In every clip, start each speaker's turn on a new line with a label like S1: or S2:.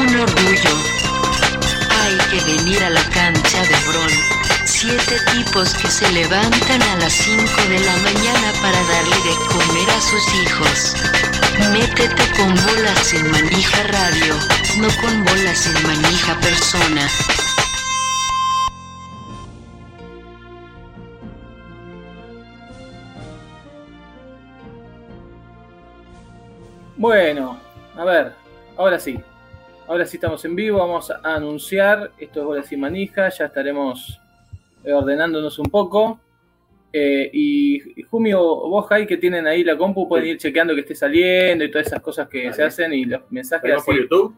S1: Mayo. Hay que venir a la cancha de Bron. Siete tipos que se levantan a las 5 de la mañana para darle de comer a sus hijos. Métete con bolas en manija radio, no con bolas en manija persona.
S2: Bueno, a ver, ahora sí. Ahora sí estamos en vivo, vamos a anunciar. Esto es Bolas y Manija, ya estaremos eh, ordenándonos un poco. Eh, y, y Jumi o o vos, Jai, que tienen ahí la compu, pueden
S3: Sí.
S2: ir chequeando que esté saliendo y todas esas cosas que
S3: Dale.
S2: se hacen y los mensajes
S3: ¿Tenemos
S2: así,
S3: por YouTube?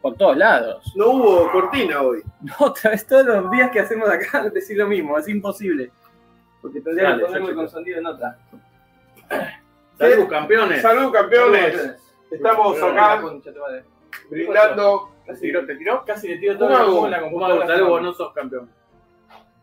S2: por todos lados.
S3: No hubo cortina hoy.
S2: Otra vez, todos los días que hacemos acá decir lo mismo, es imposible. Porque
S3: Dale, ya chequeo.
S2: sonido en otra.
S3: Salud, campeones.
S4: Salud, campeones. Estamos acá brindando.
S2: Casi te tiró, casi le tiro
S4: todo lo que pongo en la
S3: Mago, salud, vos no sos campeón.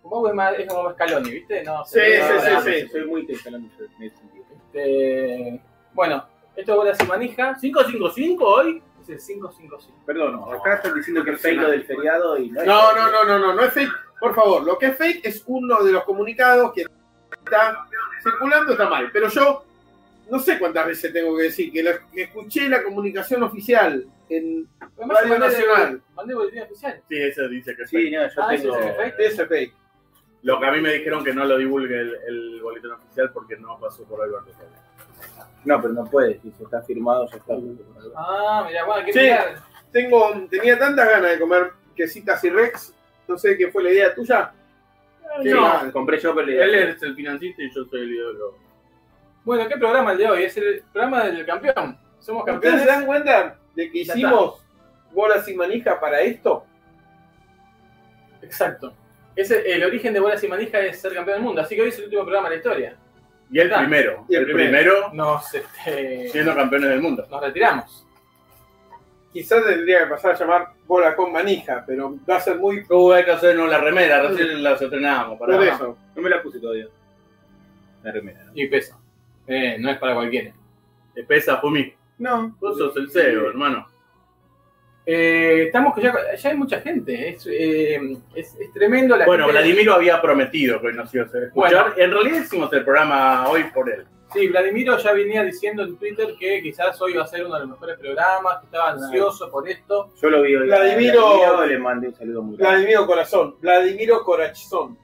S2: Mau es, más, es como más Scaloni, ¿viste? No,
S4: Sí,
S2: se-
S4: sí,
S2: no,
S4: sí,
S2: no,
S4: sí.
S3: Soy muy Scaloni yo, en ese sentido.
S2: Este, bueno, esto es bola sin manija,
S3: ¿555 hoy?
S2: es el 555.
S3: Perdón, acá están diciendo que es fake lo del feriado y
S4: No, no, no, no, no, no es fake. Por favor, lo que es fake es uno de los comunicados que está circulando, está mal. Pero yo no sé cuántas veces tengo que decir que, lo- que escuché la comunicación oficial en
S2: Además,
S4: Radio
S2: mandé-
S4: Nacional.
S2: Mandé boletín oficial.
S3: Sí, eso dice que es
S5: Sí,
S3: fake.
S5: no, yo
S2: Ah,
S5: tengo.
S2: ese es el fake.
S4: ese fake.
S3: Lo que a mí me dijeron que no lo divulgue el, el boletín oficial porque no pasó por Alberto Fernández.
S5: No, pero no puede. Si se está firmado, ya está.
S2: Ah, mirá, bueno, qué
S4: Sí.
S2: mirar.
S4: Tengo, tenía tantas ganas de comer quesitas y rex. No sé qué fue la idea tuya.
S3: no.
S5: Compré yo, pero
S3: Él
S5: le
S3: es el financista y yo soy el ídolo.
S2: Bueno, ¿qué programa el de hoy? Es el programa del campeón. Somos
S4: ¿Ustedes
S2: campeones.
S4: se dan cuenta de que
S2: Ya
S4: hicimos bolas y manija para esto?
S2: Exacto. Ese, el origen de Bola sin manija es ser campeón del mundo, así que hoy es el último programa de la historia.
S3: Y el
S2: Ah,
S3: primero.
S4: y el
S3: el primero
S2: Nos, este,
S3: siendo campeones del mundo.
S2: nos retiramos.
S4: Quizás tendría que pasar a llamar bola con manija, pero va a ser muy
S3: Uh, hay que hacernos la remera, recién las estrenábamos.
S4: por
S3: Para
S4: eso.
S5: No me la puse todavía. La remera.
S2: Y peso. Eh, no es para cualquiera.
S3: Te pesa, Fumi.
S4: No.
S3: Vos sos el CEO, hermano.
S2: Eh, estamos que ya, ya hay mucha gente, es, eh, es, es tremendo la
S3: Bueno,
S2: gente-
S3: Vladimiro había prometido que hoy nos iba a hacer escuchar. En realidad hicimos el programa hoy por él.
S2: Sí, Vladimiro ya venía diciendo en Twitter que quizás hoy va a ser uno de los mejores programas, que estaba ansioso por esto.
S5: Yo lo vi hoy.
S4: Vladimiro-
S5: Vladimiro, le mandé un saludo muy grande.
S4: Vladimiro Corazón. Vladimiro Corazón.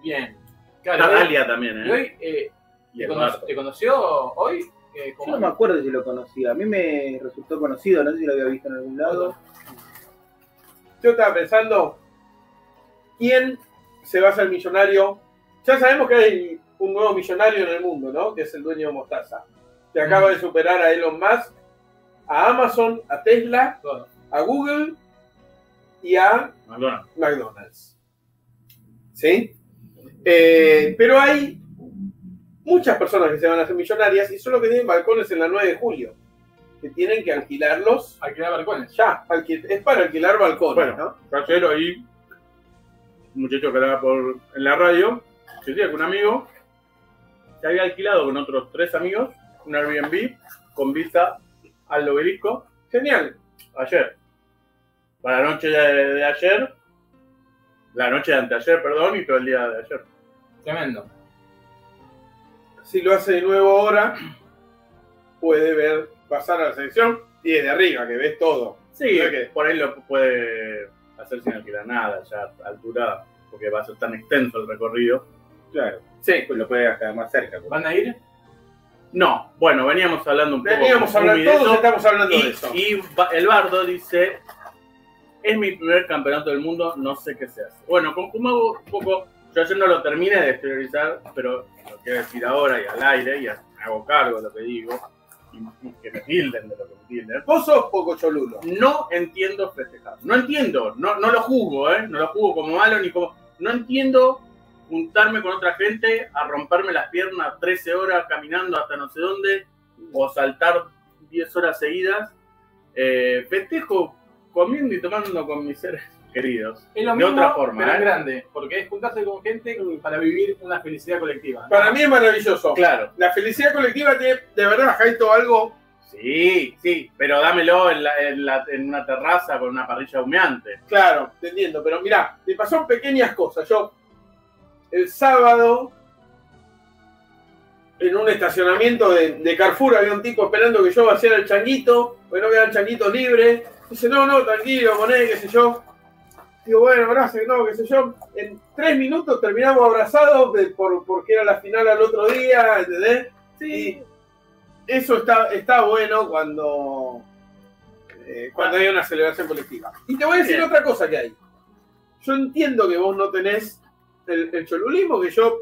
S2: Bien.
S3: Está
S2: Claro, hoy-
S3: Dalia también,
S2: y
S3: ¿eh?
S2: hoy, eh,
S3: Y
S2: ¿te,
S3: el
S2: cono-
S3: Marto.
S2: te conoció hoy? Eh,
S5: Yo
S2: como-
S5: no me acuerdo si lo conocía. A mí me resultó conocido. No sé si lo había visto en algún lado.
S4: Yo estaba pensando, ¿quién se va a hacer millonario? Ya sabemos que hay un nuevo millonario en el mundo, ¿no? Que es el dueño de Mostaza. Que acaba de superar a Elon Musk, a Amazon, a Tesla,
S2: todo.
S4: a Google y a
S3: McDonald's.
S4: McDonald's. ¿Sí? Eh, pero hay muchas personas que se van a hacer millonarias y solo que tienen balcones en la 9 de julio. Que tienen que alquilarlos
S2: Alquilar balcones.
S4: ya. alqui- es para alquilar balcones,
S3: Bueno.
S4: ¿no?
S3: Ayer ahí, un muchacho que hablaba por, en la radio, que decía que un amigo se había alquilado con otros tres amigos un Airbnb con vista al obelisco
S4: Genial.
S3: ayer. Para la noche de, de ayer, la noche de anteayer, perdón, y todo el día de ayer.
S2: Tremendo.
S4: Si lo hace de nuevo ahora, puede ver pasar a la selección y desde arriba, que ves todo.
S3: Sí,
S4: O sea que-
S3: por ahí lo puede hacer sin alquilar nada, ya a altura, porque va a ser tan extenso el recorrido.
S5: Claro.
S4: Sí.
S5: Pues lo puede hasta más cerca. pues.
S2: ¿Van a ir?
S3: No, bueno, veníamos hablando un poco.
S4: Veníamos
S3: con Jumi
S4: hablando,
S3: de
S4: todos
S3: eso.
S4: estamos hablando de eso.
S3: Y, y Ba- el bardo dice, es mi primer campeonato del mundo, no sé qué se hace. Bueno, con Kumago un poco, yo ayer no lo terminé de exteriorizar, pero lo quiero decir ahora y al aire, y a- me hago cargo de lo que digo, y y que me tilden de lo que me tilden.
S4: Vos sos poco cholulo.
S3: No entiendo festejar, no entiendo, no, no lo juzgo, ¿eh? no lo juzgo como malo ni como... No entiendo juntarme con otra gente a romperme las piernas 13 horas caminando hasta no sé dónde o saltar 10 horas seguidas. Eh, festejo comiendo y tomando con mis seres queridos.
S2: Es lo
S3: De
S2: mismo,
S3: otra forma,
S2: pero en
S3: ¿eh?
S2: grande, porque es juntarse con gente para vivir una felicidad colectiva.
S4: Para mí es maravilloso.
S3: Claro,
S4: La felicidad colectiva tiene de verdad, Jaito, algo
S3: Sí, sí, pero dámelo en, la- en la- en una terraza con una parrilla humeante.
S4: Claro, te entiendo, pero mirá, me pasaron pequeñas cosas. Yo, el sábado, en un estacionamiento de, de Carrefour, había un tipo esperando que yo vaciara el changuito, porque no había el changuito libre. Dice, no, no, tranquilo, poné, qué sé yo. Digo, bueno, gracias, no, qué sé yo. En tres minutos terminamos abrazados de- por, porque era la final al otro día, ¿entendés? Sí. Eso está, está bueno cuando, eh, cuando hay una celebración colectiva. Y te voy a decir
S3: Bien.
S4: otra cosa que hay. Yo entiendo que vos no tenés el, el cholulismo, que yo.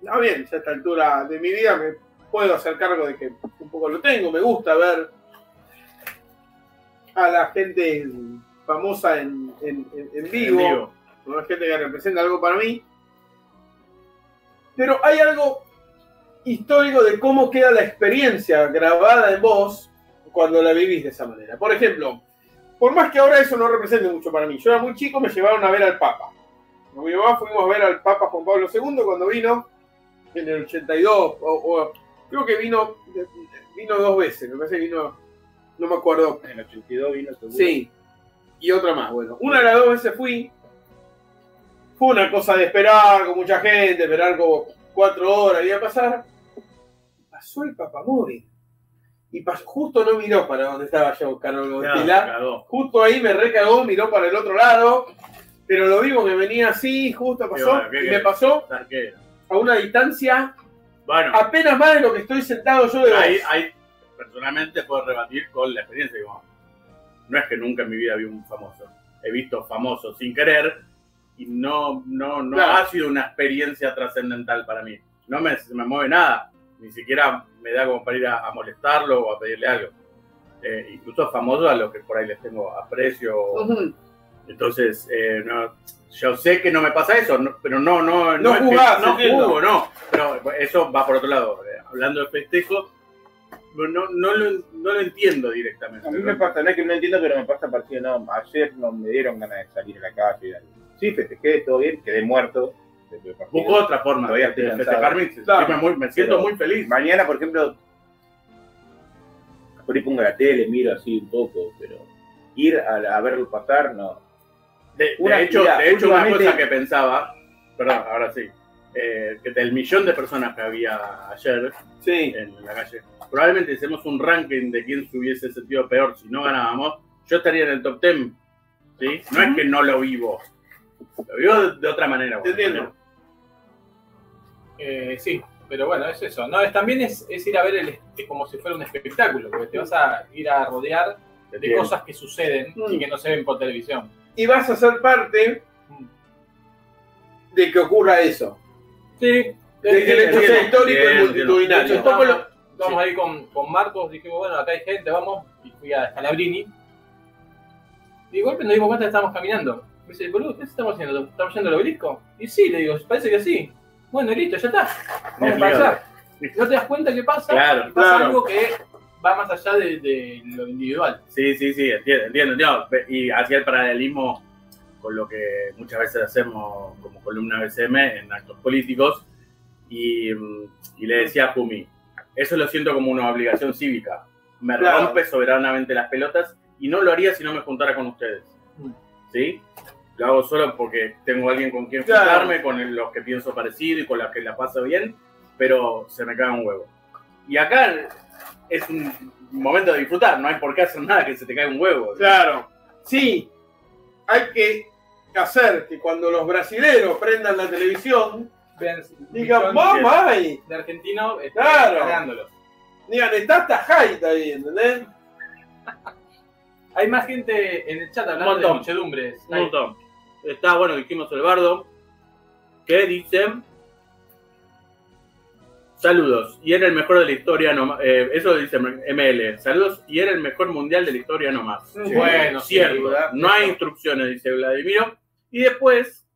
S4: Está bien, ya a esta altura de mi vida me puedo hacer cargo de que un poco lo tengo. Me gusta ver a la gente famosa en, en- en- en vivo
S3: Digo,
S4: con gente que representa algo para mí. Pero hay algo histórico de cómo queda la experiencia grabada en vos cuando la vivís de esa manera. Por ejemplo, por más que ahora eso no represente mucho para mí, yo era muy chico, me llevaron a ver al Papa. Con mi mamá fuimos a ver al Papa Juan Pablo II cuando vino en el 82, o, o- creo que vino, vino dos veces, me parece que vino, no me acuerdo
S5: En el 82 vino seguro.
S4: Sí. Y otra más, bueno. Una de las dos veces fui. Fue una cosa de esperar con mucha gente, esperar como cuatro horas, iba a pasar. Pasó el papamóvil. Y pas- justo no miró para donde estaba yo, Carol
S3: nada,
S4: Godzilla.
S3: cagó.
S4: Justo ahí me recagó, miró para el otro lado. Pero lo vimos que venía así, justo pasó.
S3: bueno, ¿qué
S4: y me
S3: querés?
S4: pasó
S3: Arquero.
S4: a una distancia
S3: Bueno,
S4: apenas más de lo que estoy sentado yo de vos.
S3: ahí, ahí personalmente puedo rebatir con la experiencia. Como, no es que nunca en mi vida vi un famoso. He visto famosos sin querer y no, no, no
S4: Claro.
S3: ha sido una experiencia trascendental para mí. No me, se me mueve nada. Ni siquiera me da como para ir a, a molestarlo o a pedirle algo. Eh, incluso famosos a los que por ahí les tengo aprecio o,
S4: Ujú.
S3: Entonces, eh, no, yo sé que no me pasa eso, no- pero no, no,
S4: No
S3: es que-
S4: jugás,
S3: no
S4: entiendo.
S3: jugo, no. Pero eso va por otro lado. eh, Hablando de festejo, no, no, lo, no lo entiendo directamente.
S5: A mí
S3: ¿no?
S5: me pasa, no es que no entiendo, pero me pasa partido. No, ayer no me dieron ganas de salir a la calle. y algo. Sí, festejé, todo bien, quedé muerto. después del partido.
S3: Busco otra forma
S5: Todavía
S3: de
S5: estoy cansado.
S3: festejarme. sí,
S4: Claro.
S3: me, muy- me siento
S5: Pero-
S3: muy feliz.
S5: Mañana, por ejemplo, por ahí pongo la tele, miro así un poco, pero ir a, la- a verlo pasar, no.
S3: De, de
S5: Una
S3: hecho,
S5: actividad,
S3: de hecho una
S5: últimamente-
S3: cosa que pensaba, perdón, ahora sí, eh, que del millón de personas que había ayer,
S4: Sí.
S3: en la calle. Probablemente si hacemos un ranking de quién se hubiese sentido peor si no ganábamos, yo estaría en el top 10. ¿sí? No es que no lo vivo. Lo vivo de, de otra manera.
S4: Te entiendo.
S2: Eh, sí, pero bueno, es eso. No, es, también es, es ir a ver el, este, como si fuera un espectáculo, porque te vas a ir a rodear
S3: Te
S2: de
S3: entiendo.
S2: cosas que suceden y que no se ven por televisión.
S4: Y vas a ser parte de que ocurra eso.
S2: Sí,
S4: De que el hecho sea
S3: Entiendo,
S4: histórico y
S3: entiendo.
S4: multitudinario.
S3: De hecho,
S2: un poco lo- vamos ahí con, con Marcos, dijimos, bueno, acá hay gente, vamos, y fui a Scalabrini. Y de golpe nos dimos cuenta que estábamos caminando. Me dice, boludo, ¿qué estamos haciendo? ¿Estamos yendo al obelisco? Y sí, le digo, parece que sí. Bueno, listo, ya está. Vamos
S3: Bien,
S2: para
S3: bien.
S2: allá. No te das cuenta que pasa,
S3: Claro,
S2: y pasa
S4: claro.
S2: algo que va más allá de, de lo individual.
S3: Sí, sí, sí, entiendo, entiendo, entiendo. Ve- Y hacía el paralelismo con lo que muchas veces hacemos como columna BCM en actos políticos. Y, mm, y le decía a Jumi, eso lo siento como una obligación cívica. Me
S4: Claro.
S3: rompe soberanamente las pelotas y no lo haría si no me juntara con ustedes.
S2: Mm.
S3: ¿Sí? Lo hago solo porque tengo alguien con quien
S4: Claro.
S3: juntarme, con el- los que pienso parecido y con los que la paso bien, pero se me cae un huevo. Y acá es un momento de disfrutar, no hay por qué hacer nada que se te caiga un huevo.
S4: Claro. Sí, hay que hacer que cuando los brasileros prendan la televisión,
S2: Vean,
S4: digan,
S2: John
S4: mamá, ahí".
S2: De argentino, este, está
S4: Claro.
S2: ganándolo.
S4: digan, está hasta Jaita ahí, ¿entendés?
S2: Hay más gente en el chat hablando
S3: Montón.
S2: de muchedumbres.
S3: Un montón. Está, bueno, dijimos el bardo, que dice... Saludos, y era el mejor de la historia nomás. eso dice ML. Saludos, y era el mejor mundial de la historia nomás.
S5: Sí.
S2: Bueno,
S3: cierto.
S2: sí,
S3: no hay instrucciones, dice Vladimiro. Y después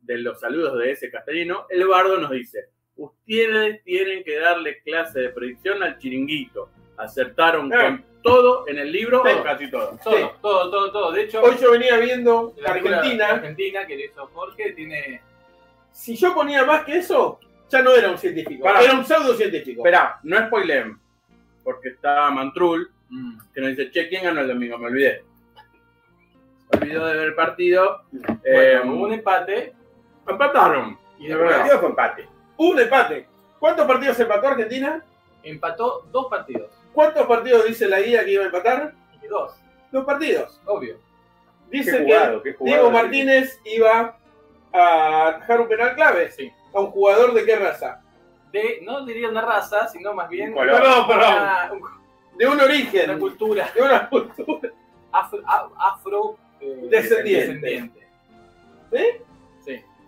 S3: de los saludos de ese castellano, el bardo nos dice: Ustedes tienen que darle clase de predicción al chiringuito. Acertaron
S4: Eh.
S3: con todo en el libro,
S4: Sí.
S3: o casi todo.
S2: Todo,
S4: Sí.
S2: todo, todo, todo. De hecho,
S4: Hoy yo venía viendo
S2: la película
S4: Argentina.
S2: Argentina, que le hizo Jorge, tiene.
S4: Si yo ponía más que eso, ya no era un científico,
S3: Pará.
S4: era un pseudo científico.
S3: Esperá, no spoileen. porque está Mantrul,
S2: Mm.
S3: que nos dice, che, ¿quién ganó el domingo? Me olvidé. Me olvidó de ver el partido. Eh,
S4: Bueno, un empate.
S3: Empataron.
S4: Y de
S5: El
S4: verdad.
S5: partido fue empate.
S4: Un empate. ¿Cuántos partidos empató Argentina?
S2: Empató dos partidos.
S4: ¿Cuántos partidos dice la guía que iba a empatar?
S2: Y Dos,
S4: Dos partidos.
S2: obvio.
S5: Qué
S4: Dice que
S5: jugado, qué jugado.
S4: Diego Martínez iba a atajar un penal clave
S2: Sí.
S4: a un jugador de qué raza?
S2: De, no diría una raza, sino más bien
S5: Un color.
S4: Perdón, perdón.
S2: una, una
S4: De un origen.
S2: cultura
S4: De una cultura.
S2: afro, a- afro eh,
S4: Descendiente.
S2: descendiente.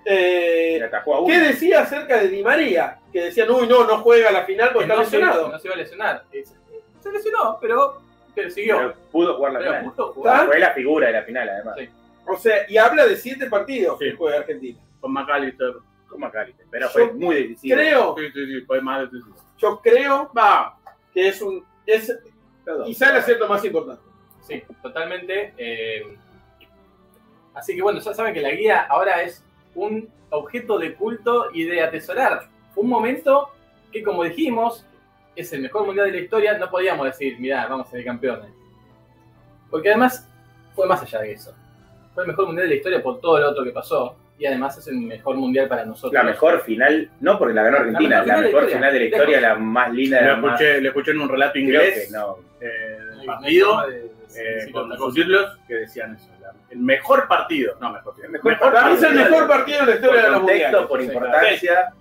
S4: Eh,
S5: Le atajó a uno.
S4: ¿Qué decía acerca de Di María? Que decían, uy, no, no juega la final porque
S2: Que
S4: está
S2: no se,
S4: lesionado.
S2: no se iba a lesionar. Es- Se lesionó, pero, pero siguió.
S5: Pero pudo jugar la
S2: Pero
S5: final.
S2: pudo jugar.
S5: Fue la figura de la final, además.
S2: Sí.
S4: O sea, y habla de siete partidos
S3: Sí.
S4: que juega Argentina.
S3: Con McAllister.
S5: Como Macalister, pero fue
S4: Yo
S5: muy decisivo.
S4: Creo,
S3: Sí, sí, sí, fue más decisivo.
S4: yo creo
S3: Va,
S4: que es un. Es
S5: Perdón.
S4: quizá el acierto más importante.
S2: Sí, totalmente. eh, así que bueno, ya saben que la guía ahora es un objeto de culto y de atesorar. Un momento que, como dijimos, es el mejor mundial de la historia. No podíamos decir, mirá, vamos a ser campeones. Porque además fue más allá de eso. Fue el mejor mundial de la historia por todo lo otro que pasó. Y además es el mejor mundial para nosotros.
S5: La mejor final, no porque la ganó Argentina,
S2: La
S5: la
S2: mejor
S5: mejor
S2: final
S5: final de la historia, la más linda de
S3: lo
S5: la más.
S3: escuché, lo escuché en un relato
S5: Creo
S3: inglés
S5: que no.
S3: eh, del
S2: No hay- no hay
S3: partido.
S2: forma de- de
S3: eh,
S2: decir
S3: con
S2: otra
S3: sus
S2: cosa.
S3: títulos que decían eso. la- el mejor partido. No, mejor partido.
S5: Mejor
S4: Para mí es el
S5: partido.
S4: mejor partido de la
S5: Por
S4: historia de los mundiales.
S5: contexto, por
S2: Sí, claro.
S5: importancia.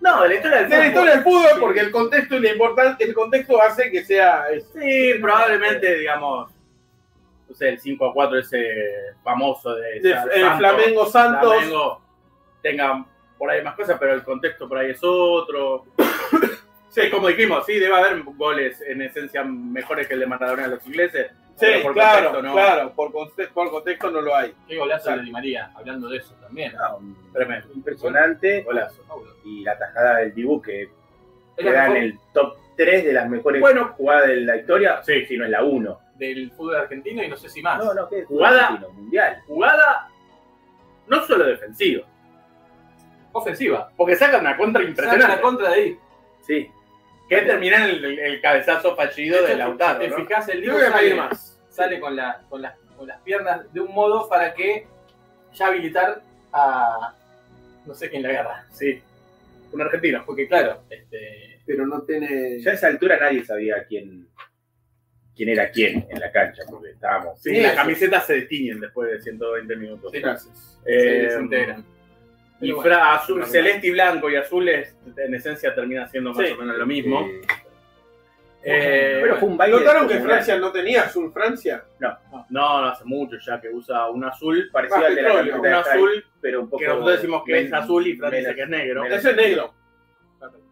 S3: No, de la historia del
S4: De la historia del fútbol,
S3: Sí.
S4: porque el contexto y la importan- el contexto hace que sea. es-
S3: Sí, probablemente, digamos, no sé, el 5 a 4 ese famoso de,
S4: de- eh,
S3: San-
S4: el
S3: Santos,
S4: Flamengo Santos.
S3: Flamengo tenga por ahí más cosas, pero el contexto por ahí es otro. Sí, como dijimos, sí, debe haber goles en esencia mejores que el de Maradona a los ingleses.
S4: Sí,
S3: pero por
S4: claro,
S3: contexto no.
S4: claro. Por, conte- por contexto no lo hay.
S2: Qué golazo de
S4: Exacto.
S2: Di María, hablando de eso también.
S5: No, un-
S3: Tremendo.
S5: impresionante.
S3: Golazo.
S2: Paulo.
S5: Y la tajada del Dibu que
S2: Es la
S5: queda en
S2: mejor-
S5: el top 3 de las mejores
S3: Bueno.
S5: jugadas de la historia,
S3: Sí.
S5: si no es la 1.
S2: del fútbol argentino y no sé si más.
S5: No, no, qué
S3: Jugada.
S5: argentino, mundial.
S3: Jugada no solo defensiva,
S2: Ofensiva.
S3: porque sacan una contra
S2: Saca
S3: impresionante.
S2: la contra de ahí.
S5: Sí.
S3: Que termina en el, el cabezazo fallido de Lautaro.
S2: Si te
S3: ¿no?
S2: fijas, el
S4: Yo
S2: Dibu
S4: voy a pedir
S2: sale,
S4: más.
S2: sale con, la- con las, con las piernas de un modo para que ya habilitar a no sé quién la agarra.
S3: Sí. Un argentino.
S2: Porque claro, este,
S4: Pero no tiene.
S5: Ya a esa altura nadie sabía quién, quién era quién en la cancha, porque estábamos.
S3: Sí,
S4: Sí,
S3: las
S4: sí.
S3: camisetas se destiñen después de 120 minutos.
S2: Sí.
S4: Gracias.
S2: se
S3: Eh,
S2: desintegran.
S3: Y
S2: Pero bueno,
S3: fra- azul,
S2: normal.
S3: celeste y blanco y azul es- en esencia termina siendo más
S4: Sí.
S3: o menos lo mismo.
S5: Eh,
S3: Eh,
S5: pero fue un baile.
S4: ¿Notaron que
S5: descomunal.
S4: Francia no tenía azul Francia?
S3: No, no hace mucho ya que usa un azul,
S2: Ah,
S5: Parecía el de la
S4: Más
S5: camiseta
S4: petróleo,
S5: de
S3: un
S5: Sky,
S3: azul
S5: pero un poco.
S3: que nosotros decimos que es
S5: menos-
S3: azul y Fran dice
S5: menos-
S3: que es negro.
S5: menos-
S4: Eso es negro.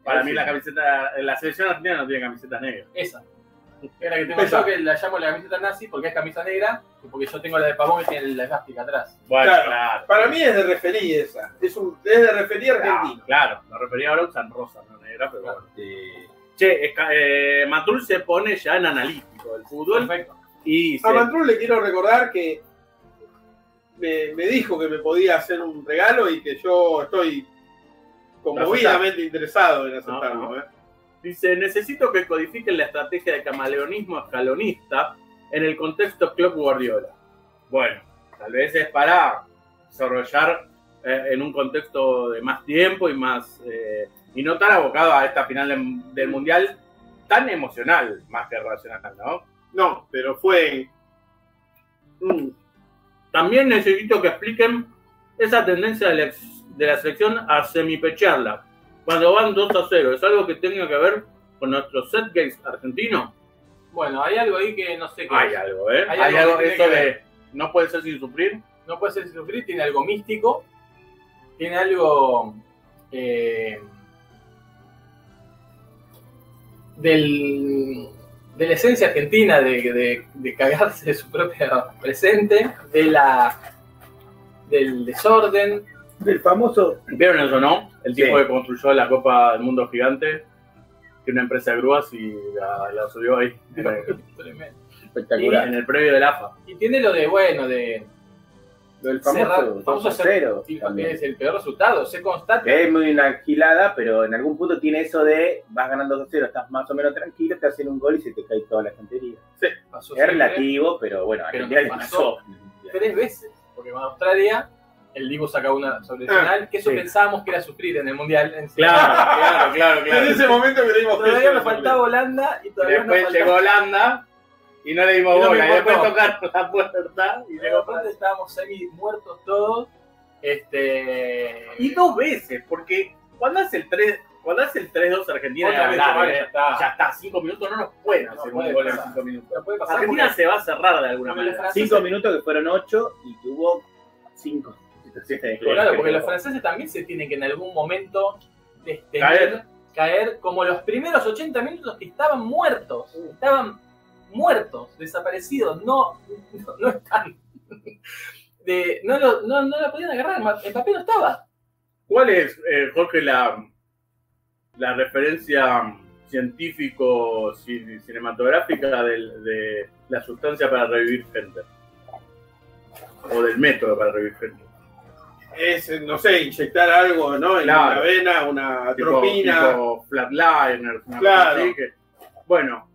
S3: Para mí la camiseta, la selección argentina no tiene camisetas negras.
S2: Esa. Era que tengo
S4: Esa.
S2: yo que la llamo la camiseta nazi porque es camisa negra y porque yo tengo la de pavón que tiene la esvástica atrás.
S3: Bueno,
S4: Claro.
S3: claro.
S4: Para mí es de referí esa. Es, un, es de referí argentino.
S3: Claro, claro. me refería ahora a usan rosa, no negra, pero bueno.
S5: Eh,
S3: Che, Esca- eh, Matul se pone ya en analítico del fútbol
S2: Perfecto.
S3: y se
S4: A Mantrul le quiero recordar que me, me dijo que me podía hacer un regalo y que yo estoy conmovidamente interesado en aceptarlo.
S3: No,
S4: ¿eh?
S3: Dice, necesito que codifiquen la estrategia de camaleonismo escalonista en el contexto Club Guardiola. Bueno, tal vez es para desarrollar eh, en un contexto de más tiempo y más eh, y no tan abocado a esta final del, del Mundial tan emocional, más que racional, ¿no?
S4: No, pero fue. Mm,
S3: También necesito que expliquen esa tendencia de la, de la selección a semipecharla cuando van 2 a 0. ¿Es algo que tenga que ver con nuestro set games argentino?
S2: Bueno, hay algo ahí que no sé qué.
S3: Hay
S2: es.
S3: algo, ¿eh?
S2: Hay
S3: Hay,
S2: algo
S3: algo,
S2: que
S3: eso
S2: tiene que
S3: de no puede ser sin sufrir.
S2: no puede ser sufrir, tiene algo místico, tiene algo eh, del, de la esencia argentina de, de- de cagarse de su propio presente, de la del desorden.
S5: del famoso.
S3: ¿Vieron eso, no? El tipo
S5: Sí.
S3: que construyó la Copa del Mundo Gigante, que una empresa de grúas y la, la subió ahí, en el-
S2: Tremendo.
S3: en el predio del AFA.
S2: Y tiene lo de, bueno, de,
S5: Lo del
S2: Cerrar-
S5: famoso
S2: vamos a
S5: 2 a
S2: hacer-
S5: 0.
S2: Sí,
S5: también.
S2: es el peor resultado, se constata.
S5: Que es muy una gilada, pero en algún punto tiene eso de vas ganando 2 0, estás más o menos tranquilo, te hacen un gol y se te cae toda la cantería.
S2: Pasó
S5: Es
S3: eh.
S2: siempre
S5: relativo, pero bueno, a
S2: Pero
S5: Argentina le
S2: pasó.
S5: pasó.
S2: tres veces, porque con Australia el Divo saca una sobre el
S4: Ah,
S2: final, que eso
S5: sí.
S2: pensábamos que era sufrir en el Mundial. En
S4: claro,
S2: claro,
S4: En ese momento que le dimos
S2: Todavía
S4: peso.
S2: nos faltaba Holanda y todavía nos
S3: Después
S2: faltaba...
S3: llegó Holanda y no le dimos
S2: Y no me
S3: bola. Y después
S2: importó.
S3: tocaron la puerta y
S2: Pero
S3: llegó
S2: aparte estábamos semi muertos todos. Este.
S3: Y dos veces, porque cuando hace el 3, cuando hace el 3-2 Argentina,
S2: Otra
S3: ya,
S2: vez,
S3: está,
S2: chavales, ya está.
S3: eh. ya está, 5 minutos no nos pueden hacer
S2: No
S3: un
S2: puede
S3: gol en
S2: pasar.
S3: 5 minutos.
S2: Pero puede pasar
S3: Argentina
S2: porque-
S3: se va a cerrar de alguna
S2: porque los
S3: manera.
S2: franceses-
S5: 5 minutos que fueron 8 y tuvo 5 situaciones de gol.
S2: Claro, porque los franceses también se tienen que en algún momento este,
S3: Caer.
S2: caer como los primeros 80 minutos que estaban muertos. Estaban muertos, desaparecidos. No, no, no están. De- no, lo- no, no la podían agarrar. Ma- Mbappé no estaba.
S3: ¿Cuál es, eh, Jorge, la, la referencia mm, científico cin- cinematográfica del- de la sustancia para revivir gente? O del método para revivir gente.
S4: Es, no sé, inyectar algo, ¿no? En
S3: Claro.
S4: una vena, una
S3: tipo,
S4: tropina.
S3: tipo Flatliners, una
S4: Claro.
S3: cosa así que- bueno,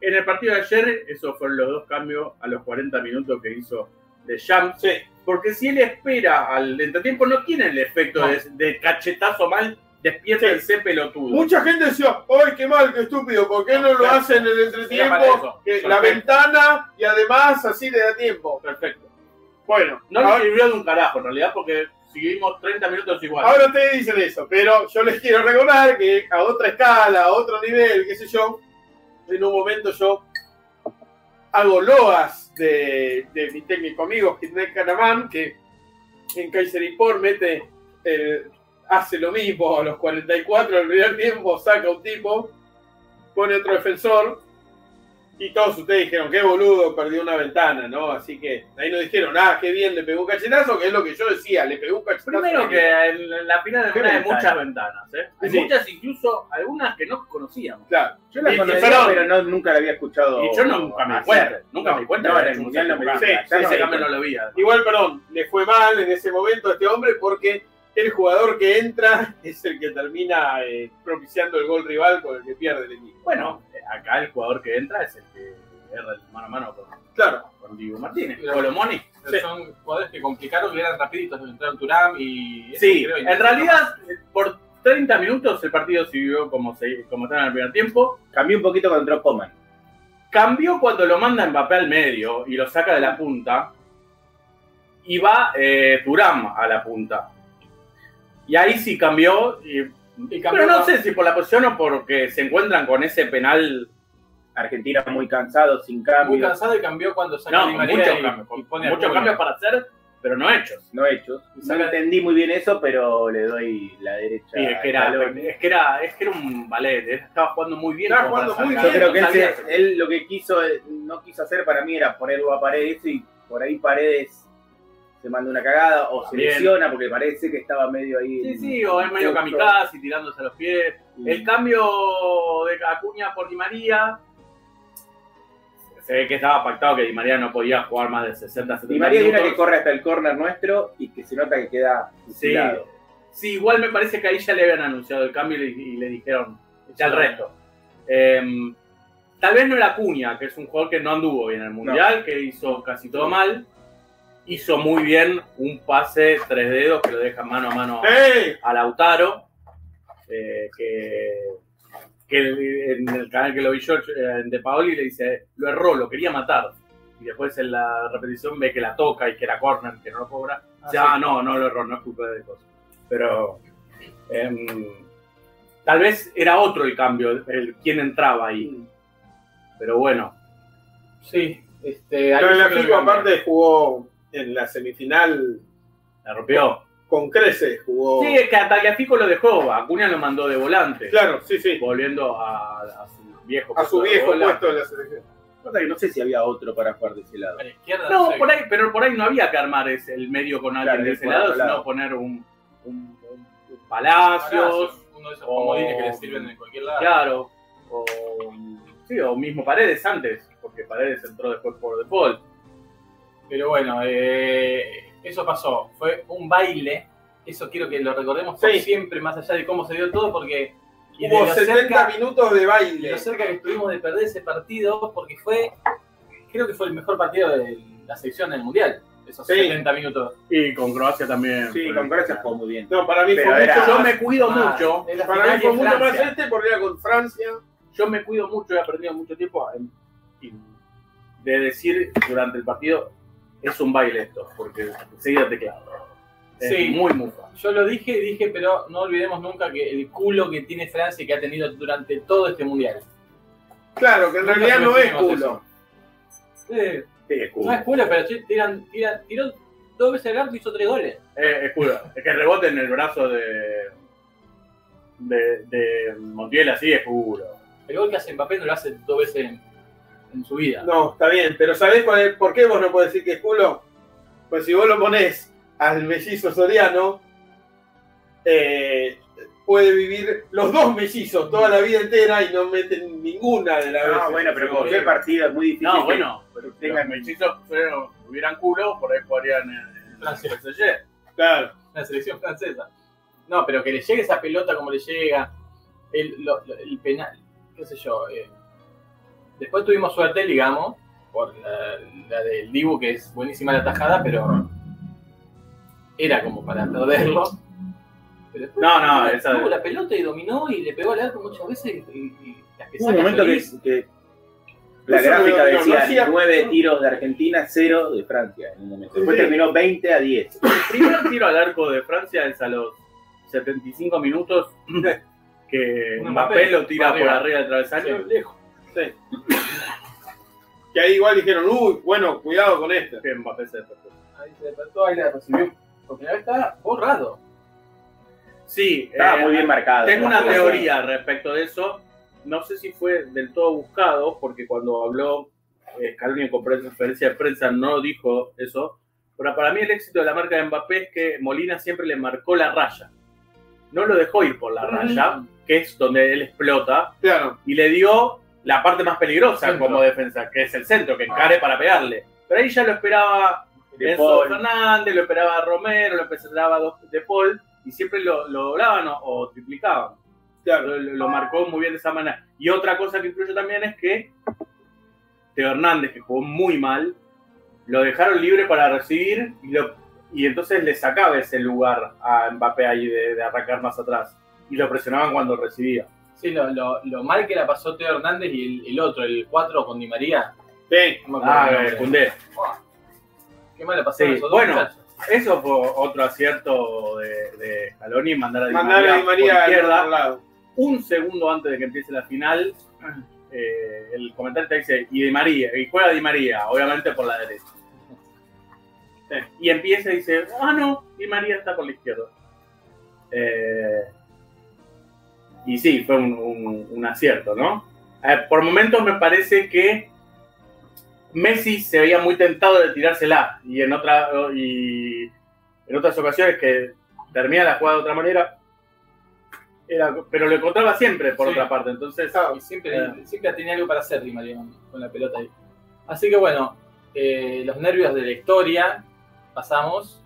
S3: en el partido de ayer, esos fueron los dos cambios a los 40 minutos que hizo de Champs.
S4: Sí.
S3: Porque si él espera al entretiempo, no tiene el efecto
S2: No.
S3: de, de cachetazo mal,
S4: Sí.
S3: despiértense pelotudo.
S4: Mucha gente decía, ¡ay, qué mal, qué estúpido! ¿Por qué no lo
S3: Claro.
S4: hacen en el
S3: Era para
S4: entretiempo?
S3: eso.
S4: Que la
S3: Perfecto.
S4: ventana y además así le da tiempo.
S3: Perfecto.
S4: Bueno,
S3: No nos
S4: ahora,
S3: sirvió de un carajo en realidad, porque seguimos 30 minutos igual.
S4: ahora ustedes dicen eso, pero yo les quiero recordar que a otra escala, a otro nivel, qué sé yo, en un momento yo hago loas de, de mi técnico amigo, Kidney Canaman, que en Kayserispor mete, el- hace lo mismo a los 44 del primer tiempo, saca un tipo, pone otro defensor, y todos ustedes dijeron, qué boludo, perdió una ventana, ¿no? Así que ahí no dijeron, ah, qué bien, le pegó un cachetazo, que es lo que yo decía, le pegó un cachetazo.
S3: Primero que en la final de
S5: Qué
S3: una de
S5: ventana.
S3: muchas ventanas, ¿eh? Hay
S4: Sí.
S3: muchas incluso, algunas que no conocíamos.
S4: Claro.
S5: Yo la
S3: Y-
S5: conocía,
S3: perdón.
S5: pero no, nunca la había escuchado.
S3: Y yo nunca me di cuenta,
S5: hacer.
S3: nunca me di cuenta.
S5: No,
S3: de haber
S5: en el
S3: hecho un
S5: mundial no me di
S3: saco.
S4: Sí,
S5: cuenta.
S3: Sí,
S5: ya no me
S3: ese
S5: di
S3: cambio
S5: cuenta.
S3: no lo vi. además.
S4: Igual, perdón, le fue mal en ese momento a este hombre porque el jugador que entra es el que termina eh, propiciando el gol rival con el que pierde el equipo.
S3: Bueno, acá el jugador que entra es el que erra el mano a mano con,
S4: Claro,
S3: con Diego Martínez.
S2: Claro.
S3: Colomoni.
S2: Pero Son jugadores que complicaron que eran rapiditos. Entraron Turam y.
S3: Sí,
S2: creo, y-
S3: en realidad, eh, por 30 minutos el partido siguió como, se, como estaba en el primer tiempo.
S5: Cambió un poquito cuando entró Coman.
S3: Cambió cuando lo manda Mbappé al medio y lo saca de la punta. Y va eh, Turam a la punta. Y ahí sí cambió. y-
S2: Y cambió
S3: pero no
S2: la-
S3: sé si por la posición o porque se encuentran con ese penal
S5: Argentina muy cansado, sin
S2: Muy
S5: cambios,
S2: cansado y cambió cuando sacó
S3: No,
S2: Di
S3: con
S2: María
S3: muchos
S2: y-
S3: cambios,
S2: y
S3: con
S2: pone a
S3: muchos
S2: Cunha.
S3: cambios para hacer, pero no hechos.
S5: no hechos. No
S2: Saca-
S5: entendí muy bien eso, pero le doy la derecha.
S3: Sí, es que,
S5: al
S3: era,
S5: balón.
S3: es, que era, es que era un ballet, eh, estaba jugando muy bien.
S4: Estaba
S3: como para
S4: jugando muy
S3: sacar.
S5: Yo creo que él,
S3: No sabía
S5: se- él lo que quiso, eh, no quiso hacer para mí era ponerlo a Paredes y por ahí Paredes se manda una cagada o se
S3: Bien.
S5: lesiona porque parece que estaba medio ahí.
S3: Sí,
S5: en-
S3: sí, o es medio
S5: Justo.
S3: kamikaze tirándose a los pies.
S5: y-
S3: El cambio de Acuña por Di María. Se ve que estaba pactado que Di María no podía jugar más de 60, 70
S5: Di María hay una
S3: minutos.
S5: que corre hasta el córner nuestro y que se nota que queda
S3: Sí.
S5: fusilado.
S3: Sí, igual me parece que ahí ya le habían anunciado el cambio y le, y le dijeron ya el resto. Em, tal vez no era Cuña, que es un jugador que no anduvo bien en el Mundial, que hizo casi todo mal. Hizo muy bien un pase tres dedos que lo deja mano a mano
S4: ¡eh!
S3: a Lautaro, eh, que, que el- en el canal que lo vi yo, eh, en De Paoli, le dice, lo erró, lo quería matar. Y después en la repetición ve que la toca y que la corner, que no lo cobra.
S2: Ah,
S3: ya, no, no lo erró, no es culpa de cosas. Pero em, tal vez era otro el cambio, el, quien entraba ahí. Pero bueno,
S2: Sí, este. ahí
S4: Pero el
S2: yo creo que
S4: equipo
S2: cambió.
S4: aparte jugó en la semifinal
S3: la rompió.
S4: con creces, jugó...
S3: Sí, es que a Tagliafico lo dejó, Acuña lo mandó de volante.
S4: Claro, sí, sí,
S3: Volviendo a, a su viejo
S4: a su
S3: puesto de
S4: viejo
S3: bola.
S4: puesto de la selección.
S5: Cosa que no sé si había otro para jugar de ese lado.
S2: A la izquierda.
S3: No,
S2: sé.
S3: por ahí, pero por ahí no había que armar ese- el medio con alguien
S5: Claro,
S3: de ese
S5: por
S3: lado,
S5: otro lado.
S3: sino poner un, un- un- un Palacios,
S2: Palacios, uno de esos
S3: o-
S2: comodines que le sirven en cualquier lado.
S3: claro, o, sí, o mismo Paredes antes, porque Paredes entró después por default.
S2: Pero bueno, eh, eso pasó. Fue un baile. Eso quiero que lo recordemos por
S4: Sí.
S2: siempre, más allá de cómo se dio todo, porque. y de
S4: Hubo
S2: lo
S4: 70
S2: cerca-
S4: minutos de
S2: y
S4: baile.
S2: lo cerca que estuvimos de perder ese partido, porque fue. Creo que fue el mejor partido de la sección del mundial. Esos
S4: Sí.
S2: 70 minutos.
S3: Y con Croacia también.
S5: Sí,
S3: Fue-
S5: con gracias fue muy bien.
S4: No, para mí
S5: Pero
S4: fue
S5: era-
S4: mucho
S3: Yo
S4: más-
S3: me cuido
S2: Ah,
S3: mucho.
S2: es la
S4: Para
S2: final
S4: mí fue
S2: de
S4: mucho
S2: Francia.
S4: más este porque era con Francia.
S3: Yo me cuido mucho, he aprendido mucho tiempo en- en- de decir durante el partido es un baile esto, porque enseguida te clavo. Es
S2: Sí.
S3: muy mufa.
S2: Yo lo dije y dije, pero no olvidemos nunca que el culo que tiene Francia y que ha tenido durante todo este mundial.
S4: Claro, que en
S2: Nunca
S4: realidad no es
S2: subestimemos
S4: culo.
S2: Eh,
S5: Sí, es
S2: no es
S5: culo.
S2: culo, pero sí tiran, tiran, tiró dos veces el arco y hizo tres goles.
S3: Eh, es culo. Es que rebote en el brazo de, de, de Montiel así es culo.
S2: El gol que hace Mbappé no lo hace dos veces en, en su vida.
S4: No, está bien, pero ¿sabés cuál es- por qué vos no podés decir que es culo? Pues si vos lo ponés al mellizo soriano, eh, puede vivir los dos mellizos toda la vida entera y no meten ninguna de las
S5: No,
S4: veces.
S5: Ah, bueno, pero como
S3: Sí.
S5: fue el partido es muy difícil.
S3: No,
S5: que-
S3: bueno, pero si los
S5: Tengan-
S3: mellizos fueron- tuvieran culo, por ahí jugarían en, en
S2: Francia.
S3: PSG.
S4: Claro.
S2: La selección francesa. No, pero que le llegue esa pelota como le llega, el, lo- lo- el penal, qué sé yo. eh. Después tuvimos suerte, digamos, por la, la del Dibu, que es buenísima la tajada, pero era como para perderlo. Pero después
S3: No, no,
S2: tuvo-
S3: esa-
S2: tuvo la pelota y dominó y le pegó al arco muchas veces y, y- y las que
S5: Hubo un
S2: saca
S5: momento que,
S2: feliz.
S5: que la
S4: Eso
S5: gráfica
S4: no- no- no
S5: decía
S4: hacía-
S5: nueve tiros de Argentina, cero de Francia en un momento. Después
S4: Sí.
S5: terminó 20 a 10.
S3: El primer tiro al arco de Francia es a los 75 minutos que
S2: Un
S3: Mbappé
S2: Mbappé
S3: lo tira
S2: arriba.
S3: por arriba del travesaño. Lejos.
S4: Sí. Que ahí igual dijeron, uy, bueno, cuidado con este.
S3: Que Mbappé se despertó.
S2: Ahí se despertó, ahí la recibió. Porque la verdad está borrado.
S3: Sí,
S5: Estaba
S3: eh,
S5: muy bien marcado.
S3: Tengo
S5: ¿no?
S3: una teoría respecto de eso. No sé si fue del todo buscado, porque cuando habló eh, Scaloni en conferencia de prensa no dijo eso. Pero para mí el éxito de la marca de Mbappé es que Molina siempre le marcó la raya. No lo dejó ir por la raya, que es donde él explota,
S4: Claro.
S3: y le dio la parte más peligrosa
S2: Centro.
S3: como defensa, que es el centro, que encare para pegarle. Pero ahí ya lo esperaba
S5: De
S3: Enzo
S5: Paul.
S3: Fernández, lo esperaba Romero, lo esperaba dos- De Paul, y siempre lo, lo doblaban o, o triplicaban.
S4: Claro.
S3: Lo, lo- lo marcó muy bien de esa manera. Y otra cosa que influye también es que Teo Hernández, que jugó muy mal, lo dejaron libre para recibir y, lo- y entonces le sacaba ese lugar a Mbappé ahí de, de arrancar más atrás. Y lo presionaban cuando recibía.
S2: Sí, lo, lo- lo mal que la pasó Teo Hernández y el, el otro, el 4 con Di María.
S4: Sí.
S2: No me acuerdo
S3: Ah,
S2: el nombre.
S3: eh, Koundé.
S2: Qué mala pasaron
S3: Sí,
S2: esos dos
S3: bueno.
S2: muchachos.
S3: Eso fue otro acierto de, de Scaloni, mandar a Di
S4: Mandar a Di
S3: por
S4: María al
S3: izquierda.
S4: otro lado.
S3: un segundo antes de que empiece la final, eh, el comentario te dice, y Di María, y juega Di María, obviamente por la derecha. Eh, Y empieza y dice, ah, no, Di María está por la izquierda. Eh, y sí, fue un, un- un acierto, ¿no? Eh, por momentos me parece que Messi se veía muy tentado de tirársela, y en, otra, y en otras ocasiones que termina la jugada de otra manera, era- pero lo encontraba siempre, por
S2: Sí.
S3: otra parte. Entonces,
S2: Y siempre, siempre tenía algo para hacer Di María con- con la pelota ahí. Así que bueno, eh, los nervios de la historia pasamos.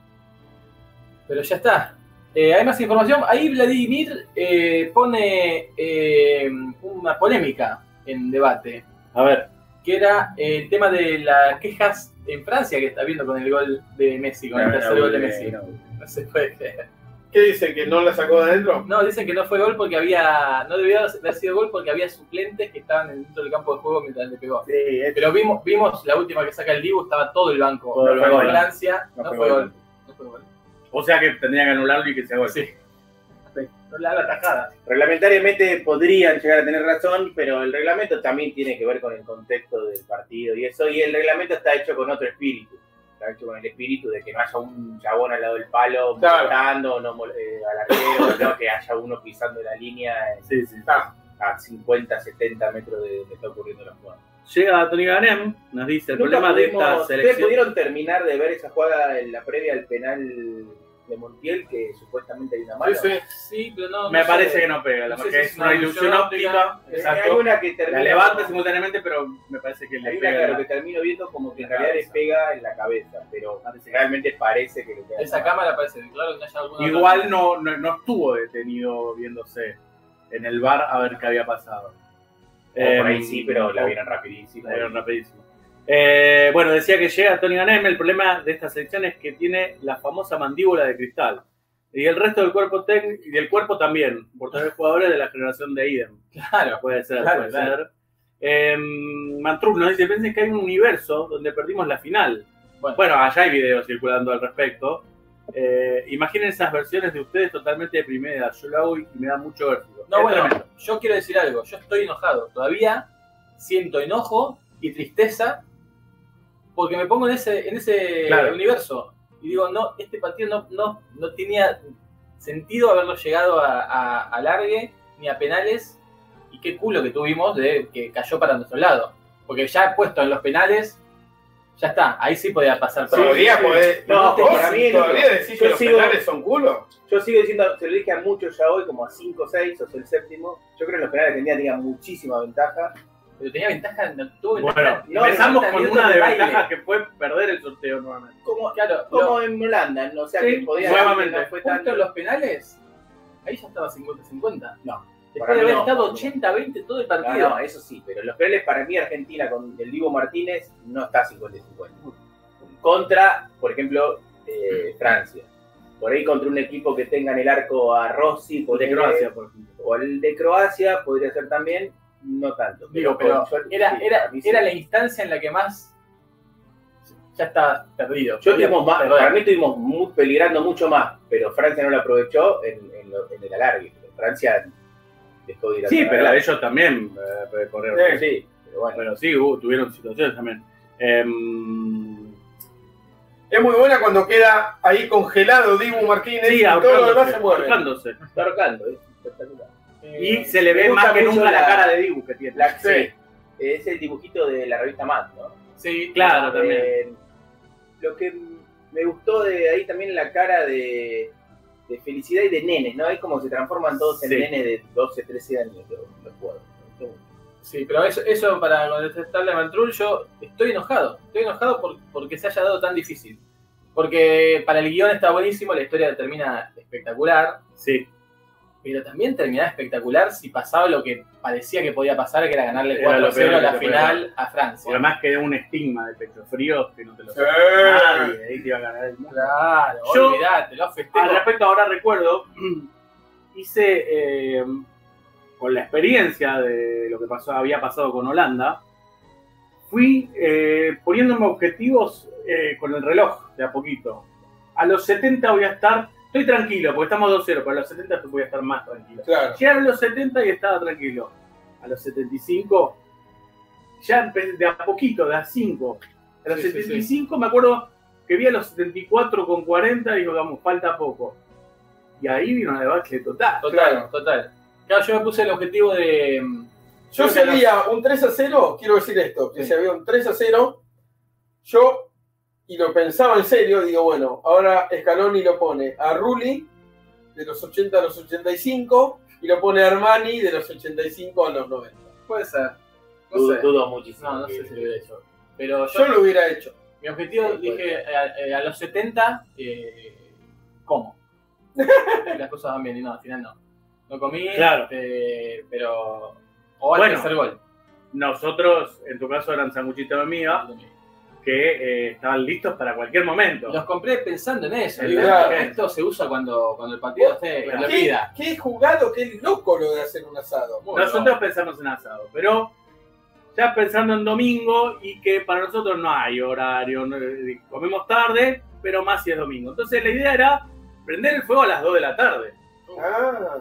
S2: Pero ya está. Eh, hay más información. Ahí Vladimir eh, pone eh, una polémica en debate,
S3: a ver,
S2: que era eh, el tema de las quejas en Francia que está viendo con el gol de Messi, con
S5: No,
S2: el
S5: no,
S2: tercer gol de
S5: no,
S2: Messi.
S5: no.
S2: No se puede creer.
S4: ¿Qué dicen? ¿Que no la sacó de adentro?
S2: No, dicen que no fue gol porque había. No debió haber sido gol porque había suplentes que estaban dentro del campo de juego mientras le pegó.
S5: Sí, es-
S2: Pero vimos, vimos la última que saca el Dibu, estaba todo el banco.
S5: Todo el
S2: la
S5: banco.
S2: ambulancia,
S5: no
S2: no,
S5: fue
S2: fue
S5: gol.
S2: gol. No fue gol.
S3: o sea que tendría que anularlo y que sea gol.
S2: Sí. No la, la tajada.
S5: Reglamentariamente podrían llegar a tener razón, pero el reglamento también tiene que ver con el contexto del partido y eso. Y el reglamento está hecho con otro espíritu. Está hecho con el espíritu de que no haya un chabón al lado del palo
S4: Claro.
S5: molestando, no mol- eh, al arquero, no, que haya uno pisando la línea eh,
S3: Sí, sí.
S5: a 50, 70 metros de donde está ocurriendo la jugada.
S3: Llega Tony Ganem, nos dice el
S5: Nunca
S3: problema de
S5: pudimos-
S3: esta
S5: ¿Ustedes
S3: selección.
S5: pudieron terminar de ver esa jugada en la previa al penal de Montiel que supuestamente hay una
S6: Sí,
S5: mano.
S6: sí.
S2: Sí, pero no.
S3: Me
S2: no
S3: parece
S2: sé.
S3: que no pega, la-
S2: No sé
S3: porque
S2: si
S3: es una ilusión óptica.
S5: Eh, Hay
S3: Exacto.
S5: una que termina.
S3: La levanta simultáneamente, pero me parece que
S5: Hay
S3: le
S5: una que
S3: pega.
S5: lo que
S3: la-
S5: termino viendo como que en
S3: la
S5: realidad le
S3: cabeza.
S5: pega en la cabeza, pero realmente parece que le pega. en
S2: Esa
S5: la
S2: cámara parece, claro que haya alguna.
S3: Igual no, no, no estuvo detenido viéndose en el bar a ver qué había pasado.
S5: cabeza. O por
S3: Em,
S5: ahí sí, pero la
S3: o-
S5: vieron rapidísimo.
S3: la vieron rapidísimo. Eh, bueno, decía que llega Tony Ganem. El problema de esta sección es que tiene la famosa mandíbula de cristal. Y el resto del cuerpo tec- y del cuerpo también, por tres jugadores de la generación de Idem.
S2: Claro.
S3: Puede ser,
S2: Claro,
S3: puede
S2: claro.
S3: ser. Eh, Mantruz nos dice, piensen que hay un universo donde perdimos la final.
S2: Bueno.
S3: Bueno, allá hay videos circulando al respecto. Eh, imaginen esas versiones de ustedes totalmente deprimidas. Yo lo hago y me da mucho vértigo.
S2: No,
S3: Es
S2: bueno,
S3: tremendo.
S2: yo quiero decir algo. Yo estoy enojado. Todavía siento enojo y tristeza porque me pongo en ese, en ese
S3: Claro.
S2: universo. Y digo, no, este partido no, no, no tenía sentido haberlo llegado a, a, a largue ni a penales. Y qué culo que tuvimos de que cayó para nuestro lado. Porque ya puesto en los penales, ya está. Ahí sí podía pasar todo.
S7: Todavía podés. No,
S5: No, vos
S7: para mí
S5: sí,
S7: todavía
S5: todavía.
S7: decís
S5: Yo
S7: que los
S5: sigo-
S7: penales son culo.
S5: Yo sigo diciendo, se lo dije a muchos ya hoy, como a 5 o 6, o soy el séptimo. Yo creo que los penales de Argentina tenía muchísima ventaja.
S2: Pero tenía ventaja, no tuvo
S3: Bueno,
S2: ventaja.
S5: no,
S3: Empezamos
S2: no,
S3: con
S2: no,
S3: una
S2: no,
S3: de
S2: no,
S3: ventaja
S2: baile.
S3: que fue perder el sorteo nuevamente.
S5: Como,
S2: Claro, lo-
S5: como en Holanda, ¿no? o sea,
S3: Sí,
S5: que podía
S3: nuevamente.
S5: no fue
S2: Justo
S5: tanto.
S2: en los penales, ahí ya estaba 50-50.
S5: No, para
S2: Después
S5: mí
S2: de haber
S5: no,
S2: estado
S5: no.
S2: 80-20 todo el
S5: No,
S2: partido.
S5: no, eso sí, pero los penales para mí Argentina con el Divo Martínez no está 50-50.
S2: Mm.
S5: Contra, por ejemplo, eh, Francia. Por ahí contra un equipo que tenga en el arco a Rossi,
S3: De
S5: ponele,
S3: Croacia, por ejemplo.
S5: o el de Croacia, podría ser también, no tanto.
S2: Digo, pero
S5: con- yo-
S2: era,
S5: sí,
S2: era,
S5: para mí sí.
S2: era la instancia en la que más ya está perdido.
S5: Yo tuvimos más,
S2: Perdón.
S5: para mí estuvimos mu- peligrando mucho más, pero Francia no lo aprovechó en, en lo- en el alargue. Francia dejó de ir al
S3: Sí, pero
S5: alargue.
S3: ellos también eh, corrieron.
S5: sí, pero bueno.
S3: Pero sí, hubo- tuvieron situaciones también. Em,
S4: Es muy buena cuando queda ahí congelado Dibu Martínez
S3: sí,
S4: y todo lo
S3: ahorcándose,
S4: demás se mueve.
S3: ahorcándose.
S5: Está rocando, ¿eh? espectacular.
S3: Y se le
S5: me
S3: ve
S5: gusta
S3: más que
S5: mucho
S3: nunca la
S5: la-
S3: cara de Dibu que tiene.
S5: La-
S3: Sí.
S5: sí, Es el dibujito de la revista Mad, ¿no?
S2: Sí,
S3: Claro,
S5: Eh,
S3: también.
S5: Lo que me gustó de ahí también la cara de, de felicidad y de nenes, ¿no? Es como se transforman todos
S3: Sí.
S5: en nenes de 12, 13 años los, los jugadores.
S2: Sí, pero eso, eso para contestarle a Mantrul, yo estoy enojado. Estoy enojado por- porque se haya dado tan difícil. Porque para el guión está buenísimo, la historia termina espectacular,
S3: Sí,
S2: pero también terminaba espectacular si pasaba lo que parecía que podía pasar, que era ganarle
S3: Era lo
S2: 4-0
S3: peor
S2: a
S3: que
S2: la
S3: te podía
S2: final a
S3: y
S2: Francia.
S3: además quedó un estigma de pecho frío que no te lo
S4: Sí.
S3: saca
S4: Eh,
S3: nadie. Ahí te iba a ganar el mundo.
S2: Claro,
S3: Yo-
S2: olvidate, los
S3: Al
S2: festejos.
S3: respecto, ahora recuerdo, hice eh, con la experiencia de lo que pasó, había pasado con Holanda, fui eh, poniéndome objetivos eh, con el reloj de a poquito. A los 70 voy a estar, estoy tranquilo, porque estamos 2-0, pero a los 70 voy a estar más tranquilo.
S4: Claro.
S3: Llegaron los 70 y estaba tranquilo. A los 75, ya empe- de a poquito, de a 5. A los
S2: Sí, sí,
S3: 75 me acuerdo que vi a los 74 con 40 y digo, vamos, falta poco. Y ahí vino la debacle total.
S2: Total,
S4: Claro.
S2: total. Claro, yo me puse el objetivo de. mm,
S4: Yo
S2: creo que
S4: si había un 3 a 0, quiero decir esto, que
S2: Sí.
S4: si había un 3 a 0, yo, y lo pensaba en serio, digo, bueno, ahora Scaloni lo pone a Rulli de los 80 a los 85 y lo pone a Armani de los 85 a los 90.
S2: no- Puede ser. No
S5: Dudo,
S2: sé.
S5: dudo muchísimo.
S2: No, no
S5: que-
S2: sé si lo hubiera hecho. Pero yo,
S4: Yo lo hubiera hecho.
S2: mi objetivo
S5: Sí, puede
S2: dije eh, a, eh, a los 70, eh, como. Y las cosas van bien, y no, al final no. No comí,
S3: Claro.
S2: este, pero. O al
S3: Bueno.
S2: tercer gol.
S3: Nosotros, en tu caso, eran sanguchitos de miga que eh, estaban listos para cualquier momento.
S2: Los compré pensando en eso.
S3: Sí,
S2: Digo,
S4: claro.
S2: bueno, Esto se usa cuando, cuando el partido esté en
S3: Claro.
S2: la
S4: ¿Qué,
S2: vida.
S4: qué jugado, qué loco lo de hacer un asado.
S2: Muy
S3: Nosotros
S2: bueno.
S3: pensamos en asado, pero ya pensando en domingo y que para nosotros no hay horario, no- eh, comemos tarde, pero más si es domingo. Entonces la idea era prender el fuego a las 2 de la tarde.
S4: Ah,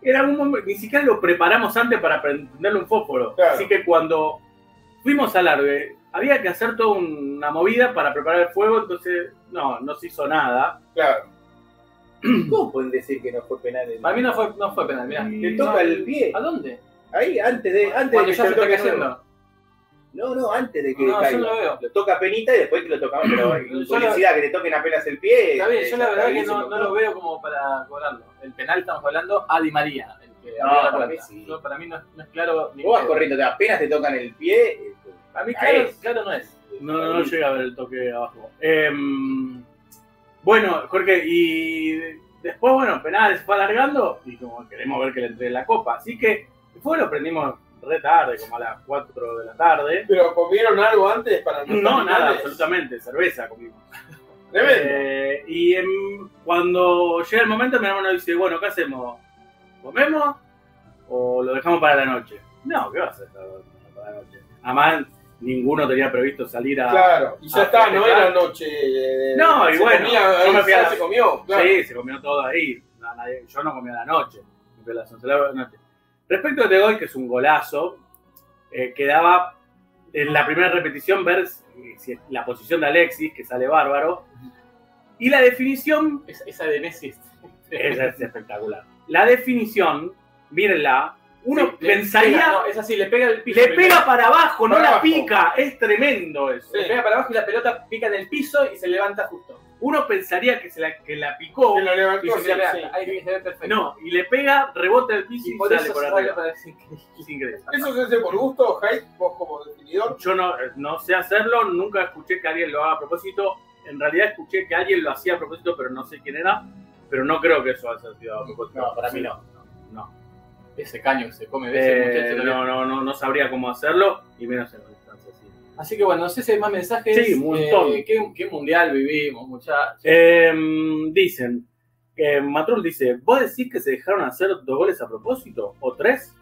S3: Era un momento, ni siquiera lo preparamos antes para prenderle un fósforo.
S4: Claro.
S3: Así que cuando fuimos al árbol, había que hacer toda una movida para preparar el fuego, entonces no, no se hizo nada.
S4: claro.
S5: ¿Cómo pueden decir que no fue penal? el-
S2: Para mí no fue, no fue penal, mirá.
S5: Le toca el pie.
S2: ¿A dónde?
S5: Ahí, antes de, antes de
S2: Cuando
S5: que
S2: ya se
S5: se
S2: está
S5: toque de nuevo.
S2: cayendo.
S5: No, no, antes de que
S3: No, yo
S5: caiga.
S3: lo veo.
S5: toca penita y después que lo tocamos, pero
S3: Yo
S5: en publicidad que le toquen apenas el pie.
S3: Está bien, yo la
S5: está
S3: verdad que
S5: bien,
S3: no,
S5: se
S3: no lo veo como para cobrarlo. El penal estamos hablando a Di María. El que
S5: No,
S3: abrió la
S5: para mí
S3: pelota.
S5: sí.
S3: Yo- para mí no, es- no es claro. Ni
S5: Vos vas
S3: pedo.
S5: corriendo, te- apenas te tocan el pie. eh,
S3: Para mí
S5: Ahí
S3: claro,
S5: es.
S3: claro no es.
S5: No, no, no
S3: llega a ver el toque abajo. Em, bueno, Jorge, y después, bueno, penal se fue alargando y como queremos ver que le entre la copa. Así que después lo prendimos re tarde, como a las 4 de la tarde.
S4: Pero comieron algo antes para
S3: No, nada,
S4: capitales?
S3: absolutamente, cerveza comimos.
S4: Tremendo.
S3: Eh, y em, cuando llega el momento, mi hermano dice, bueno, ¿qué hacemos? ¿Comemos o lo dejamos para la noche? No, ¿qué va a hacer para la noche? Además, ninguno tenía previsto salir a...
S4: Claro, y ya
S3: Ah,
S4: está, no
S3: claro.
S4: era noche. eh,
S3: No, y
S4: se
S3: bueno,
S4: comía,
S3: yo me
S4: eh,
S3: fui a
S4: ya
S3: la-
S4: se comió, claro.
S3: Sí, se comió todo ahí. No, nadie- yo no comí a la noche. Me fui a las 11 de la noche. Respecto a este gol, que es un golazo, eh, quedaba en la primera repetición ver si- si- la posición de Alexis, que sale bárbaro, y la definición
S2: Esa, esa de Messi. es-
S3: Esa es espectacular. La definición, mírenla, uno
S2: Sí, le-
S3: pensaría,
S2: pega, no, es así, le pega el piso.
S3: le
S2: primero.
S3: pega para abajo, no
S4: Para
S3: la
S4: abajo.
S3: pica, es tremendo eso.
S2: Le pega para abajo y la pelota pica en el piso y se levanta justo.
S3: Uno pensaría que, se la, que la picó,
S4: Se lo levantó,
S2: Y se
S4: sí,
S2: levanta.
S4: sí.
S2: Ahí se ve perfecto.
S3: no, y le pega, rebota el piso
S2: Y
S3: y,
S2: por
S3: sale
S2: eso
S3: por
S2: se
S3: arriba.
S2: para decir que-
S3: Es increíble.
S4: ¿Eso se hace por gusto, Hyde, vos como definidor?
S3: Yo no, no sé hacerlo, nunca escuché que alguien lo haga a propósito. En realidad escuché que alguien lo hacía a propósito, pero no sé quién era. Pero no creo que eso haya sido a propósito.
S5: No, para mí no.
S3: No.
S2: Ese caño que se come
S3: Eh,
S2: veces, muchacho,
S3: no, no, no, no sabría cómo hacerlo, y menos en una instancia así.
S2: Así que bueno, no sé si hay más mensajes.
S3: Sí, un montón.
S2: Eh, ¿qué, qué mundial vivimos, muchachos?
S3: Em, dicen, que Matrul dice, ¿vos decís que se dejaron hacer dos goles a propósito? ¿O tres?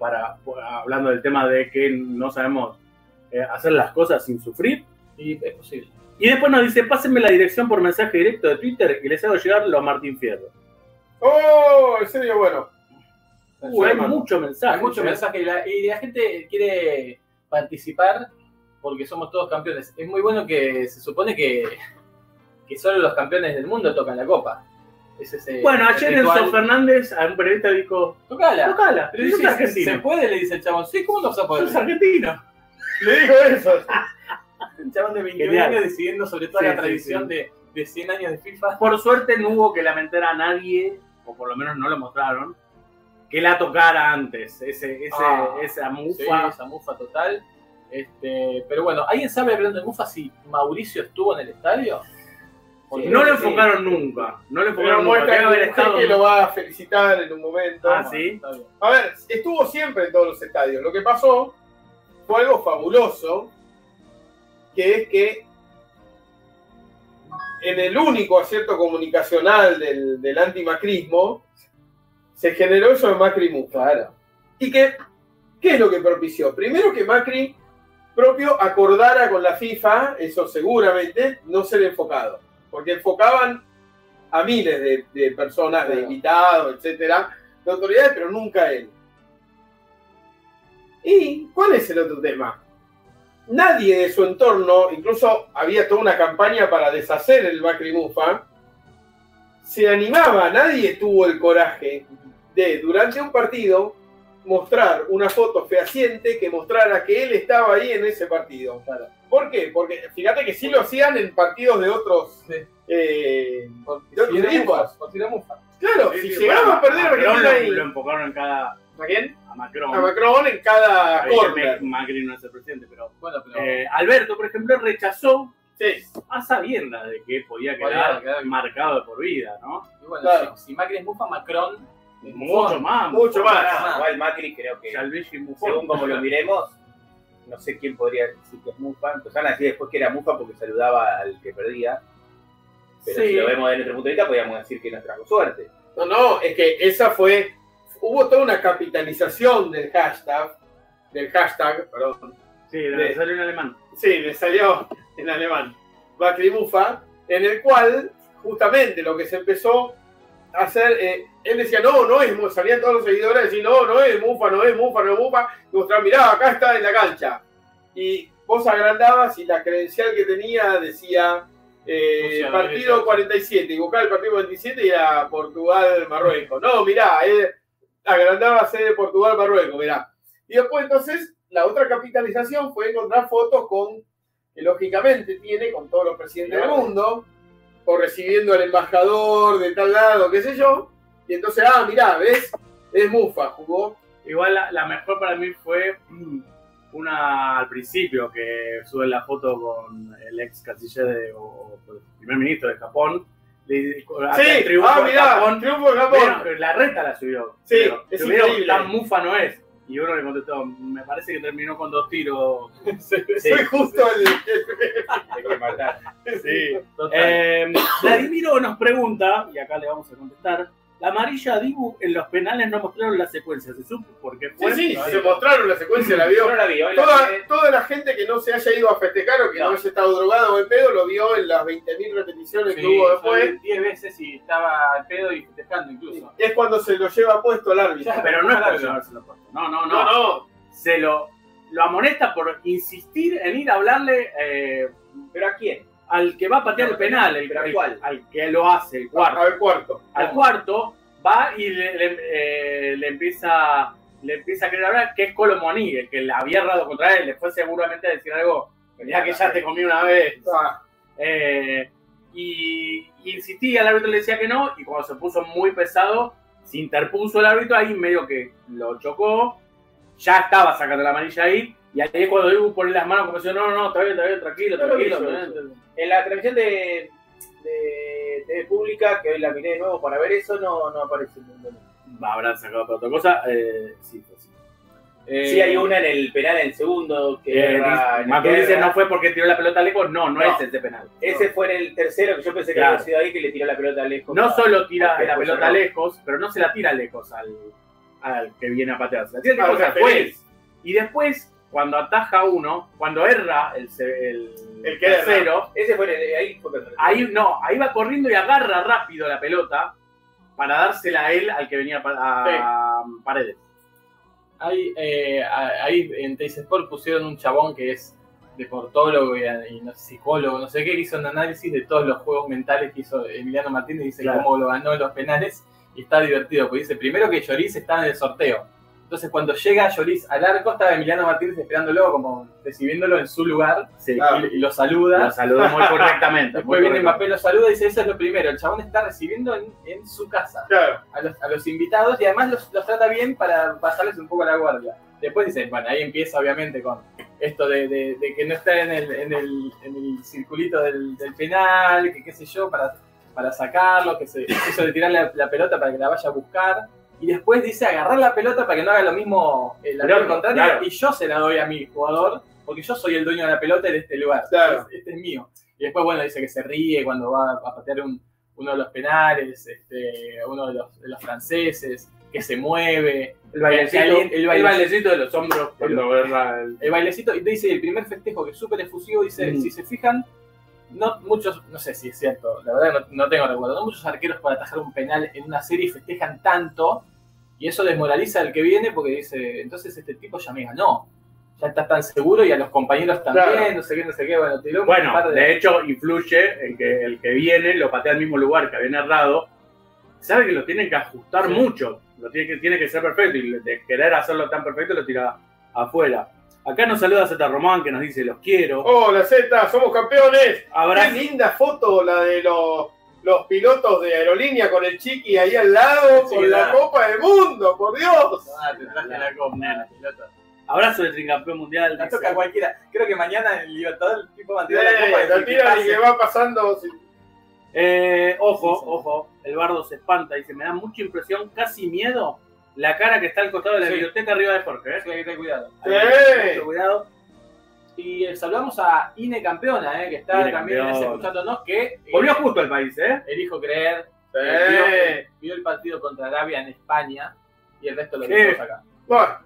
S3: Para, hablando del tema de que no sabemos eh, hacer las cosas sin sufrir.
S2: Y es posible.
S3: Y después nos dice, pásenme la dirección por mensaje directo de Twitter y les hago llegar los Martín Fierro.
S4: ¡Oh! En serio, bueno.
S3: Uh, hay mucho mensaje.
S2: Hay mucho mensaje ¿eh? y la, y la gente quiere participar porque somos todos campeones. Es muy bueno que se supone que, que solo los campeones del mundo tocan la copa. Es ese
S3: Bueno, ayer
S2: ritual.
S3: Enzo Fernández a un periodista dijo,
S2: Tocala.
S3: tocala,
S2: Pero
S3: pero sos
S2: dice, ¿Se
S3: argentino.
S2: puede? Le dice el chabón. Sí, ¿cómo no se puede?
S3: Sos argentino.
S4: Le digo eso.
S2: El chabón de 21
S3: Genial.
S2: años decidiendo sobre toda
S3: Sí,
S2: la
S3: sí,
S2: tradición
S3: sí.
S2: De, de 100 años de FIFA.
S3: Por suerte no hubo que lamentar a nadie, o por lo menos no lo mostraron, que la tocara antes, ese, ese,
S2: Ah,
S3: esa
S2: Sí,
S3: mufa.
S2: esa mufa total. Este, pero bueno, ¿alguien sabe hablando de mufa si Mauricio estuvo en el estadio? Porque-
S3: no lo
S2: sí.
S3: enfocaron nunca, no lo
S4: Pero
S3: enfocaron nunca.
S4: muestra
S3: Debe haber
S4: que
S3: estado...
S4: Jorge lo va a felicitar en un momento.
S3: Ah, sí.
S2: Está bien.
S4: A ver, estuvo siempre en todos los estadios. Lo que pasó fue algo fabuloso, que es que en el único acierto comunicacional del, del antimacrismo se generó eso de Macri y Mufa.
S2: Claro.
S4: ¿Y qué, qué es lo que propició? Primero que Macri propio acordara con la FIFA, eso seguramente, no ser enfocado. Porque enfocaban a miles de, de personas, de
S2: Claro.
S4: invitados, etcétera, de autoridades, pero nunca a él. ¿Y cuál es el otro tema? Nadie de su entorno, incluso había toda una campaña para deshacer el Macri Mufa, se animaba, nadie tuvo el coraje de, durante un partido, mostrar una foto fehaciente que mostrara que él estaba ahí en ese partido.
S2: Claro.
S4: ¿Por qué? Porque fíjate que sí lo hacían en partidos de otros.
S2: Sí.
S4: eh,
S2: Porque
S4: Yo
S2: si era
S4: digo.
S2: mufa, porque si era mufa.
S4: claro,
S3: Sí,
S4: si
S3: sí,
S4: llegaba
S3: bueno,
S4: a perder
S3: Macron
S4: Argentina
S3: lo, lo
S4: y,
S3: enfocaron en cada...
S4: ¿A quién?
S3: A Macron.
S4: A Macron en cada
S3: Ahí
S4: corner.
S3: Mac- Macri no es el presidente, pero...
S2: Bueno, pero.
S3: eh, Alberto, por ejemplo, rechazó
S4: Sí.
S3: a sabiendas de que podía
S2: Podía
S3: quedar
S2: quedar-
S3: marcado de por vida, ¿no?
S2: y bueno,
S4: claro.
S2: si, si Macri es mufa, Macron. es
S3: Mucho
S2: mufón.
S3: más.
S4: Mucho más.
S2: Ah.
S5: Igual Macri creo que,
S3: Salveji Mufón.
S5: según como lo miremos, no sé quién podría decir que es Mufa. Empezaron a decir después que era Mufa porque saludaba al que perdía. Pero
S3: Sí.
S5: si lo vemos desde nuestro punto de vista, podríamos decir que nos trajo suerte.
S4: No, no, es que esa fue. Hubo toda una capitalización del hashtag. Del hashtag, perdón.
S3: Sí, le salió en alemán.
S4: Sí, le salió en alemán. Macrimufa, en el cual justamente lo que se empezó a hacer, eh, él decía, no, no es, Mufa", salían todos los seguidores a decir, no, no es Mufa, no es Mufa, no es Mufa, y mostraba, mirá, acá está en la cancha. Y vos agrandabas y la credencial que tenía decía, eh,
S2: O sea,
S4: partido
S2: derecha.
S4: 47, y buscaba el partido 47 y era Portugal-Marruecos. No, mirá, eh, agrandabas eh, Portugal-Marruecos, mirá. Y después entonces la otra capitalización fue encontrar fotos con, que lógicamente tiene, con todos los presidentes del mundo, o recibiendo al embajador de tal lado, qué sé yo. Y entonces, ah, mirá, ¿ves? Es Mufa, jugó.
S3: Igual la, la mejor para mí fue mm, una al principio que sube la foto con el ex canciller de- o, o el primer ministro de Japón. Le, hace el triunfo
S4: ah,
S3: de
S4: mirá,
S3: Japón.
S4: triunfo de Japón.
S3: Pero la reta la subió.
S4: Sí,
S3: Pero,
S4: es
S3: te vieron
S4: increíble.
S3: Tan mufa no es. Y uno le contestó, me parece que terminó con dos tiros. Sí.
S4: Soy justo el...
S5: Hay que matar.
S3: Sí, Eh, Vladimiro nos pregunta, y acá le vamos a contestar, la amarilla a Dibu en los penales no mostraron la secuencia, ¿se supo por qué fue?
S4: sí, sí, se mostraron la secuencia, la vio.
S5: Yo no la vi, hoy la
S4: Toda,
S3: eh.
S5: miré.
S4: toda la gente que no se haya ido a festejar o que no,
S5: No.
S4: haya estado drogado o en pedo lo vio en las 20.000 repeticiones
S3: Sí,
S4: que hubo
S3: yo
S4: después.
S3: vi 10 veces y estaba al pedo y festejando incluso.
S4: Es cuando se lo lleva puesto al árbitro.
S3: Ya, Pero no es para llevárselo puesto. No, no, no.
S4: no.
S3: Se lo, lo amonesta por insistir en ir a hablarle eh,
S5: ¿Pero a quién?
S3: al que va a patear el penal, el,
S5: ¿Pero a
S3: el-
S5: cuál?
S3: al que lo hace, el cuarto.
S4: A ver, cuarto.
S3: al cuarto, va y le, le- eh, le empieza le empieza a querer hablar, que es Colomoni, el que la había errado contra él, después seguramente a decir algo, ya que ya te comí una vez.
S4: Ah,
S3: Eh, y, y insistía, el árbitro le decía que no, y cuando se puso muy pesado, se interpuso el árbitro, ahí medio que lo chocó, ya estaba sacando la amarilla ahí, y ahí es cuando Dibu pone las manos como diciendo, no, no, no, está bien, está bien, tranquilo,
S5: No lo vi
S3: tranquilo.
S5: yo
S3: está bien".
S5: En la transmisión de, de TV Pública, que hoy la miré de nuevo para ver eso, no, no aparece ninguna.
S3: Habrán sacado para otra cosa, eh, sí, pues sí. Eh,
S5: Sí, hay una en el penal, en el segundo, que
S3: Eh,
S5: erra-
S3: dice- Macri dice
S5: erra.
S3: no fue porque tiró la pelota lejos, no, no,
S5: No.
S3: es ese penal.
S5: Ese fue en el tercero que yo pensé que
S3: Claro.
S5: había sido ahí que le tiró la pelota lejos.
S3: No solo tira
S5: Porque
S3: la
S5: después
S3: pelota
S5: erró.
S3: lejos, pero no se la tira lejos al, al que viene a patear, se la tira
S4: Al
S3: lejos al
S4: referee.
S3: juez. Y después, cuando ataja uno, cuando erra el, se- el,
S4: El que erra.
S3: tercero,
S5: Ese fue en el, ahí fue cuando-
S3: ahí no, ahí va corriendo y agarra rápido la pelota para dársela a él al que venía pa- a, a paredes.
S2: Hay, eh, a- ahí en Teis Sport pusieron un chabón que es deportólogo y, a- y no sé, psicólogo, no sé qué, que hizo un análisis de todos los juegos mentales que hizo Emiliano Martínez, dice
S3: Claro.
S2: cómo lo ganó en los penales y está divertido, porque dice primero que Lloris está en el sorteo. Entonces cuando llega Lloris al arco estaba Emiliano Martínez esperándolo, como recibiéndolo en su lugar
S3: Sí,
S4: Claro.
S2: y, y lo saluda.
S3: lo saludó muy correctamente. muy
S2: Ah. Después viene
S3: correctamente.
S2: Mbappé, lo saluda y dice, eso es lo primero, el chabón está recibiendo en, en su casa
S4: claro.
S2: a los, a los invitados y además los, los trata bien para bajarles un poco la guardia. Después dicen, bueno, ahí empieza obviamente con esto de, de- de que no está en el, en el, en el circulito del, del penal, que qué sé yo, para, para sacarlo, que se eso de tirar la, la pelota para que la vaya a buscar. Y después dice agarrar la pelota para que no haga lo mismo eh, el lateral
S3: Claro,
S2: contrario
S3: claro.
S2: y yo se la doy a mi jugador porque yo soy el dueño de la pelota y de este lugar.
S4: Claro.
S2: Este, este es mío. Y después, bueno, dice que se ríe cuando va a patear un, uno de los penales, este, uno de los, de los franceses, que se mueve,
S3: El bailecito,
S2: El- el- el
S3: el
S2: bailecito.
S3: bailecito de los hombros cuando erra el-
S2: el bailecito, y dice el primer festejo que es súper efusivo, dice,
S3: Mm.
S2: si se fijan, no muchos, no sé si es cierto, la verdad no, no tengo recuerdo, no muchos arqueros para atajar un penal en una serie festejan tanto, y eso desmoraliza al que viene porque dice, entonces este tipo ya me ganó. Ya estás tan seguro y a los compañeros también,
S4: Claro.
S2: no sé qué, no sé qué, bueno, tiró un par
S3: Bueno,
S2: de-
S3: de hecho, influye en que el que viene lo patea al mismo lugar que habían errado. Sabe que lo tienen que ajustar
S2: Sí.
S3: mucho. Lo tiene que, tiene que ser perfecto. Y de querer hacerlo tan perfecto, lo tira afuera. Acá nos saluda Z Román, que nos dice: Los quiero.
S4: Hola, Z, somos campeones. Qué
S3: Abrazo.
S4: linda foto la de los, los pilotos de aerolínea con el chiqui ahí al lado,
S2: Sí,
S4: con la
S2: claro.
S4: Copa del Mundo, por Dios.
S2: Ah, te traje la
S3: Nena.
S2: copa, pelota.
S3: Abrazo de tricampeón mundial.
S2: La
S3: dice.
S2: toca a cualquiera. Creo que mañana el Libertador el tipo va a
S4: Sí,
S2: tirar la copa
S4: la
S2: del que
S4: tira y
S2: pase.
S4: que va pasando. sí.
S3: Eh, ojo,
S2: Sí, sí.
S3: ojo. El bardo se espanta. Dice: Me da mucha impresión, casi miedo, la cara que está al costado de la
S2: Sí.
S3: biblioteca arriba de Jorge. ¿eh?
S2: Hay que tener cuidado.
S4: Sí.
S2: Hay que tener mucho cuidado. Y eh, saludamos a Ine Campeona, eh, que está
S3: Ine
S2: también
S3: Campeona.
S2: es, escuchándonos, que eh,
S3: Volvió Eh. justo al país, ¿eh?
S2: elijo creer, eh,
S4: Sí.
S2: vio, vio el partido contra Arabia en España y el resto lo
S3: Sí.
S2: vimos acá.
S4: Bueno,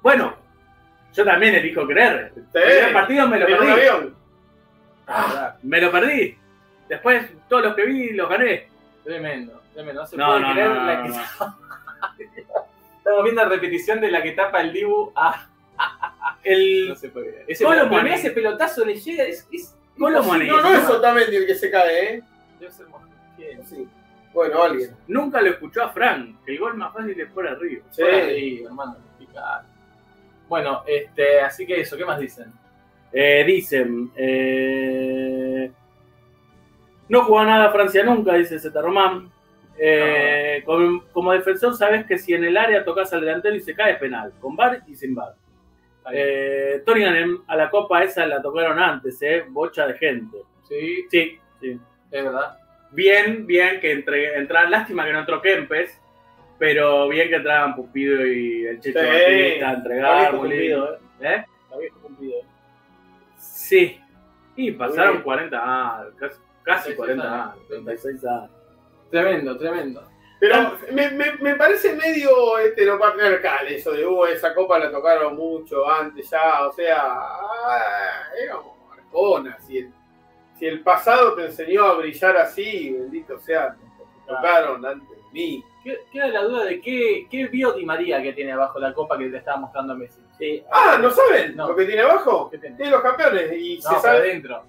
S3: Bueno, yo también elijo creer.
S4: sí.
S3: El primer partido me lo
S4: En un
S3: perdí.
S4: avión.
S3: Me lo perdí. Después, todos los que vi los gané.
S2: Tremendo, tremendo. No se
S3: No,
S2: puede
S3: no,
S2: creer
S3: no, no,
S2: la
S3: no,
S2: que-
S3: no.
S2: Estamos viendo la repetición de la que tapa el Dibu a. No
S3: El
S2: se puede creer. Ese,
S3: Colo
S2: para mí
S3: Muani.
S2: ese pelotazo le llega, es. es
S3: Colo Muani.
S4: No, no es Otamendi el que se cae, ¿eh?
S2: Debe ser muy bien.
S4: Sí. Bueno, alguien.
S3: nunca lo escuchó a Frank. que El gol más fácil es fuera arriba.
S4: Sí.
S2: Por arriba, hermano, picante. Bueno, este, así que eso, ¿qué más dicen?
S3: Eh, dicen. eh, no jugó nada Francia nunca, dice Z Román. Eh, como, como defensor, sabes que si en el área tocas al delantero y se cae, es penal. Con bar y sin bar. Eh, Torinanem, a la copa esa la tocaron antes, ¿eh? Bocha de gente.
S2: Sí,
S3: Sí, sí.
S2: es verdad.
S3: Bien, bien que entre, entraran. Lástima que no entró Kempes. Pero bien que entraban Pupido y el Checho
S5: Sí.
S3: Batista a entregar.
S5: Está viejo
S3: Molina.
S5: Pumpido, eh.
S3: ¿Eh?
S5: Está viejo Pumpido, eh.
S3: Sí. Y pasaron
S5: Uy.
S3: 40 años, casi, casi 40 años, 36 años.
S2: Tremendo, tremendo.
S7: Pero me, me- me parece medio heteropatriarcal eso de, uh, esa copa la tocaron mucho antes ya, o sea, ah, éramos marconas. Si el, si el pasado te enseñó a brillar así, bendito sea, te tocaron antes de mí.
S2: Queda la duda de qué, qué vio Di María que tiene abajo la copa que le estaba mostrando Messi.
S3: Sí.
S7: Ah, ¿no saben
S2: No.
S7: lo que tiene abajo?
S2: ¿Qué tiene?
S7: Tiene los campeones y
S2: No,
S7: se
S2: para
S7: sabe
S2: adentro.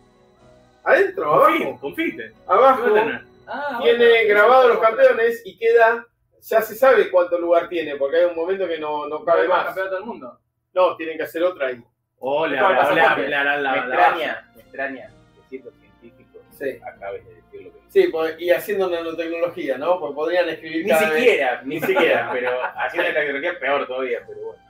S7: adentro,
S3: Confite,
S7: abajo.
S3: confite. ¿Qué va
S7: Abajo
S3: a tener?
S2: Ah,
S7: tiene
S2: bueno.
S7: grabado los campeones y queda, ya se sabe cuánto lugar tiene, porque hay un momento que no, no cabe
S2: Fue
S7: más.
S2: campeonato del mundo.
S7: No, tienen que hacer otra ahí.
S3: Oh, le
S7: Esto va a
S3: hará-
S7: pasar
S3: le hará-
S7: porque
S3: le hará la-
S5: me
S3: la baja.
S5: extraña, me extraña que ciertos científicos
S7: Sí.
S5: acaben de decir lo que
S7: Sí, po- y haciendo nanotecnología, ¿no? Porque podrían escribir
S5: Ni
S7: cada vez.
S5: siquiera, ni siquiera, pero haciendo la tecnología es peor todavía, pero bueno.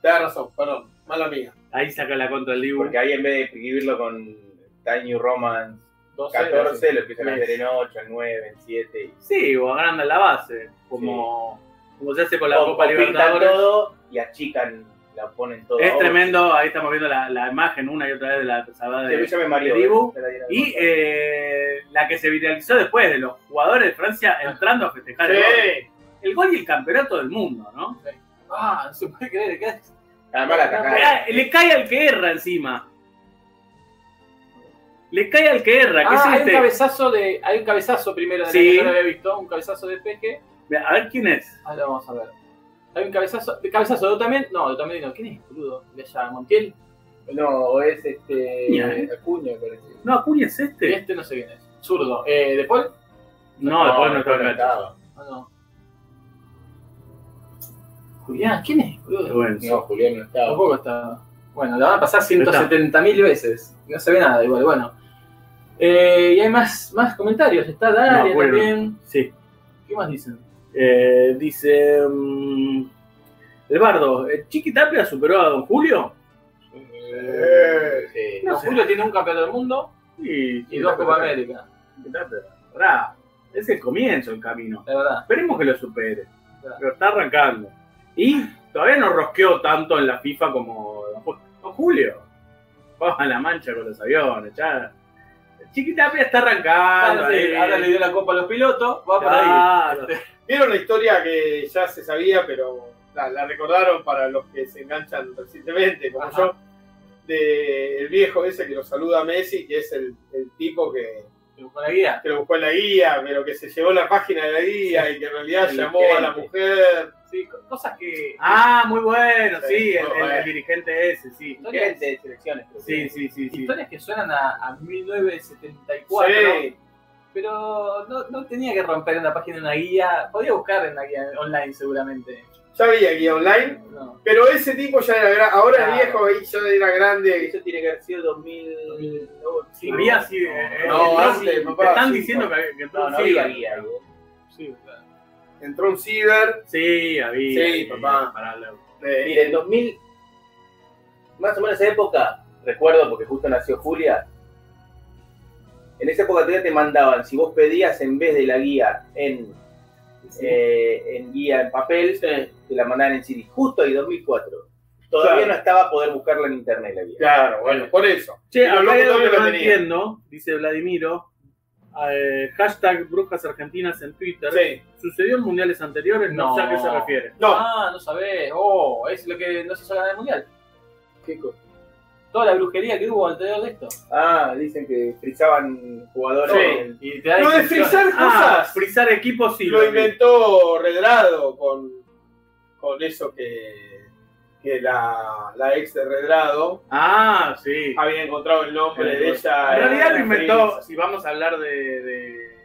S7: Te da razón, perdón, mala mía.
S3: Ahí saca la contra el Dibu.
S5: Porque ahí en vez de escribirlo con Tiny Romance
S2: 12,
S5: 14, lo empiezan a hacer en 8, en 9, en 7. Y...
S3: Sí, o agrandan la base, como, como se hace con la
S5: O-
S3: Copa
S5: o pintan
S3: Libertadores.
S5: todo y achican, la ponen todo.
S3: Es
S5: a
S3: tremendo, ahí estamos viendo la, la imagen una y otra vez de la pesada
S5: ocho. Sí,
S3: de...
S5: yo Este, me mareo,
S3: de Dibu.
S5: eh, la diera-
S3: Y eh, la que se viralizó después de los jugadores de Francia entrando a festejar el, gol. el gol y el campeonato del mundo, ¿no?
S2: Ah, no se puede creer. ¿qué?
S5: Además la cagada.
S3: Ah, le cae al que erra encima. Le cae al que erra, ¿qué
S2: Ah, hay
S3: es
S2: un
S3: este?
S2: cabezazo de. Hay un cabezazo primero de la
S3: Sí.
S2: que no lo había visto, un cabezazo de peje.
S3: A ver quién es.
S2: Ahora vamos a ver. Hay un cabezazo. ¿de cabezazo de Otamendi? No, de Otamendi no. ¿Quién es, boludo? De allá, Montiel.
S5: No, es este.
S3: Mira, eh.
S5: Acuña, me parece.
S3: No, Acuña es
S2: Y
S3: este.
S2: este no sé quién es. Zurdo. Eh, ¿De Paul?
S3: No, después no está
S5: está
S3: enganchado.
S5: enganchado.
S2: Ah, no. Julián, ¿quién es, boludo?
S3: Bueno,
S5: No, Julián no estaba.
S2: Tampoco está. Bueno, la van a pasar
S3: está.
S2: 170.000 veces. No se ve nada, igual, bueno. Eh, y hay más, más comentarios. Está Daria
S3: No, bueno.
S2: también.
S3: sí.
S2: ¿Qué más dicen?
S3: Eh, dice. mm, el bardo, ¿eh, ¿Chiqui Tapia superó a Don Julio?
S7: Eh,
S5: Sí.
S2: No, Julio tiene un campeonato del mundo
S3: Sí,
S2: y
S3: Chiqui
S2: dos
S3: Tapia.
S2: Copa América.
S3: Chiqui Tapia. Pará, es el comienzo el camino.
S2: La verdad.
S3: Esperemos que lo supere.
S2: Claro.
S3: Pero está arrancando. Y todavía no rosqueó tanto en la FIFA como no, Julio. Vamos a la mancha con los aviones, ya. Chiquitapia está
S7: Ah,
S3: arrancando.
S2: Ahora, Ah, sí,
S7: eh,
S3: ahí.
S2: ahora le dio la copa a los pilotos, va por ahí.
S3: Claro.
S7: Vieron la historia que ya se sabía, pero la, la recordaron para los que se enganchan recientemente, como
S2: Ajá.
S7: yo, de el viejo ese que lo saluda a Messi, que es el, el tipo que,
S2: Con la guía.
S7: que lo buscó en la guía, pero que se llevó la página de la guía y que en realidad
S5: El
S7: llamó a la
S5: gerente.
S7: mujer.
S2: Sí, co- cosas que.
S3: Ah, muy bueno, sí,
S7: Sí,
S3: el,
S7: muy
S3: el- el
S7: bueno.
S3: dirigente ese, sí.
S5: Gente de selecciones. creo
S3: Sí,
S5: que-
S3: sí, sí, sí.
S2: Historias que suenan a, a 1974.
S7: Sí.
S2: Pero no, no tenía que romper una página en una guía. Podía buscar en la guía online, seguramente.
S7: Ya había guía online,
S2: No.
S7: pero ese tipo ya era grande, ahora el
S2: Claro.
S7: viejo y ya era grande.
S5: Eso tiene que haber sido 2000.
S3: Sí, había así, eh,
S7: No,
S3: eh,
S7: antes,
S3: te
S7: papá,
S3: están
S7: sí,
S3: diciendo que, que
S5: No, no
S3: sí,
S5: había guía. algo.
S2: Sí, claro.
S7: Entró un ciber.
S3: Sí, había.
S7: Sí, papá.
S3: Pará, Leo.
S7: Eh,
S5: Mira, en 2000, más o menos esa época, recuerdo porque justo nació Julia, en esa época todavía te mandaban, si vos pedías en vez de la guía en, eh, en guía en papel, te la mandaban en CD, justo en 2004. Todavía
S7: Claro.
S5: no estaba poder buscarla en internet la guía.
S7: Claro, bueno, por eso.
S3: Che,
S7: Pero
S3: acá hay
S7: loco, loco
S3: algo que
S7: lo
S3: no
S7: tenía.
S3: entiendo, dice Vladimiro. eh, hashtag Brujas Argentinas en Twitter.
S7: Sí.
S3: ¿Sucedió en mundiales anteriores? No,
S2: No.
S3: sé a qué se refiere.
S7: No,
S2: Ah, no sabés. Oh, es lo que no se hizo ganar el mundial.
S5: ¿Qué cosa?
S2: Toda la brujería que hubo alrededor de esto.
S5: Ah, dicen que frizaban jugadores.
S7: Sí.
S5: en-
S2: Y te da
S7: lo de
S2: discusiones.
S7: frizar
S3: Ah,
S7: cosas
S3: frizar equipos sí.
S7: lo
S3: vi.
S7: inventó Redrado con, con eso que, que la, la ex de Redrado
S3: Ah, sí.
S7: había encontrado el nombre
S3: Sí,
S7: de ella.
S3: En realidad lo
S7: en
S3: inventó, si vamos a hablar de, de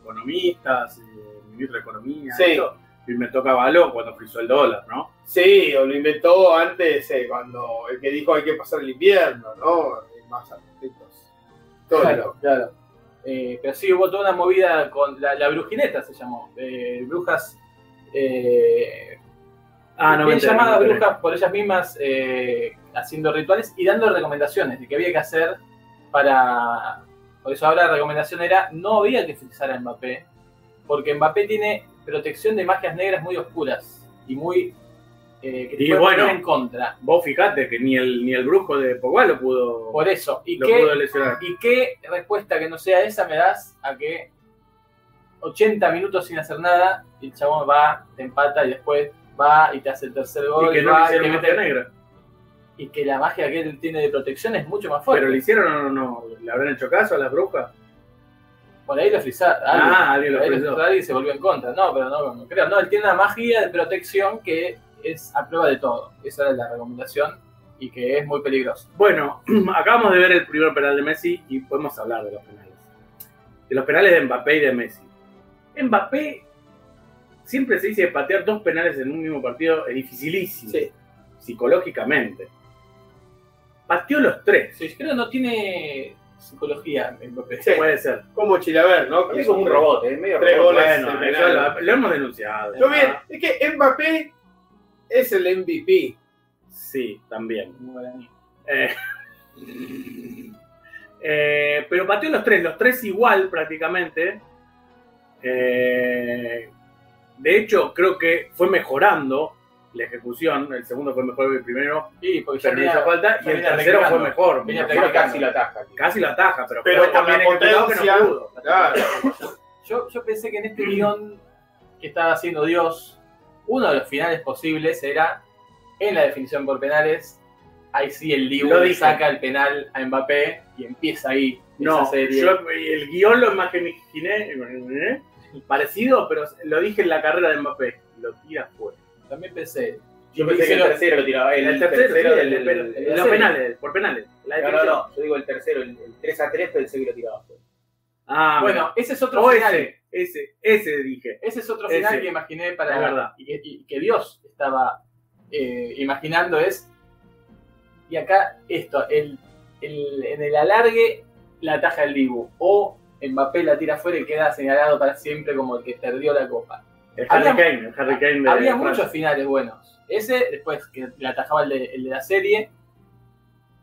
S3: economistas, eh, ministro de Economía,
S7: Sí.
S3: eso,
S8: inventó Caballo cuando frizó el dólar, ¿no?
S4: Sí, o lo inventó antes eh, cuando el que dijo hay que pasar el invierno, ¿no? Y Más aspectos. Todo
S2: Claro, claro. Eh, pero sí hubo toda una movida con la, la brujineta, se llamó. Eh, brujas. eh,
S3: Ah, no me
S2: bien
S3: enteré,
S2: llamadas
S3: no me enteré.
S2: brujas por ellas mismas eh, haciendo rituales y dando recomendaciones de qué había que hacer para. Por eso ahora la recomendación era: no había que fixar a Mbappé, porque Mbappé tiene protección de magias negras muy oscuras y muy. eh, que te
S3: Y
S2: pueden
S3: bueno.
S2: poner en contra.
S3: Vos fijate que ni el, ni el brujo de Pogba lo pudo,
S2: Por eso. ¿Y
S3: lo
S2: qué-
S3: pudo lesionar.
S2: ¿Y qué respuesta que no sea esa me das a que 80 minutos sin hacer nada y el chabón va, te empata y después va y te hace el tercer gol
S3: Y que no le
S2: va,
S3: hicieron
S2: y, te
S3: magia
S2: mete-
S3: negra.
S2: y que la magia que él tiene de protección es mucho más fuerte.
S3: Pero le hicieron o no, no, le habrán hecho caso a las brujas.
S2: Por ahí lo frizaron.
S3: Ah, alguien lo
S2: Por ahí lo
S3: pensó.
S2: frizaron y se volvió en contra. No, pero no, no creo. No, él tiene una magia de protección que es a prueba de todo. Esa era la recomendación y que es muy peligrosa.
S3: Bueno, acabamos de ver el primer penal de Messi y podemos hablar de los penales. De los penales de Mbappé y de Messi. Mbappé siempre se dice que patear dos penales en un mismo partido es dificilísimo,
S2: Sí.
S3: psicológicamente. Pateó los tres,
S2: Sí, creo que no tiene psicología en Mbappé.
S4: Sí.
S3: puede ser.
S4: Como Chilaver, ¿no? Que
S5: Es
S4: hizo
S5: como un
S4: tres-
S5: robot, es medio
S4: tres
S5: robot.
S4: goles.
S3: Bueno,
S4: el
S3: eso
S4: penal.
S3: lo, lo hemos denunciado.
S4: Yo bien, es que Mbappé es el MVP.
S3: Sí, también.
S2: Muy guaraní.
S3: Eh, eh, pero pateó los tres, los tres igual prácticamente. Eh, de hecho, creo que fue mejorando la ejecución. El segundo fue mejor que el primero,
S2: Sí, porque ya
S3: pero no hizo
S2: tenía-
S3: falta. Y el
S2: venía
S3: tercero fue
S2: atacando.
S3: mejor.
S2: Venía
S3: mejor.
S2: atacando.
S5: Casi la ataja. tío.
S3: Casi la ataja, pero,
S4: Pero
S3: fue tan
S4: con la
S3: bien ejecutado que no
S4: potencia-
S3: pudo.
S4: Claro.
S2: Yo, yo pensé que en este guión que estaba haciendo Dios, uno de los finales posibles era en la definición por penales. Ahí sí el Dibu
S3: Lo
S2: le
S3: dije.
S2: saca el penal a Mbappé y empieza ahí
S3: No,
S2: esa serie.
S3: yo el guión lo más que me imaginé, eh, parecido, pero lo dije en la carrera de Mbappé, lo tira fuera.
S2: También pensé.
S5: Yo pensé que el
S2: Hicieron-
S5: tercero lo tiraba. El,
S3: El, tercero,
S5: tercero
S3: sí,
S5: del-
S3: el- el-
S5: del-
S2: la
S3: los
S2: serie.
S3: penales, por penales. La
S5: No, no,
S3: definición.
S5: no. Yo digo el tercero, el, el 3 a 3 pensé que lo tiraba. afuera.
S3: Ah,
S2: Bueno, ese es otro
S3: o
S2: final.
S3: ese, ese, ese dije.
S2: Ese es otro
S3: Ese.
S2: final que imaginé para
S3: Es verdad.
S2: Y, que, y que Dios estaba eh, imaginando es. Y acá esto, el, el- en el alargue la ataja el Dibu. O Mbappé la tira afuera y queda señalado para siempre como el que perdió la copa.
S3: El
S2: Había-
S3: Harry Kane, el Harry Kane de
S2: Había
S3: de Francia.
S2: muchos finales buenos. Ese, después que la atajaba el de, el de la serie.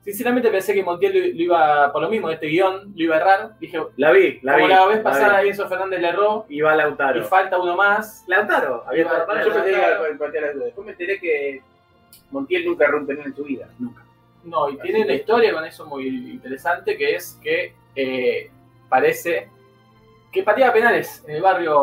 S2: Sinceramente pensé que Montiel lo, lo iba, por lo mismo, este guión, lo iba a errar. Dije,
S3: La vi, la
S2: como
S3: vi.
S2: la vez pasada
S3: vi.
S2: Enzo Fernández le erró,
S3: Y va
S2: y
S3: Lautaro.
S2: falta uno más.
S3: Lautaro, había
S2: Iba-
S3: estado para
S5: Yo
S2: Lautaro.
S5: pensé que iba a plantear las dudas. Después me enteré que Montiel nunca erró un penal en su vida.
S2: No, y tiene una historia con eso muy interesante, que es que eh, parece que pateaba penales en el barrio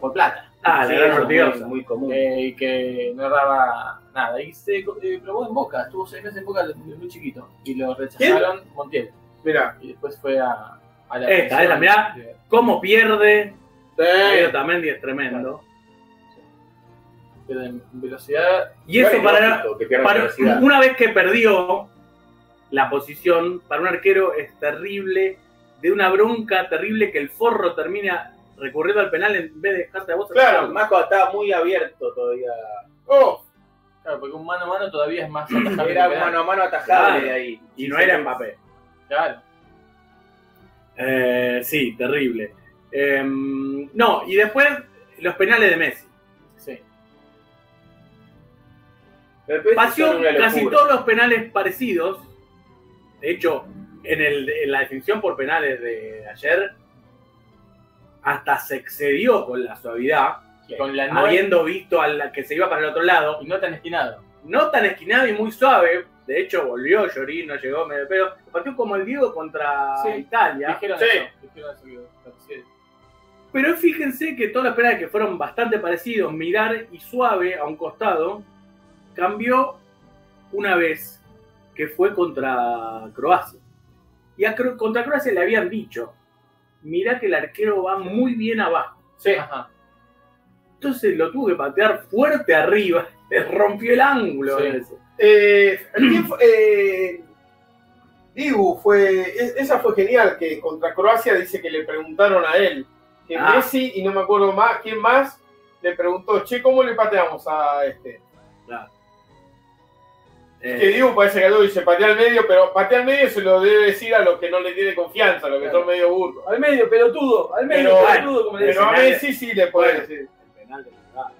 S2: por plata,
S3: Ah,
S5: Sí,
S3: la gran
S5: eso es
S3: ortigosa.
S5: muy, muy común.
S2: eh, y que no erraba nada. Y se eh, probó en Boca, estuvo seis meses en Boca desde muy chiquito, y lo rechazaron Montiel.
S4: Mira.
S2: Y después fue a, a la...
S3: Esta, esta, mirá. ¿Cómo pierde? Pero
S4: Sí.
S3: también es tremendo.
S2: Pero en velocidad...
S3: Y eso
S5: Bueno,
S3: para,
S5: lógico, que pierda
S3: Para-
S5: la velocidad.
S3: una vez que perdió la posición, para un arquero es terrible, de una bronca terrible que el forro termina recurriendo al penal en vez de dejarte a vos.
S4: Claro.
S5: Más cuando estaba muy abierto todavía.
S4: Oh,
S2: Claro, porque un mano a mano todavía es más atajable que
S5: Era
S2: un
S5: un
S2: penal.
S5: mano a mano atajable
S3: Claro.
S5: de ahí.
S3: Y no era Mbappé.
S2: Claro.
S3: Eh, sí, terrible. Em, no, y después los penales de Messi.
S2: Sí.
S3: Paseó
S5: Pasión
S3: casi todos los penales parecidos. De hecho, en, el- en la definición por penales de ayer, hasta se excedió con la suavidad.
S2: Y con la nueve,
S3: habiendo visto a la que se iba para el otro lado,
S2: y no tan esquinado.
S3: no tan esquinado y muy suave. De hecho, volvió Llorín, no llegó medio de pedo. Partió como el Diego contra
S2: Sí.
S3: Italia.
S2: Dijeron
S4: Sí.
S2: eso, dijeron eso que- sí.
S3: Pero fíjense que todas las penales que fueron bastante parecidos, mirar y suave a un costado, cambió una vez, que fue contra Croacia. Y a Cro- contra Croacia le habían dicho, mirá que el arquero va muy bien abajo.
S2: Ajá.
S3: Entonces lo tuvo que patear fuerte arriba. Le rompió el ángulo.
S2: Sí.
S3: ese.
S4: eh, ¿quién fue? Eh, Dibu fue. es- esa fue genial, que contra Croacia dice que le preguntaron a él. Que
S3: Ah.
S4: Messi y no me acuerdo más quién más le preguntó, che, ¿cómo le pateamos a este?
S2: Eh,
S4: Que digo, parece que algo dice patea al medio, pero patea al medio se lo debe decir a los que no le tiene confianza, a los que
S2: Claro.
S4: son medio burros.
S7: Al medio, pelotudo. Al medio,
S4: Pero-
S7: pelotudo, como le
S4: Pero
S7: dicen.
S4: a Messi sí le puede decir.
S2: el penal de Lugano.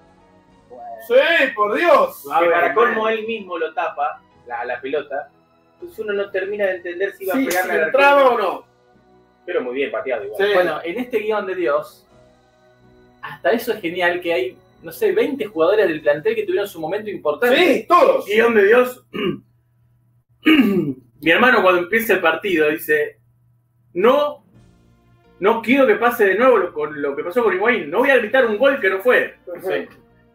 S4: ¡Sí, por Dios!
S5: que para
S2: Suave,
S5: colmo él mismo lo tapa, la, la pelota, entonces uno no termina de entender si iba
S4: Sí,
S5: a pegar
S4: si
S5: la
S4: entraba o no.
S5: Pero muy bien pateado igual.
S4: Sí.
S2: Bueno, en este guión de Dios, hasta eso es genial que hay, no sé, 20 jugadores del plantel que tuvieron su momento importante.
S4: Sí, todos.
S3: Guión de Dios. Mi hermano cuando empieza el partido dice, no, no quiero que pase de nuevo lo, con lo que pasó con Higuaín, no voy a gritar un gol que no fue.
S4: Sí.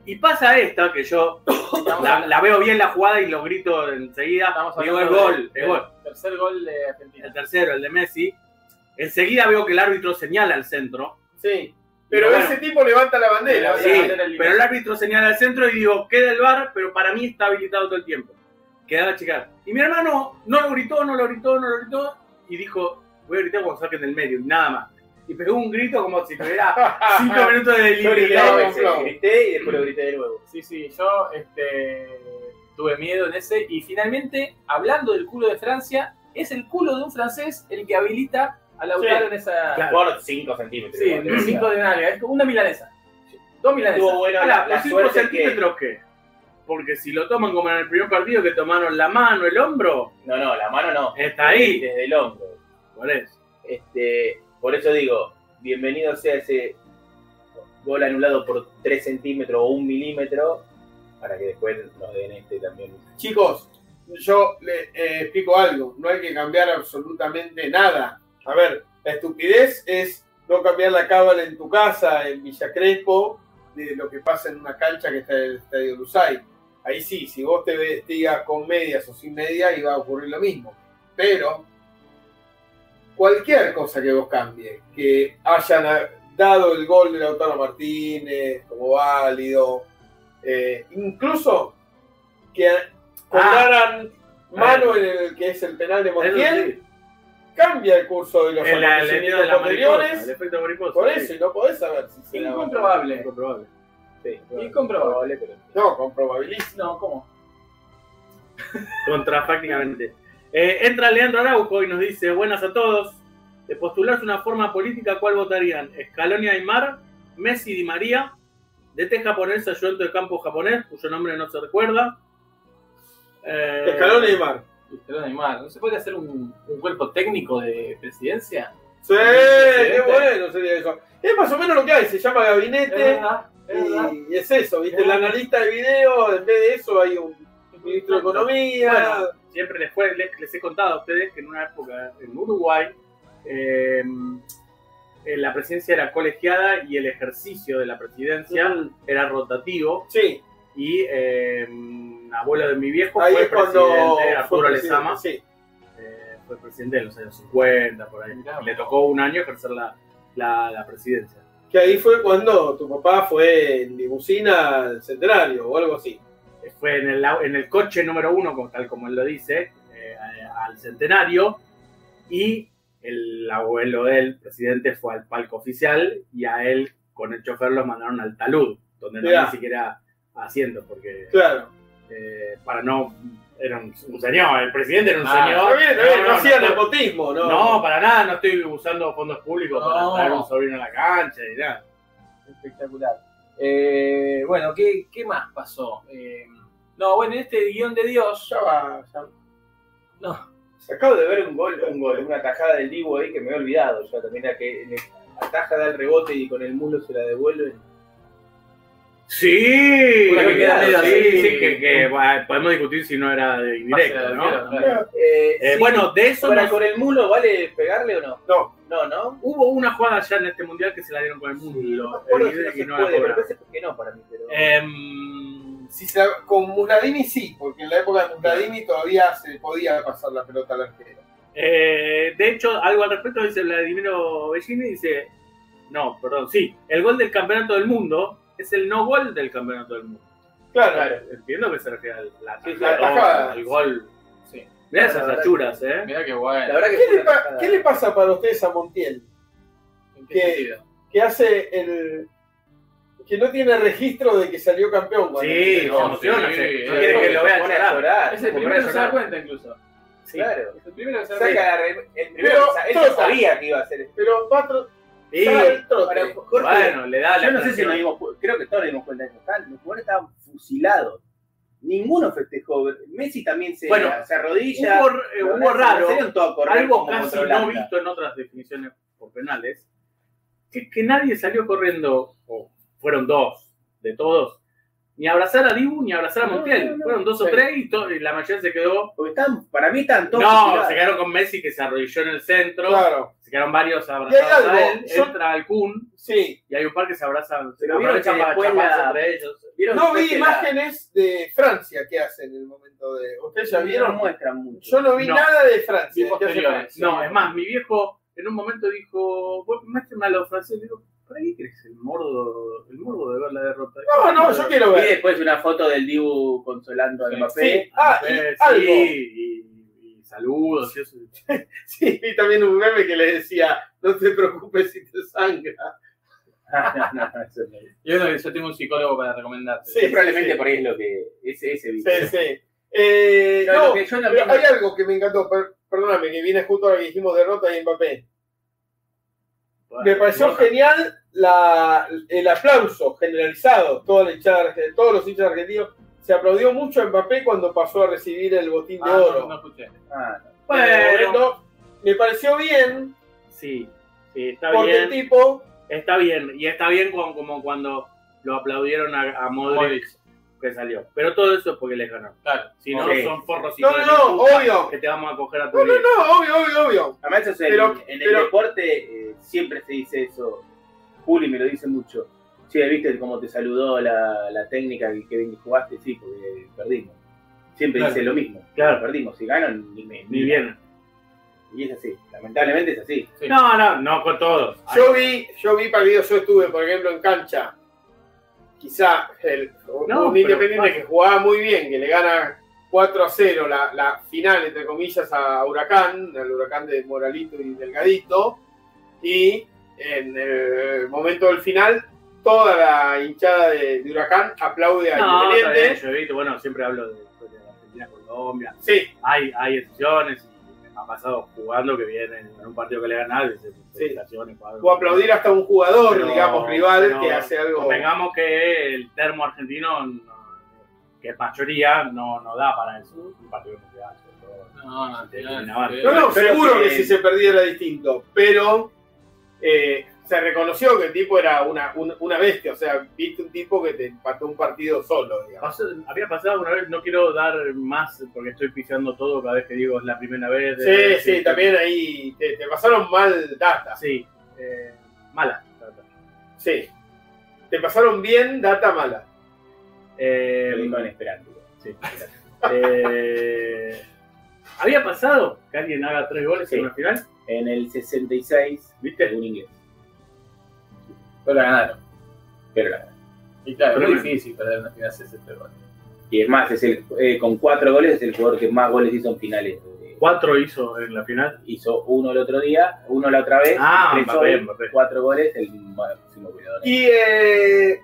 S3: Y pasa esta, que yo
S2: Estamos
S3: la,
S2: hablando-
S3: la veo bien la jugada y lo grito enseguida,
S2: estamos
S3: digo el
S2: hablando
S3: gol,
S2: del-
S3: el gol.
S2: del Tercer gol de Argentina.
S3: El tercero, el de Messi. Enseguida veo que el árbitro señala al centro.
S4: Sí. Pero
S3: Bueno.
S4: ese tipo levanta la bandera.
S3: Sí,
S4: la bandera
S3: pero el árbitro señala al centro y digo, queda el bar, pero para mí está habilitado todo el tiempo. Quedaba checar. Y mi hermano no lo gritó, no lo gritó, no lo gritó, y dijo, voy a gritar cuando saquen del medio, y nada más. Y pegó un grito como si tuviera cinco minutos de
S5: Yo grité,
S4: Claro,
S5: a
S3: libertad.
S5: veces,
S4: claro.
S5: grité y después lo grité de nuevo.
S2: Sí, sí, yo este, tuve miedo en ese. Y finalmente, hablando del culo de Francia, es el culo de un francés el que habilita a Lautaro
S4: Sí,
S2: en esa.
S5: Por 5 centímetros.
S2: Sí,
S5: igual.
S2: de cinco de nalga. Es como una milanesa. Dos milanesas.
S5: Estuvo bueno
S3: Ahora,
S5: la,
S3: por
S5: la
S3: 5
S5: suerte que...
S3: centímetros que... Porque si lo toman como en el primer partido que tomaron la mano, el hombro,
S5: No, no, la mano no.
S3: está ahí.
S5: Desde el hombro.
S3: Por eso.
S5: Este, por eso digo, bienvenido sea ese gol anulado por 3 centímetros o 1 milímetro para que después nos den este también.
S4: Chicos, yo le eh, explico algo. No hay que cambiar absolutamente nada. A ver, la estupidez es no cambiar la cábala en tu casa, en Villa Crespo, de lo que pasa en una cancha que está en el Estadio Lusay. Ahí sí, si vos te vestigas con medias o sin medias, iba a ocurrir lo mismo. Pero cualquier cosa que vos cambie, que hayan ah, dado el gol de Lautaro Martínez como válido, eh, incluso que cobraran mano en el que es el penal de Montiel,
S3: Eso sí.
S4: cambia el curso de los
S3: El, el, el,
S4: acontecimientos
S3: de la mariposa,
S4: anteriores.
S3: el efecto mariposa.
S4: Por
S3: sí.
S4: eso, y no podés saber si se la va a dar.
S2: Incomprobable.
S3: Incomprobable.
S5: Sí,
S2: Incomprobable.
S5: probable, pero
S4: No, con probabilismo.
S2: No, ¿cómo?
S3: Contrafácticamente. Eh, entra Leandro Araujo y nos dice, buenas a todos. De postularse una forma política, ¿cuál votarían? Scaloni Aymar, Messi Di María, DT japonés, ayudante de campo japonés, cuyo nombre no se recuerda. Eh,
S4: Escalón y Mar.
S2: Y te lo animar. ¿No se puede hacer un, un cuerpo técnico de presidencia?
S4: Sí, qué
S2: Excelente.
S4: bueno sería eso. Es más o menos lo que hay, se llama
S2: Es
S4: gabinete
S2: verdad, es verdad.
S4: y, y es eso, ¿viste? El analista de video, en vez de eso hay un ministro de Economía.
S3: Bueno, siempre les, fue- les, les he contado a ustedes que en una época en Uruguay eh, eh, la presidencia era colegiada y el ejercicio de la presidencia era rotativo
S4: Sí,
S3: y eh, abuelo de mi viejo
S4: ahí
S3: fue
S4: es cuando
S3: presidente, Arturo
S4: fue presidente,
S3: Lezama,
S4: Sí,
S3: eh, fue presidente en los años 50, por ahí.
S2: Mirá.
S3: Le tocó un año ejercer la, la, la presidencia.
S4: que ahí fue cuando tu papá fue en limusina al centenario o algo así.
S3: Eh, Fue en el, au- en el coche número uno, como- tal como él lo dice, eh, a- al centenario, y el abuelo del presidente fue al palco oficial y a él con el chofer lo mandaron al talud, donde no
S4: Mirá.
S3: ni siquiera asientos, porque
S4: Claro.
S3: eh, para no... Era un, un señor, el presidente era un
S2: Ah,
S3: señor.
S4: Está bien, está bien,
S3: No,
S4: no,
S3: no,
S4: hacía
S3: no,
S4: nepotismo, ¿no?
S3: No, para nada, no estoy usando fondos públicos
S2: No.
S3: para traer un sobrino a la cancha y nada.
S2: Espectacular. Eh, bueno, ¿qué, qué más pasó? Eh, no, bueno, en este guión de Dios.
S4: Ya va, ya
S2: No,
S5: Se acabo de ver un gol, un gol, una tajada del Divo ahí que me he olvidado. Yo también la que le ataja, da el rebote y con el muslo se la devuelve.
S3: Sí,
S2: Una que queda medio
S3: sí,
S2: así.
S3: sí, que, que, bueno, podemos discutir si no era de indirecto,
S2: pase
S3: ¿no?
S2: de arquero, claro.
S5: Eh,
S3: Eh,
S5: sí,
S3: Bueno, de eso
S5: ¿para
S3: nos-
S5: con el muslo vale pegarle o no?
S4: No.
S5: No, no.
S3: hubo una jugada ya en este mundial que se la dieron con el mundo
S5: Por eso no
S3: y
S5: se
S3: no la
S5: puede, pero
S3: cobraron.
S5: parece que no para mí. Pero...
S4: Eh.
S3: Em,
S4: Si se la- con Musladini sí, porque en la época de Musladini todavía se podía pasar la pelota al arquero.
S3: Eh, de hecho, algo al respecto dice Vladimiro Bellini, dice, no, perdón, sí, el gol del campeonato del mundo es el no gol del campeonato del mundo.
S4: Claro,
S3: Entiendo que se refiere al la,
S5: Sí, sí,
S3: la-
S4: la tajada.
S3: al gol.
S2: Sí.
S3: Mirá
S5: La
S3: esas
S5: verdad
S3: achuras, eh.
S2: mirá qué
S5: La
S2: bueno.
S5: verdad que
S4: ¿Qué
S5: fue
S4: le,
S5: una
S4: pa-
S5: tajada.
S4: qué le pasa para ustedes a Montiel?
S2: ¿En
S4: que-
S2: qué sentido?
S4: Que hace el. que no tiene registro de que salió campeón. cuando-
S5: Sí,
S3: se
S5: no,
S3: emociona,
S5: sí,
S3: se-
S5: sí,
S3: no quiere
S5: sí,
S3: que lo vea
S5: se pone a
S3: llorar.
S5: llorar,
S3: Es
S5: se
S3: el
S5: pone a
S3: primero que se da
S5: llorar.
S3: cuenta incluso.
S5: Claro.
S3: Es el primero que se da
S5: Saca
S3: cuenta.
S5: la re- el primero,
S4: Pero,
S5: sa- él
S4: trota.
S5: sabía que iba a este. hacer esto.
S4: Pero Patro
S5: Sí.
S4: sabe el trote.
S5: Para- Jorge,
S3: Bueno, le da la
S5: yo no sé si
S3: presión.
S5: nos dimos cu- pues, creo que todos nos dimos cuenta de eso. Estaban- Los jugadores estaban fusilados. Ninguno festejó. Messi también se,
S3: Bueno,
S5: se arrodilla.
S3: Hubo, eh,
S5: Lo-
S3: hubo
S5: se
S3: raro,
S5: salieron todos a correr
S3: algo
S5: como
S3: casi
S5: contra
S3: no
S5: Holanda.
S3: visto en otras definiciones por penales, que, que nadie salió corriendo, o fueron dos de todos, ni a abrazar a Dibu ni a abrazar a
S5: No,
S3: Montiel.
S5: no, no.
S3: Fueron dos o
S4: Sí.
S3: tres y, to- y la mayoría se quedó.
S5: Porque estaban, para mí estaban todos
S3: No,
S5: fusilados.
S3: se quedaron con Messi que se arrodilló en el centro,
S4: Claro,
S3: se quedaron varios abrazados
S4: algo,
S3: a él,
S4: yo-
S3: entra el Kun
S4: sí.
S3: y hay un par que se abrazan, se
S5: Pero vieron
S3: aprovechan
S5: que
S3: para
S5: después
S3: chaparse
S5: la-
S3: entre ellos.
S5: ¿Vieron
S4: No vi
S5: que la-
S4: imágenes de Francia que hacen en el momento de. ¿Ustedes ya
S5: No
S4: vieron?
S5: muestran mucho.
S4: Yo no vi
S3: No.
S4: nada de Francia.
S3: Sí,
S4: que hace
S3: posteriores.
S4: Francia.
S3: No, es más, mi viejo en un momento dijo, "Vos muéstrame a los franceses. Digo, ¿para qué crees el mordo, el morbo de ver la derrota?
S4: No, no, yo quiero
S5: Y
S4: ver.
S5: después una foto del Dibu consolando al Mbappé.
S4: Sí. Ah, y
S3: Eh,
S4: algo.
S3: sí, y, y saludos y eso.
S4: Sí, vi también un meme que le decía, no te preocupes si te sangra.
S3: Yo creo que yo tengo un psicólogo para recomendarte.
S4: Sí,
S5: Probablemente
S4: sí.
S5: por ahí es lo que. Ese, ese video.
S4: Sí, sí. Eh,
S5: No,
S4: no,
S5: lo que yo
S4: pero
S5: también-
S4: hay algo que me encantó, per- perdóname, que viene justo ahora que dijimos derrota y Mbappé.
S3: Bueno,
S4: Me pareció
S3: bueno,
S4: genial la, el aplauso generalizado, toda la hinchada arge- todos los hinchas argentinos. Se aplaudió mucho a Mbappé cuando pasó a recibir el botín de
S3: ah,
S4: oro.
S3: no, no escuché.
S5: Ah, no.
S4: En el
S3: Bueno,
S4: momento, me pareció bien,
S3: sí, sí, está
S4: porque
S3: bien.
S4: el tipo
S3: Está bien, y está bien como, como cuando lo aplaudieron a, a Modric, que salió. Pero todo eso es porque les ganó.
S7: Claro.
S3: Si no,
S5: Sí.
S3: son forros y
S4: No,
S3: hijos de
S4: no,
S3: puta
S4: obvio.
S3: Que te vamos a coger a tu
S4: No, no,
S3: viejo.
S4: no, obvio, obvio, obvio.
S5: Además, eso es en-
S4: Pero-
S5: en,
S4: pero-
S5: el deporte eh, siempre se dice eso. Juli me lo dice mucho. Che, ¿viste cómo te saludó la, la técnica que, que bien que jugaste? Sí, porque perdimos. Siempre
S3: Claro.
S5: dice lo mismo.
S3: Claro.
S5: Perdimos. Si ganan, ni, me-
S3: Ni bien.
S5: Y es así. Lamentablemente es así.
S7: Sí.
S3: No, no, Ah, no con todos.
S4: Yo vi, yo vi partidos, yo estuve, por ejemplo, en cancha. Quizá el,
S3: No,
S4: un
S3: pero
S4: independiente
S3: pasa.
S4: que jugaba muy bien, que le gana 4 a 0 la, la final, entre comillas, a Huracán, al Huracán de Moralito y Delgadito. Y en el momento del final, toda la hinchada de, de Huracán aplaude a
S3: No, está bien,
S4: Independiente.
S3: yo evito, bueno, siempre hablo de, pues, de Argentina, Colombia.
S4: Sí,
S3: Hay, hay excepciones, y me ha pasado jugando que vienen en un partido que le ganan, se felicitaciones o algo.
S4: o aplaudir hasta un jugador,
S3: Pero-
S4: digamos, rival,
S3: pero
S4: que hace algo.
S3: Convengamos que el termo argentino, no- que es mayoría, no, no da para eso. Un partido que da, sobre todo.
S7: No,
S4: No, no,
S5: Pero
S4: seguro que
S5: que-
S4: si se perdía era distinto, pero eh, se reconoció que el tipo era una, un- una bestia, o sea, viste un tipo que te empató un partido solo, digamos.
S3: Pasó- había pasado una vez, no quiero dar más porque estoy pisando todo cada vez que digo es la primera vez.
S4: Sí,
S3: eh,
S4: sí, también ahí te, te pasaron mal data,
S3: Sí, eh, mala.
S4: sí. Te pasaron bien data mala.
S3: Eh,
S5: Lo dijo en esperanto.
S3: Sí. Eh, ¿Había pasado que alguien haga tres goles en
S5: Sí.
S3: una final?
S5: En el 66, ¿viste? Algún inglés.
S7: Pero ganaron.
S5: Pero la-
S7: Y claro,
S3: Pero
S7: es muy
S3: bueno.
S7: difícil perder una final 60 goles.
S5: Y es más, es el, eh, con cuatro goles es el jugador que más goles hizo en finales. Eh,
S3: Cuatro hizo en la final.
S5: Hizo uno el otro día, uno la otra vez.
S3: Ah,
S5: tres
S3: Mbappé,
S5: hoy,
S3: Mbappé.
S5: Cuatro goles, el máximo goleador.
S4: Y eh,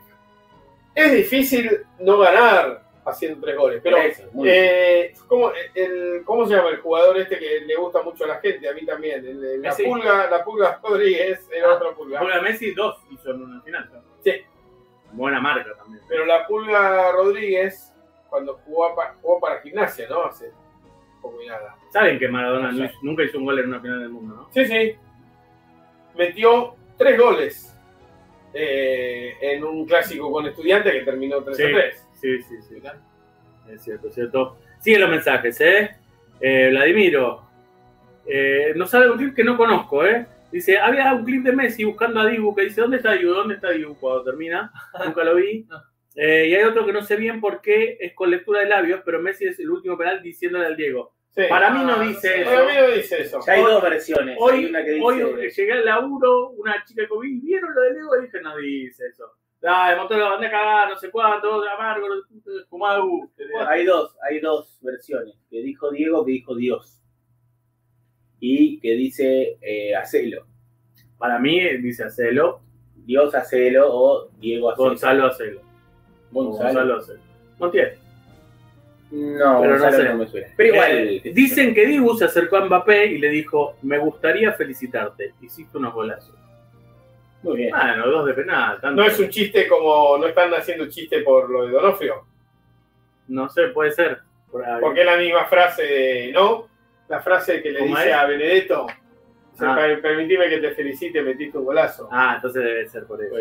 S4: es difícil no ganar haciendo tres goles, pero...
S5: Eso, muy bien.
S4: eh, ¿cómo, el- ¿Cómo se llama el jugador este que le gusta mucho a la gente? A mí también. el- el- la,
S3: Messi.
S4: pulga, la pulga Rodríguez era otra pulga.
S3: Porque a Messi dos hizo en una final. ¿no?
S4: Sí.
S3: Buena marca también.
S4: Pero la Pulga Rodríguez, cuando jugó, pa- jugó para gimnasia, ¿no? Hace poco y nada.
S3: Saben que Maradona no hizo- nunca hizo un gol en una final del mundo, ¿no?
S4: Sí, sí. Metió tres goles eh, en un clásico con estudiante que terminó 3 a 3.
S3: Sí, sí, sí. Es cierto, es cierto. Sigue los mensajes, ¿eh? Eh, Vladimiro. eh, nos sale un clip que no conozco, ¿eh? Dice, había un clip de Messi buscando a Dibu que dice, ¿dónde está Dibu? ¿Dónde está Dibu? Cuando termina, nunca lo vi. Eh, y hay otro que no sé bien por qué es con lectura de labios, pero Messi es el último penal diciéndole al Diego.
S4: Sí.
S3: Para mí no dice
S4: Para mí
S3: eso.
S4: no dice eso.
S5: Ya hay dos versiones. hay
S3: Hoy,
S5: una que dice,
S3: hoy que llegué al laburo, una chica que vi, ¿vieron lo de Diego? Y dije, no dice eso. Dale, montó la banda cagada, no sé cuánto, amargo, fumado.
S5: Hay dos, hay dos versiones. Que dijo Diego, que dijo Dios. Y que dice eh, hacelo.
S3: eh, Para mí, dice Acelo.
S5: Dios Acelo o Diego Acelo.
S3: Gonzalo Acelo.
S5: Gonzalo.
S3: Gonzalo Acelo. No tiene.
S5: No,
S3: Pero no
S5: Gonzalo
S3: sé.
S5: no me suena.
S3: Pero igual,
S5: Eh,
S3: dicen que Dibu se acercó a Mbappé y le dijo, me gustaría felicitarte, hiciste unos golazos.
S5: Muy bien.
S3: Bueno, dos de penal. tanto-
S7: No es un chiste como. No están haciendo chiste por lo de Donofrio.
S3: No sé, puede ser. Por ahí.
S7: Porque es la misma frase de. ¿No? La frase que le
S3: ¿Cómo
S7: dice
S3: es?
S7: a Benedetto. dice,
S3: Ah.
S7: "Per- Permitime que te felicite, metiste un golazo.
S3: Ah, entonces debe ser por eso.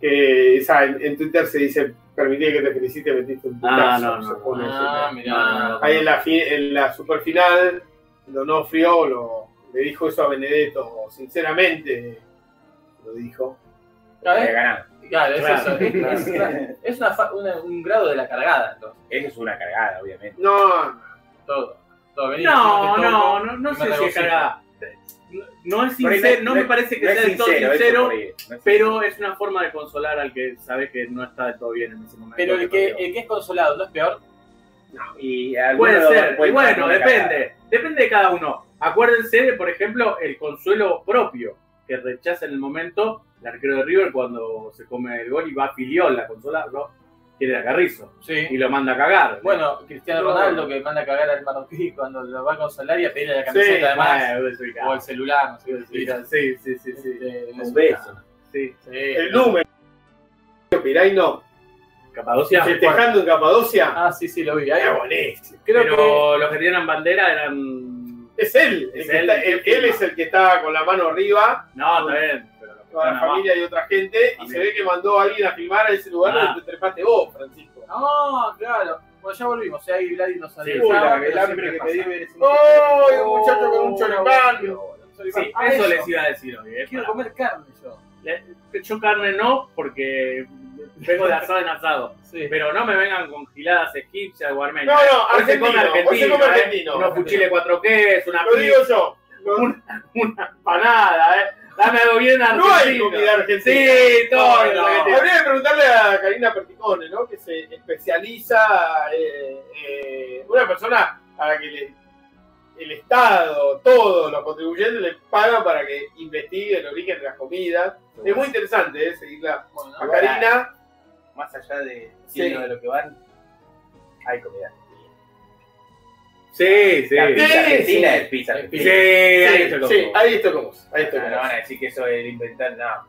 S7: Que esa, en, en Twitter se dice, permitime que te felicite, metiste un golazo.
S3: Ah, no, no, no.
S2: Ah, mirá.
S7: Ahí en la, fi- en la superfinal, Donofrio lo, le dijo eso a Benedetto, sinceramente lo dijo.
S5: Ya
S2: Claro,
S5: eh, ganamos.
S2: es
S3: Claro,
S2: eso, es- es- es una fa- una- un grado de la cargada, entonces.
S5: Eso es una cargada, obviamente.
S7: No, no,
S2: Todo. todo vení, yo
S3: No,
S2: te
S3: no,
S2: toco.
S3: no, no
S2: me
S3: sé si es
S2: regocijo.
S3: cagada. No- No es
S5: Por ahí
S3: sincero, no me
S5: es-
S3: parece que
S5: no
S3: sea del todo
S5: eso
S3: sincero,
S5: por ahí es, no es
S3: pero es una forma de consolar al que sabe que no está del todo bien en ese momento.
S2: Pero el que,
S3: perdió.
S2: el que es consolado, ¿no es peor?
S5: Y alguno
S3: Puede
S5: lo
S3: ser, y
S5: cuenta
S3: bueno,
S5: como una cagada.
S3: depende. Depende de cada uno. Acuérdense de, por ejemplo, el consuelo propio que rechaza en el momento el arquero de River cuando se come el gol y va a Filiol la consola, ¿no? quiere a Carrizo y
S2: Sí.
S3: lo manda a cagar.
S2: Bueno, Cristiano
S3: No.
S2: Ronaldo que manda a cagar al marroquí cuando lo va a consolar y a pedirle la camiseta además.
S3: Bueno,
S2: O el
S3: desubicado.
S2: celular, no sé qué decir.
S3: Desubicado. sí, sí, sí, sí,
S2: Este,
S5: Un beso.
S3: sí.
S2: Sí.
S7: el número. Piray no.
S3: Capadocia.
S7: Festejando en Capadocia.
S2: Ah, sí, sí, lo vi. Ahí,
S7: era buenísimo.
S2: creo que.
S3: pero los que tenían bandera eran.
S7: Es él. el
S3: Es
S7: que
S3: él,
S7: está-
S3: el
S7: él-
S3: que
S7: él es el que estaba con la mano arriba,
S3: No, está bien. Pero los que
S7: con la
S3: estaban abajo.
S7: familia y otra gente, y
S3: Amigo.
S7: se ve que mandó a alguien a filmar a ese lugar
S3: Ah.
S7: donde te trepaste vos, Francisco.
S2: No, Ah, claro. Bueno, ya volvimos. eh, Ahí Vladi nos
S3: Sí,
S7: Uy,
S2: alentaba.
S7: la-
S2: pero
S7: el hambre
S2: siempre
S7: que
S2: pasa.
S7: me di ver ese ¡Oh! Un muchacho con un
S2: Oh,
S7: choripán.
S2: un choripán.
S3: Sí,
S2: Ah,
S3: eso les iba a decir hoy. eh,
S2: Quiero
S3: para-
S2: comer carne yo.
S3: Le- Yo carne no, porque vengo de asado en asado.
S2: Sí.
S3: Pero no me vengan con giladas egipcias o
S7: No,
S3: armenias.
S7: no,
S3: Hoy se come
S7: argentino. Hoy se come
S3: ¿eh?
S7: argentino.
S3: Unos fuchiles cuatro quesos, una
S7: Lo digo yo.
S3: pizza, una, una panada, ¿eh? Dame algo bien
S7: No hay
S3: argentino.
S7: comida argentina.
S3: sí, todo
S7: No,
S3: lo
S7: no.
S3: que te-
S7: Habría que preguntarle a Karina Perticone, ¿no? Que se especializa, eh, eh, una persona a la que le- el Estado, todos los contribuyentes le pagan para que investigue el origen de las comidas. Es muy interesante, ¿eh? Seguirla
S2: Bueno,
S7: a Karina.
S5: Más allá de,
S7: Sí.
S5: de lo que van, hay comida.
S3: Sí, sí.
S5: La pizza
S7: Sí,
S5: argentina
S7: sí.
S5: es pizza
S3: Sí,
S5: argentina.
S3: ahí se lo
S7: sí,
S3: como.
S7: ahí estoy con vos. Ahí estoy
S5: No,
S7: con
S5: no
S7: vos.
S5: van a decir que eso es inventar nada.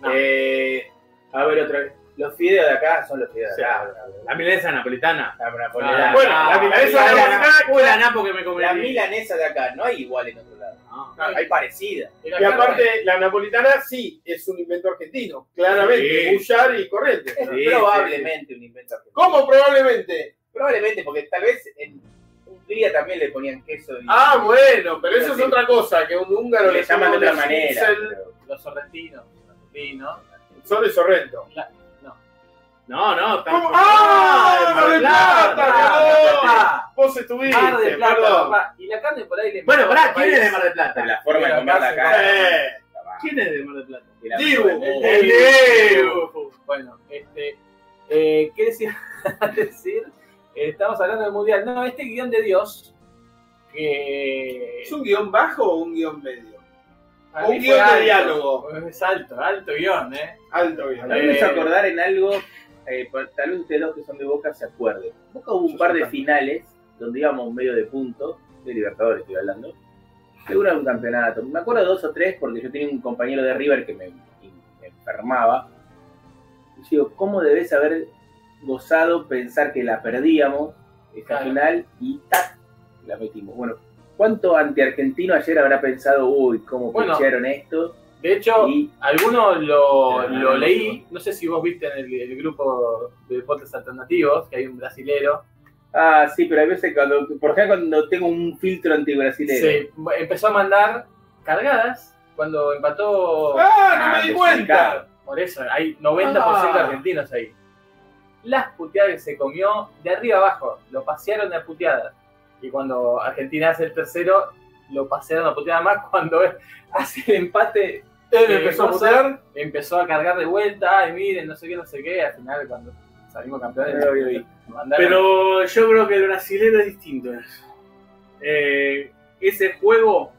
S3: No.
S5: Eh, a ver, otra vez. Los fideos de acá son los fideos de
S3: Sí.
S5: acá.
S3: La milanesa napolitana.
S5: La, la,
S3: Ah,
S5: la,
S7: Bueno,
S3: Ah,
S7: la milanesa de
S3: la-
S7: la Naca,
S3: Hola, Napo, que me
S5: la
S3: comería.
S5: milanesa de acá no hay igual en otro lado. Hay parecida.
S2: era
S7: Y
S2: carne.
S7: aparte, la napolitana sí es un invento argentino, claramente.
S3: Sí.
S7: Bullar y corriente.
S5: Es
S3: sí,
S5: probablemente un invento argentino.
S7: ¿Cómo probablemente?
S5: Probablemente, porque tal vez en Hungría también le ponían queso y
S7: Ah, bueno, pero eso
S5: Pero
S7: es
S5: sí.
S7: otra cosa, que un húngaro
S5: le llaman de
S7: pone
S5: otra manera.
S7: schnitzel.
S5: pero-
S2: Los sorrentinos. los sorrentinos.
S7: Son de Sorrento.
S3: No, no, está-
S7: ¿Cómo? ¡Ah!
S3: Mar del
S7: Plata, cagó.
S2: papá.
S7: Vos estuviste,
S2: Mar de plata,
S7: perdón.
S2: papá. Y la carne por ahí le
S3: Bueno, pará,
S2: país.
S3: ¿quién es de Mar del Plata?
S5: pero La forma de
S2: Pero
S5: comer
S2: acá
S5: la
S2: se
S5: cara.
S7: Eh,
S3: ¿Quién es de Mar del Plata?
S5: era-
S7: Dibu,
S5: Oh,
S7: el Dibu.
S2: Bueno, este. eh, ¿Qué decía decir? Eh, Estamos hablando del mundial. No, este guión de Dios. Que.
S7: ¿Es un guión bajo o un guión medio?
S2: a
S7: un
S2: mí
S7: guión
S2: fue
S7: de
S2: alto.
S7: diálogo.
S2: Es alto, alto guión, ¿eh?
S7: Alto
S5: A
S7: guión.
S5: mí me hizo
S2: Eh.
S5: acordar en algo, eh, por- tal vez ustedes los que son de Boca se acuerden. Boca hubo un
S7: Yo
S5: par de
S7: soy fan.
S5: finales donde íbamos medio de punto, de Libertadores estoy hablando, seguro de un campeonato. Me acuerdo de dos o tres porque yo tenía un compañero de River que me, me enfermaba. Y yo digo, ¿cómo debes haber gozado pensar que la perdíamos esa
S2: Claro.
S5: final y ¡tac! la metimos? Bueno, ¿cuánto antiargentino ayer habrá pensado, uy, cómo
S2: Bueno.
S5: pincharon esto?
S2: De hecho,
S5: Y
S2: Algunos lo,
S5: Pero no,
S2: lo
S5: no,
S2: leí, no sé si vos viste en el, el grupo de deportes alternativos, que hay un brasilero.
S5: Ah, sí, pero a veces cuando, por ejemplo, cuando tengo un filtro anti-brasilero.
S2: Se empezó a mandar cargadas cuando empató
S7: ¡Ah, no me di
S5: Ah,
S7: cuenta!
S2: por eso, hay 90% de
S7: Ah.
S2: argentinos ahí. Las puteadas que se comió de arriba abajo, lo pasearon de puteadas. Y cuando Argentina hace el tercero, lo pasearon a puteada más. Cuando hace el empate,
S7: Él
S2: Eh,
S7: empezó a
S2: cosa-
S7: putear.
S2: empezó a cargar de vuelta, ay miren, no sé qué, no sé qué, al final cuando salimos campeones
S5: No lo vi.
S2: nos mandaron-
S3: Pero yo creo que el brasilero es distinto. en eso. Eh, ese juego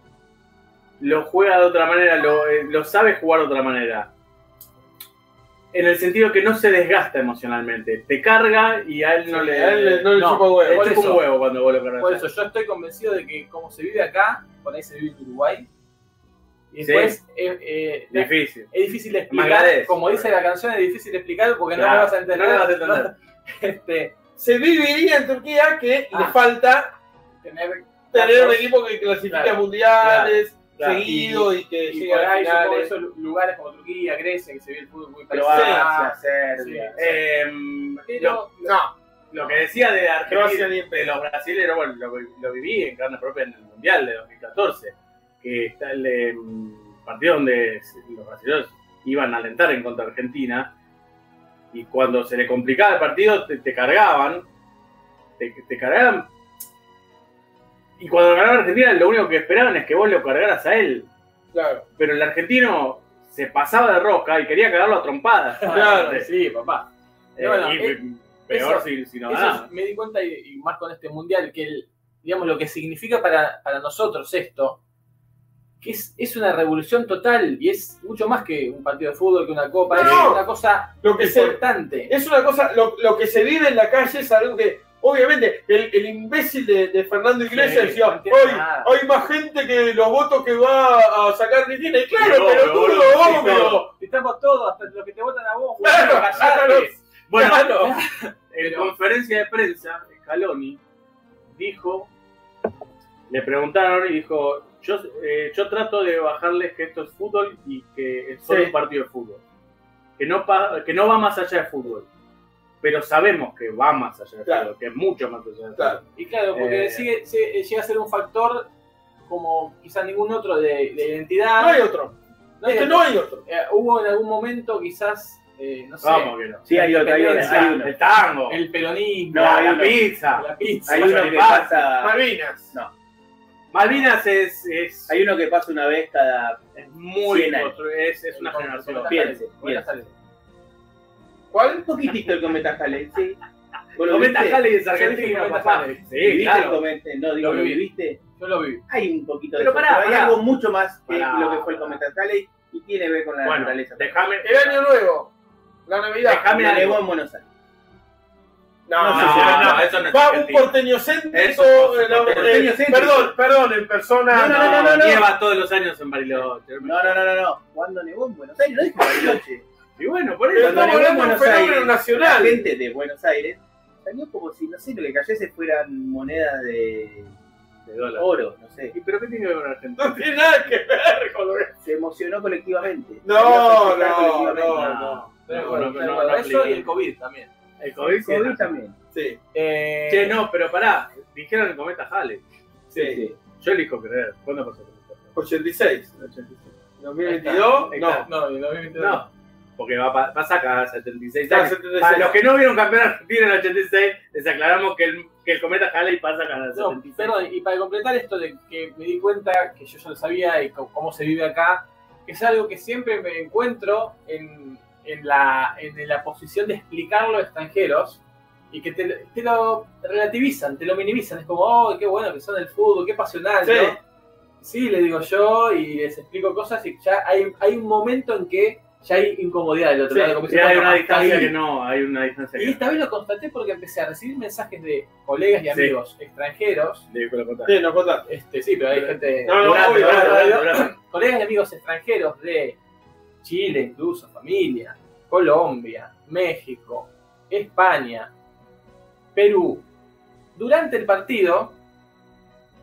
S3: lo juega de otra manera, lo, eh, lo sabe jugar de otra manera. En el sentido que no se desgasta emocionalmente. Te carga y a él no
S4: Sí,
S3: le.
S4: a él le- no le chupa huevo.
S3: le
S4: Por
S3: chupa un
S4: eso.
S3: huevo cuando vos lo
S2: Por
S3: cargas.
S2: eso yo estoy convencido de que como se vive acá, por ahí se vive en Uruguay, y
S3: Sí.
S2: después eh, eh, es,
S3: Difícil.
S2: es difícil de explicar,
S3: Magradez.
S2: como dice la canción, es difícil de explicar porque no
S3: Claro,
S2: lo vas a entender.
S3: no lo vas a entender.
S2: este,
S4: Se viviría en Turquía que le
S2: Ah.
S4: falta
S2: tener
S4: tener un equipo que clasifique
S2: Claro.
S4: a mundiales
S3: Claro.
S4: seguido y, que
S2: y
S4: llegue
S2: por
S4: a
S2: ahí supongo
S4: finales.
S2: esos lu- lugares como Turquía, Grecia, que se vive el fútbol muy
S4: Croacia,
S2: parecido. Ah,
S5: Croacia, Serbia.
S2: sí.
S3: Em, lo,
S2: Pero
S4: No,
S3: lo que decía de Argentina,
S4: Croacia ni en
S3: de los brasileños, bueno, lo, lo viví en carne propia en el Mundial de 2014, que está el em, partido donde los brasileños iban a alentar en contra de Argentina, y cuando se le complicaba el partido te, te cargaban, te, te cargaban, y cuando ganaba Argentina lo único que esperaban es que vos lo cargaras a él,
S4: claro.
S3: pero el argentino se pasaba de rosca y quería cagarlo a trompadas.
S4: Claro.
S2: Ah, sí, papá.
S3: Eh,
S2: Bueno,
S3: y
S2: eh,
S3: peor
S2: eso-
S3: si, si no
S2: Eso
S3: ganaba.
S2: me di cuenta, y, y más con este mundial, que el- digamos, lo que significa para, para nosotros esto, que es, es una revolución total y es mucho más que un partido de fútbol, que una copa,
S4: No,
S2: es
S4: no.
S2: una cosa
S4: Lo que se,
S2: importante.
S4: es una cosa, lo, lo que se vive en la calle es algo que, obviamente, el, el imbécil de, de Fernando Iglesias
S2: Sí,
S4: decía,
S2: no entiende
S4: hoy
S2: nada".
S4: hay más gente que los votos que va a sacar Cristina. Y claro,
S3: No,
S4: pero tú
S3: boludo,
S4: lo vamos,
S3: sí,
S4: pero...
S2: Estamos todos, hasta los que te votan a vos,
S4: Claro,
S2: bueno, callate.
S4: claro.
S3: Bueno,
S4: Claro.
S3: en conferencia de prensa, Scaloni dijo, le preguntaron y dijo, yo, eh, yo trato de bajarles que esto es fútbol y que es solo
S4: Sí.
S3: un partido de fútbol. Que no, pa- que no va más allá de fútbol. Pero sabemos que va más allá de
S4: Claro.
S3: fútbol, que es mucho más allá de
S4: Claro.
S3: fútbol.
S2: Y claro, porque
S3: Eh.
S2: sigue- se- llega a ser un factor como quizá ningún otro de, de identidad.
S4: No hay otro.
S2: No hay
S4: Es que
S2: otro.
S4: no hay otro.
S2: Eh, hubo en algún momento quizás, eh, no sé,
S3: Vamos, que no.
S5: Sí, hay otro, hay otro, hay uno.
S3: El tango,
S2: el peronismo,
S5: No,
S3: la,
S5: hay
S3: la
S5: uno.
S3: pizza.
S2: la pizza.
S5: Hay uno que pasa,
S4: Malvinas.
S3: Malvinas es, es,
S5: hay uno que pasa una vez cada.
S3: es muy...
S5: Cien años.
S3: constru- Es, es una
S2: Con-
S3: generación.
S2: con esta
S5: Piense,
S2: tarea, con esta tarea.
S5: ¿Cuál? Un poquitito el cometa Halley, sí. ¿Vos lo
S3: Comenta
S5: viste?
S3: Halley es
S2: Yo dije
S3: argentino,
S2: cometa
S3: papá.
S2: Halley.
S3: Sí,
S5: ¿Viviste el
S3: claro.
S5: cometa? No, digo,
S2: Lo
S5: ¿lo
S2: viví.
S5: viviste?
S2: Yo lo vi.
S5: Hay un poquito
S3: Pero
S5: de.
S3: pará,
S5: eso, hay
S3: pará.
S5: algo mucho más que
S3: Pará.
S5: lo que fue el cometa Halley y tiene que ver con la
S3: Bueno,
S5: naturaleza.
S3: déjame.
S4: El año nuevo. La Navidad.
S3: Déjame
S5: Lo
S3: algo.
S5: negó en Buenos Aires.
S4: No,
S5: No, no, no,
S3: eso no
S4: Va un porteño céntrico.
S3: Eso,
S4: eh, la-
S5: porteño
S4: eh,
S5: céntrico.
S4: Perdón, perdón, en persona.
S5: No, no, no, no, no.
S3: Lleva todos los años en Bariloche.
S5: No, no, no, no, no. ¿Cuándo negó en Buenos Aires? No dijo Bariloche.
S3: Y bueno, por
S4: Pero
S3: eso.
S5: Cuando
S4: estamos
S5: negó en
S4: hablando de un
S5: Buenos
S4: fenómeno
S5: Aires,
S4: nacional.
S5: La gente de Buenos Aires salió como si, no sé, lo que cayese fueran monedas de
S3: De dólar.
S5: oro, no sé.
S3: ¿Y pero qué tiene que ver con Argentina?
S4: No tiene nada que ver con lo que.
S5: Se emocionó colectivamente. Salió a
S4: No,
S5: festejar
S4: no,
S5: colectivamente.
S4: no, no.
S3: No,
S2: Pero
S3: no,
S2: bueno,
S3: no,
S2: pero
S3: no,
S2: bueno,
S3: no
S2: eso y
S3: aplica.
S2: el COVID también.
S3: El COVID sí.
S5: COVID también.
S4: Sí,
S2: Eh,
S3: Che, no, pero pará. Dijeron el cometa Halley.
S4: sí.
S3: Yo elijo creer. ¿Cuándo pasó el cometa Halley?
S4: 86. 2022.
S3: Ahí
S4: No.
S3: está.
S2: No, no, no, no.
S3: No. Porque va, pa- pasa cada 76
S4: Está
S3: años.
S4: en 76.
S3: Para los que no vieron campeón argentino en el 86, les aclaramos que el, que el cometa Halley pasa cada
S2: No,
S3: 76.
S2: perdón, y para completar esto de que me di cuenta que yo ya lo sabía y co- cómo se vive acá, que es algo que siempre me encuentro en, en la, en la posición de explicarlo a extranjeros y que te, te lo relativizan, te lo minimizan. Es como, oh, qué bueno que son del fútbol, qué pasional,
S4: Sí.
S2: ¿no? Sí, le digo yo y les explico cosas y ya hay, hay un momento en que ya hay incomodidad del otro
S4: Sí,
S2: lado. como
S3: Sí,
S2: dice,
S3: hay
S2: "Bueno,
S3: una
S2: hasta
S3: distancia
S2: ahí".
S3: que no, hay una distancia
S2: Y
S3: que no.
S2: esta vez lo constaté porque empecé a recibir mensajes de colegas y
S3: Sí.
S2: amigos extranjeros.
S3: De- con la pantalla.
S4: Sí, nos contaste.
S2: Este, sí, pero hay gente.
S4: No, no,
S3: Durante,
S4: obvio,
S3: durante,
S4: obvio,
S3: durante,
S4: obvio.
S3: durante.
S2: Colegas y amigos extranjeros de Chile, incluso, familia, Colombia, México, España, Perú. Durante el partido,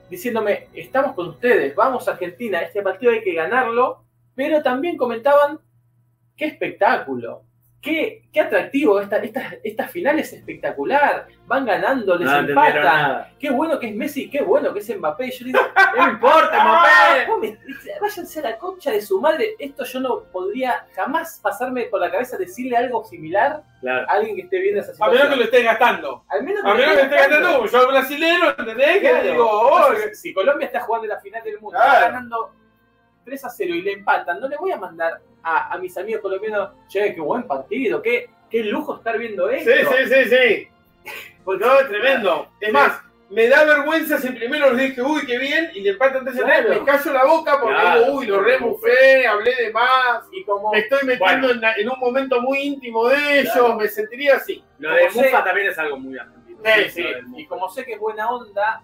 S2: diciéndome, estamos con ustedes, vamos a Argentina, este partido hay que ganarlo, pero también comentaban, qué espectáculo, qué, qué atractivo, esta, esta, esta final es espectacular, van ganando, les
S3: No entendieron
S2: empatan,
S3: nada.
S2: qué bueno que es Messi, qué bueno que es Mbappé. Yo digo, no me importa, Mbappé. Vos me- Váyanse a la concha de su madre. Esto yo no podría jamás pasarme por la cabeza decirle algo similar
S3: Claro.
S2: a alguien que esté viendo esa
S4: A menos que
S2: situación.
S4: lo estés gastando.
S2: Al menos
S4: A menos que estés gastando. como Yo soy brasilero, ¿entendés? Que
S2: Claro.
S4: digo, oh,
S2: Entonces, si Colombia está jugando la final del mundo,
S4: Claro.
S2: está ganando 3 a 0 y le empatan, no le voy a mandar a, a mis amigos colombianos, che, qué buen partido, qué, qué lujo estar viendo esto.
S4: sí, sí, sí, sí.
S2: Porque-
S4: No, es tremendo. Es más, me da vergüenza si primero les dije, uy, qué bien, y le empatan 3 a 3,
S3: Claro.
S4: me callo la boca porque
S3: Claro.
S4: digo, uy, lo rebufé, hablé de más,
S3: Y como
S4: me estoy metiendo en, la- en un momento muy íntimo de ellos,
S3: Claro.
S4: me sentiría así.
S3: Lo de
S2: Como
S3: Mufa
S2: sé-
S3: también es algo muy argentino.
S2: Sí,
S3: Lo
S2: sí.
S3: del Mufa.
S2: Y como sé que es buena onda,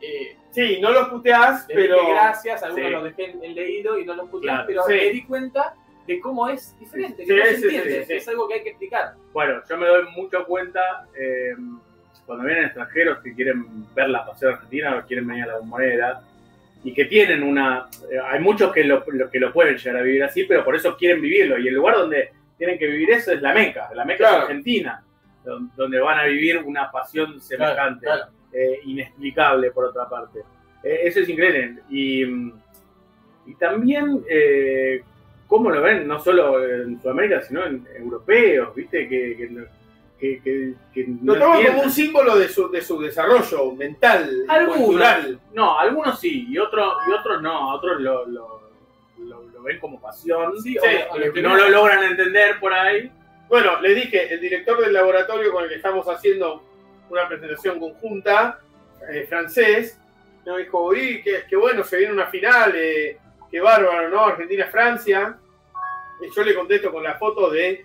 S2: eh,
S4: Sí, no los puteás,
S2: les dije
S4: pero...
S2: gracias, algunos
S3: Sí.
S2: los dejé en, en leído y no los puteé,
S3: Claro,
S2: pero
S4: sí.
S2: me di cuenta de cómo es diferente, que
S3: Sí,
S2: no se
S3: sí,
S2: entiende,
S3: sí, sí.
S2: es algo que hay que explicar.
S3: Bueno, yo me doy mucho cuenta eh, cuando vienen extranjeros que quieren ver la pasión argentina o quieren venir a la bombonera y que tienen una. eh, hay muchos que lo, lo- que lo pueden llegar a vivir así, pero por eso quieren vivirlo. Y el lugar donde tienen que vivir eso es la Meca. La Meca es
S4: Claro.
S3: Argentina, don- donde van a vivir una pasión semejante, eh, inexplicable por otra parte. Eh, eso es increíble. Y, mm, y también. eh, cómo lo ven, no solo en Sudamérica, sino en europeos, ¿viste? Que, que, no- que, que- que no
S4: Lo toman como
S3: entienden.
S4: un símbolo de su, de su desarrollo mental,
S3: Algunos.
S4: cultural.
S3: No, algunos sí, y otros y otros no, otros lo, lo, lo- lo ven como pasión.
S2: Sí,
S3: o-
S2: o- o
S3: o
S2: lo que
S3: no lo logran entender por ahí.
S4: Bueno, les dije, el director del laboratorio con el que estamos haciendo una presentación conjunta, eh, francés, nos dijo, uy, qué, qué bueno, se viene una final, eh, qué bárbaro, ¿no? Argentina-Francia. Y yo le contesto con la foto de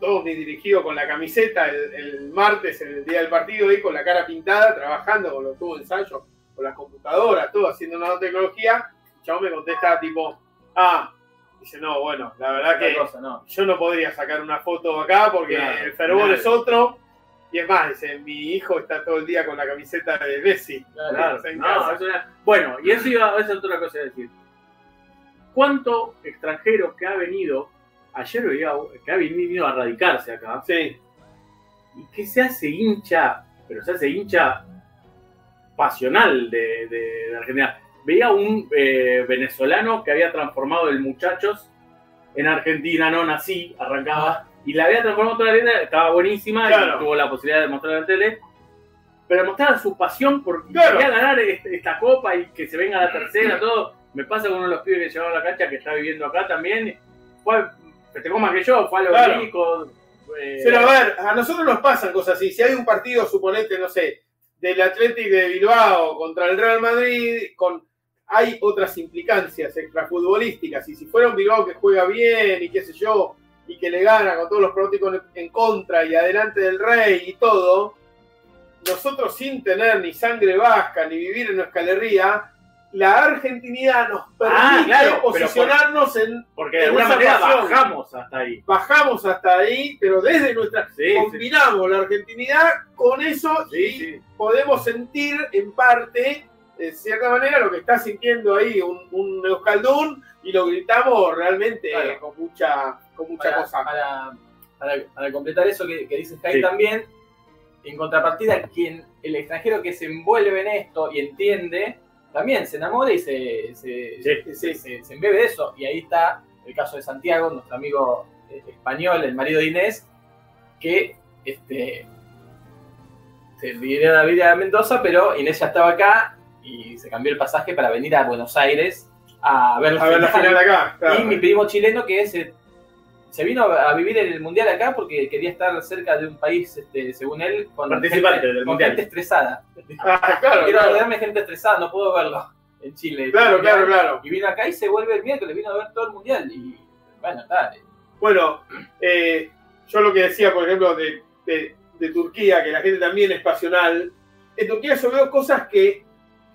S4: todos mis dirigidos con la camiseta el, el martes, el día del partido, y con la cara pintada, trabajando con los tubos de ensayo, con las computadoras, todo, haciendo una tecnología. El chabón me contesta tipo, ah, dice, no, bueno, la verdad que
S2: Otra cosa, no.
S4: yo no podría sacar una foto acá porque
S3: Claro,
S4: el fervor
S3: claro.
S4: es otro. Y es más, dice, mi hijo está todo el día con la camiseta de Messi.
S3: Claro,
S4: Está en
S3: no,
S4: casa.
S3: eso era- Bueno, y eso iba, esa es otra cosa que decir. ¿Cuánto extranjero que ha venido, ayer veía que ha venido a radicarse acá,
S4: Sí,
S3: y que se hace hincha, pero se hace hincha pasional de, de- de Argentina. Veía un eh, venezolano que había transformado el Muchachos en Argentina, no nací, arrancaba, y la había transformado toda la vida, estaba buenísima,
S4: Claro.
S3: y tuvo la posibilidad de mostrar en la tele, pero mostraba su pasión por
S4: Claro.
S3: quería ganar este- esta copa y que se venga la tercera, todo. Me pasa con uno de los pibes que llevaron a la cancha, que está viviendo acá también, fue, festejó más que yo, fue a los
S4: Claro.
S3: eh,
S4: Pero a ver, a nosotros nos pasan cosas así. Si hay un partido, suponete, no sé, del Athletic de Bilbao contra el Real Madrid, con hay otras implicancias extrafutbolísticas. Y si fuera un Bilbao que juega bien y qué sé yo, y que le gana con todos los pronósticos en contra y adelante del Rey y todo, nosotros sin tener ni sangre vasca ni vivir en nuesca herrería, la argentinidad nos permite
S3: Ah, claro, pero
S4: posicionarnos en.
S3: Porque de
S4: En
S3: alguna
S4: esa
S3: manera
S4: pasión.
S3: bajamos hasta ahí.
S4: Bajamos hasta ahí, pero desde nuestra
S3: Sí, sí,
S4: combinamos la argentinidad con eso
S3: sí,
S4: y
S3: sí.
S4: podemos sentir en parte, de cierta manera, lo que está sintiendo ahí un, un Euskaldun y lo gritamos realmente
S2: Claro.
S4: eh, con mucha, con mucha
S2: Para,
S4: cosa.
S2: para, para- para completar eso que, que dice Jai
S3: Sí.
S2: también, en contrapartida, quien el extranjero que se envuelve en esto y entiende, también se enamora y se, se,
S3: Sí.
S2: se- se- se embebe de eso. Y ahí está el caso de Santiago, nuestro amigo eh, español, el marido de Inés, que este, se vinieron a vivir a Mendoza, pero Inés ya estaba acá y se cambió el pasaje para venir a Buenos Aires a ver la
S4: A ver la
S2: final.
S4: final acá. claro.
S2: Y mi primo chileno que es, eh, se vino a vivir en el mundial acá porque quería estar cerca de un país, este, según él, con,
S3: Participante
S2: gente,
S3: del
S2: con
S3: Mundial.
S2: gente estresada.
S4: Ah, claro,
S2: Quiero
S4: claro,
S2: rodearme de gente estresada, no puedo verlo en Chile.
S4: claro, claro, claro.
S2: Y vino acá y se vuelve el miércoles, vino a ver todo el mundial. Y bueno, dale.
S4: Bueno, eh, yo lo que decía, por ejemplo, de, de- de Turquía, que la gente también es pasional. En Turquía yo veo cosas que,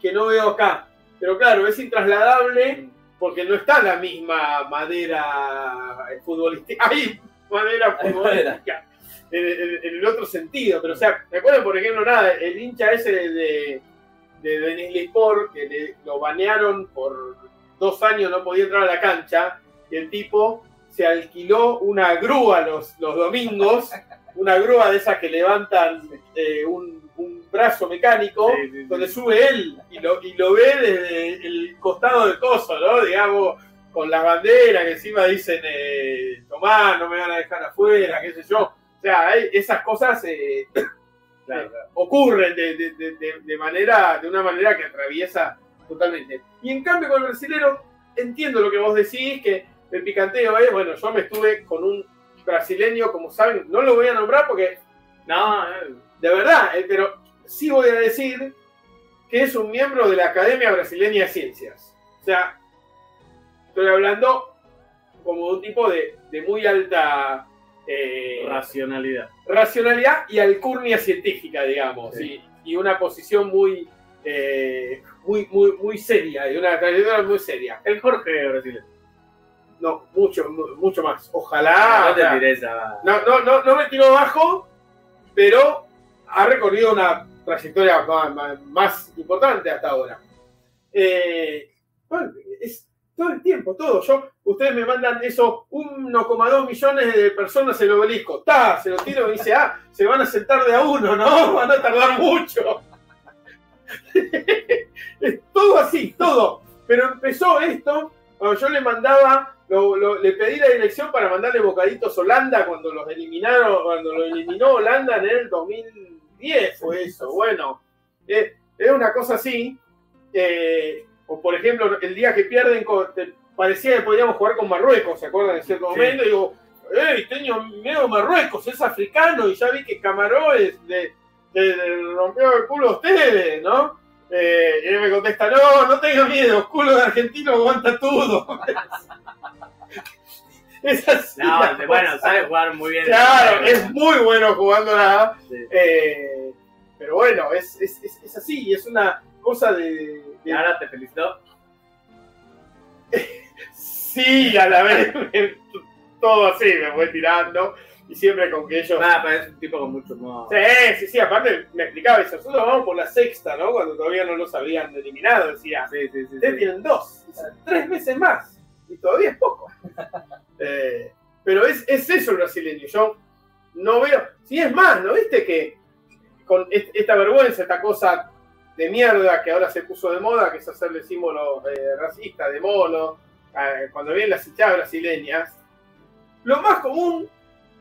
S4: que no veo acá. Pero claro, es intrasladable porque no está la misma madera futbolística. Hay madera
S2: Hay
S4: futbolística. En, en- en el otro sentido. Pero, o sea, ¿te acuerdan, por ejemplo, nada? El hincha ese de, de Denis Lispor, que le- lo banearon por dos años, no podía entrar a la cancha. Y el tipo se alquiló una grúa los, los domingos, una grúa de esas que levantan eh, un, un brazo mecánico,
S3: Sí, sí, sí.
S4: donde sube él y lo, y lo ve desde el costado del coso, ¿no? Digamos, con las banderas que encima dicen, eh, tomá, no me van a dejar afuera, qué sé yo. O sea, hay- esas cosas eh,
S3: Claro,
S4: ocurren de, de- de- de- de manera, de una manera que atraviesa totalmente. Y en cambio con el brasilero, entiendo lo que vos decís, que el picanteo es, bueno, yo me estuve con un brasileño, como saben, no lo voy a nombrar porque
S3: No, eh,
S4: de verdad, eh, pero
S7: sí voy a decir que es un miembro de la Academia Brasileña de Ciencias. O sea, estoy hablando como de un tipo de, de muy alta eh,
S3: Racionalidad.
S7: racionalidad y alcurnia científica, digamos,
S3: Sí.
S7: y, y una posición muy, eh, muy, muy, muy seria, y una trayectoria muy seria.
S3: El Jorge brasileño.
S7: No, mucho, mu- mucho más. Ojalá.
S3: Ah, no te
S7: ojalá.
S3: tiré esa.
S7: No, no, no, no me tiró abajo, pero ha recorrido una trayectoria ma- ma- más, importante hasta ahora. Eh, bueno, es todo el tiempo, todo. Yo, ustedes me mandan eso, 1,2 millones de personas en el obelisco. ¡Ta! Se lo tiro y dice, ah, se van a sentar de a uno, ¿no? Van a tardar mucho. es todo así, todo. Pero empezó esto cuando yo le mandaba, lo- lo- le pedí la dirección para mandarle bocaditos a Holanda cuando los eliminaron, cuando lo eliminó Holanda en el 2010 o eso. Bueno, eh, es una cosa así. eh, o por ejemplo, el día que pierden, con- te- parecía que podíamos jugar con Marruecos, ¿se acuerdan? En cierto momento, y digo, ¡Ey, tengo miedo a Marruecos! Es africano, y ya vi que Camaró es de, de- de- rompió el culo a ustedes, ¿no? Eh, y él me contesta, no, no tengo miedo, culo de argentino aguanta todo. es así.
S3: No, pues,
S7: la
S3: bueno,
S7: cosa.
S3: sabe jugar muy bien.
S7: Claro, es muy bueno jugando la A.
S3: Sí.
S7: Eh, pero bueno, es, es, es, es así, y es una cosa de.
S3: Y
S7: de-
S3: ahora te felicito.
S7: Sí, a la vez. todo así me fue tirando. Y siempre con que ellos.
S3: Nada, pero Ah, pues, es un tipo con mucho humor.
S7: Sí, sí, sí, aparte me explicaba eso. Nosotros vamos por la sexta, ¿no? Cuando todavía no los habían eliminado, decía.
S3: Sí, sí, sí.
S7: Ustedes
S3: sí.
S7: tienen dos, o sea, tres veces más, y todavía es poco. Eh, pero es, es eso el brasileño. Yo no veo. Si es más, ¿no viste que con est- esta vergüenza, esta cosa de mierda que ahora se puso de moda, que es hacerle símbolo eh, racista, de mono, eh, cuando vienen las hinchadas brasileñas, lo más común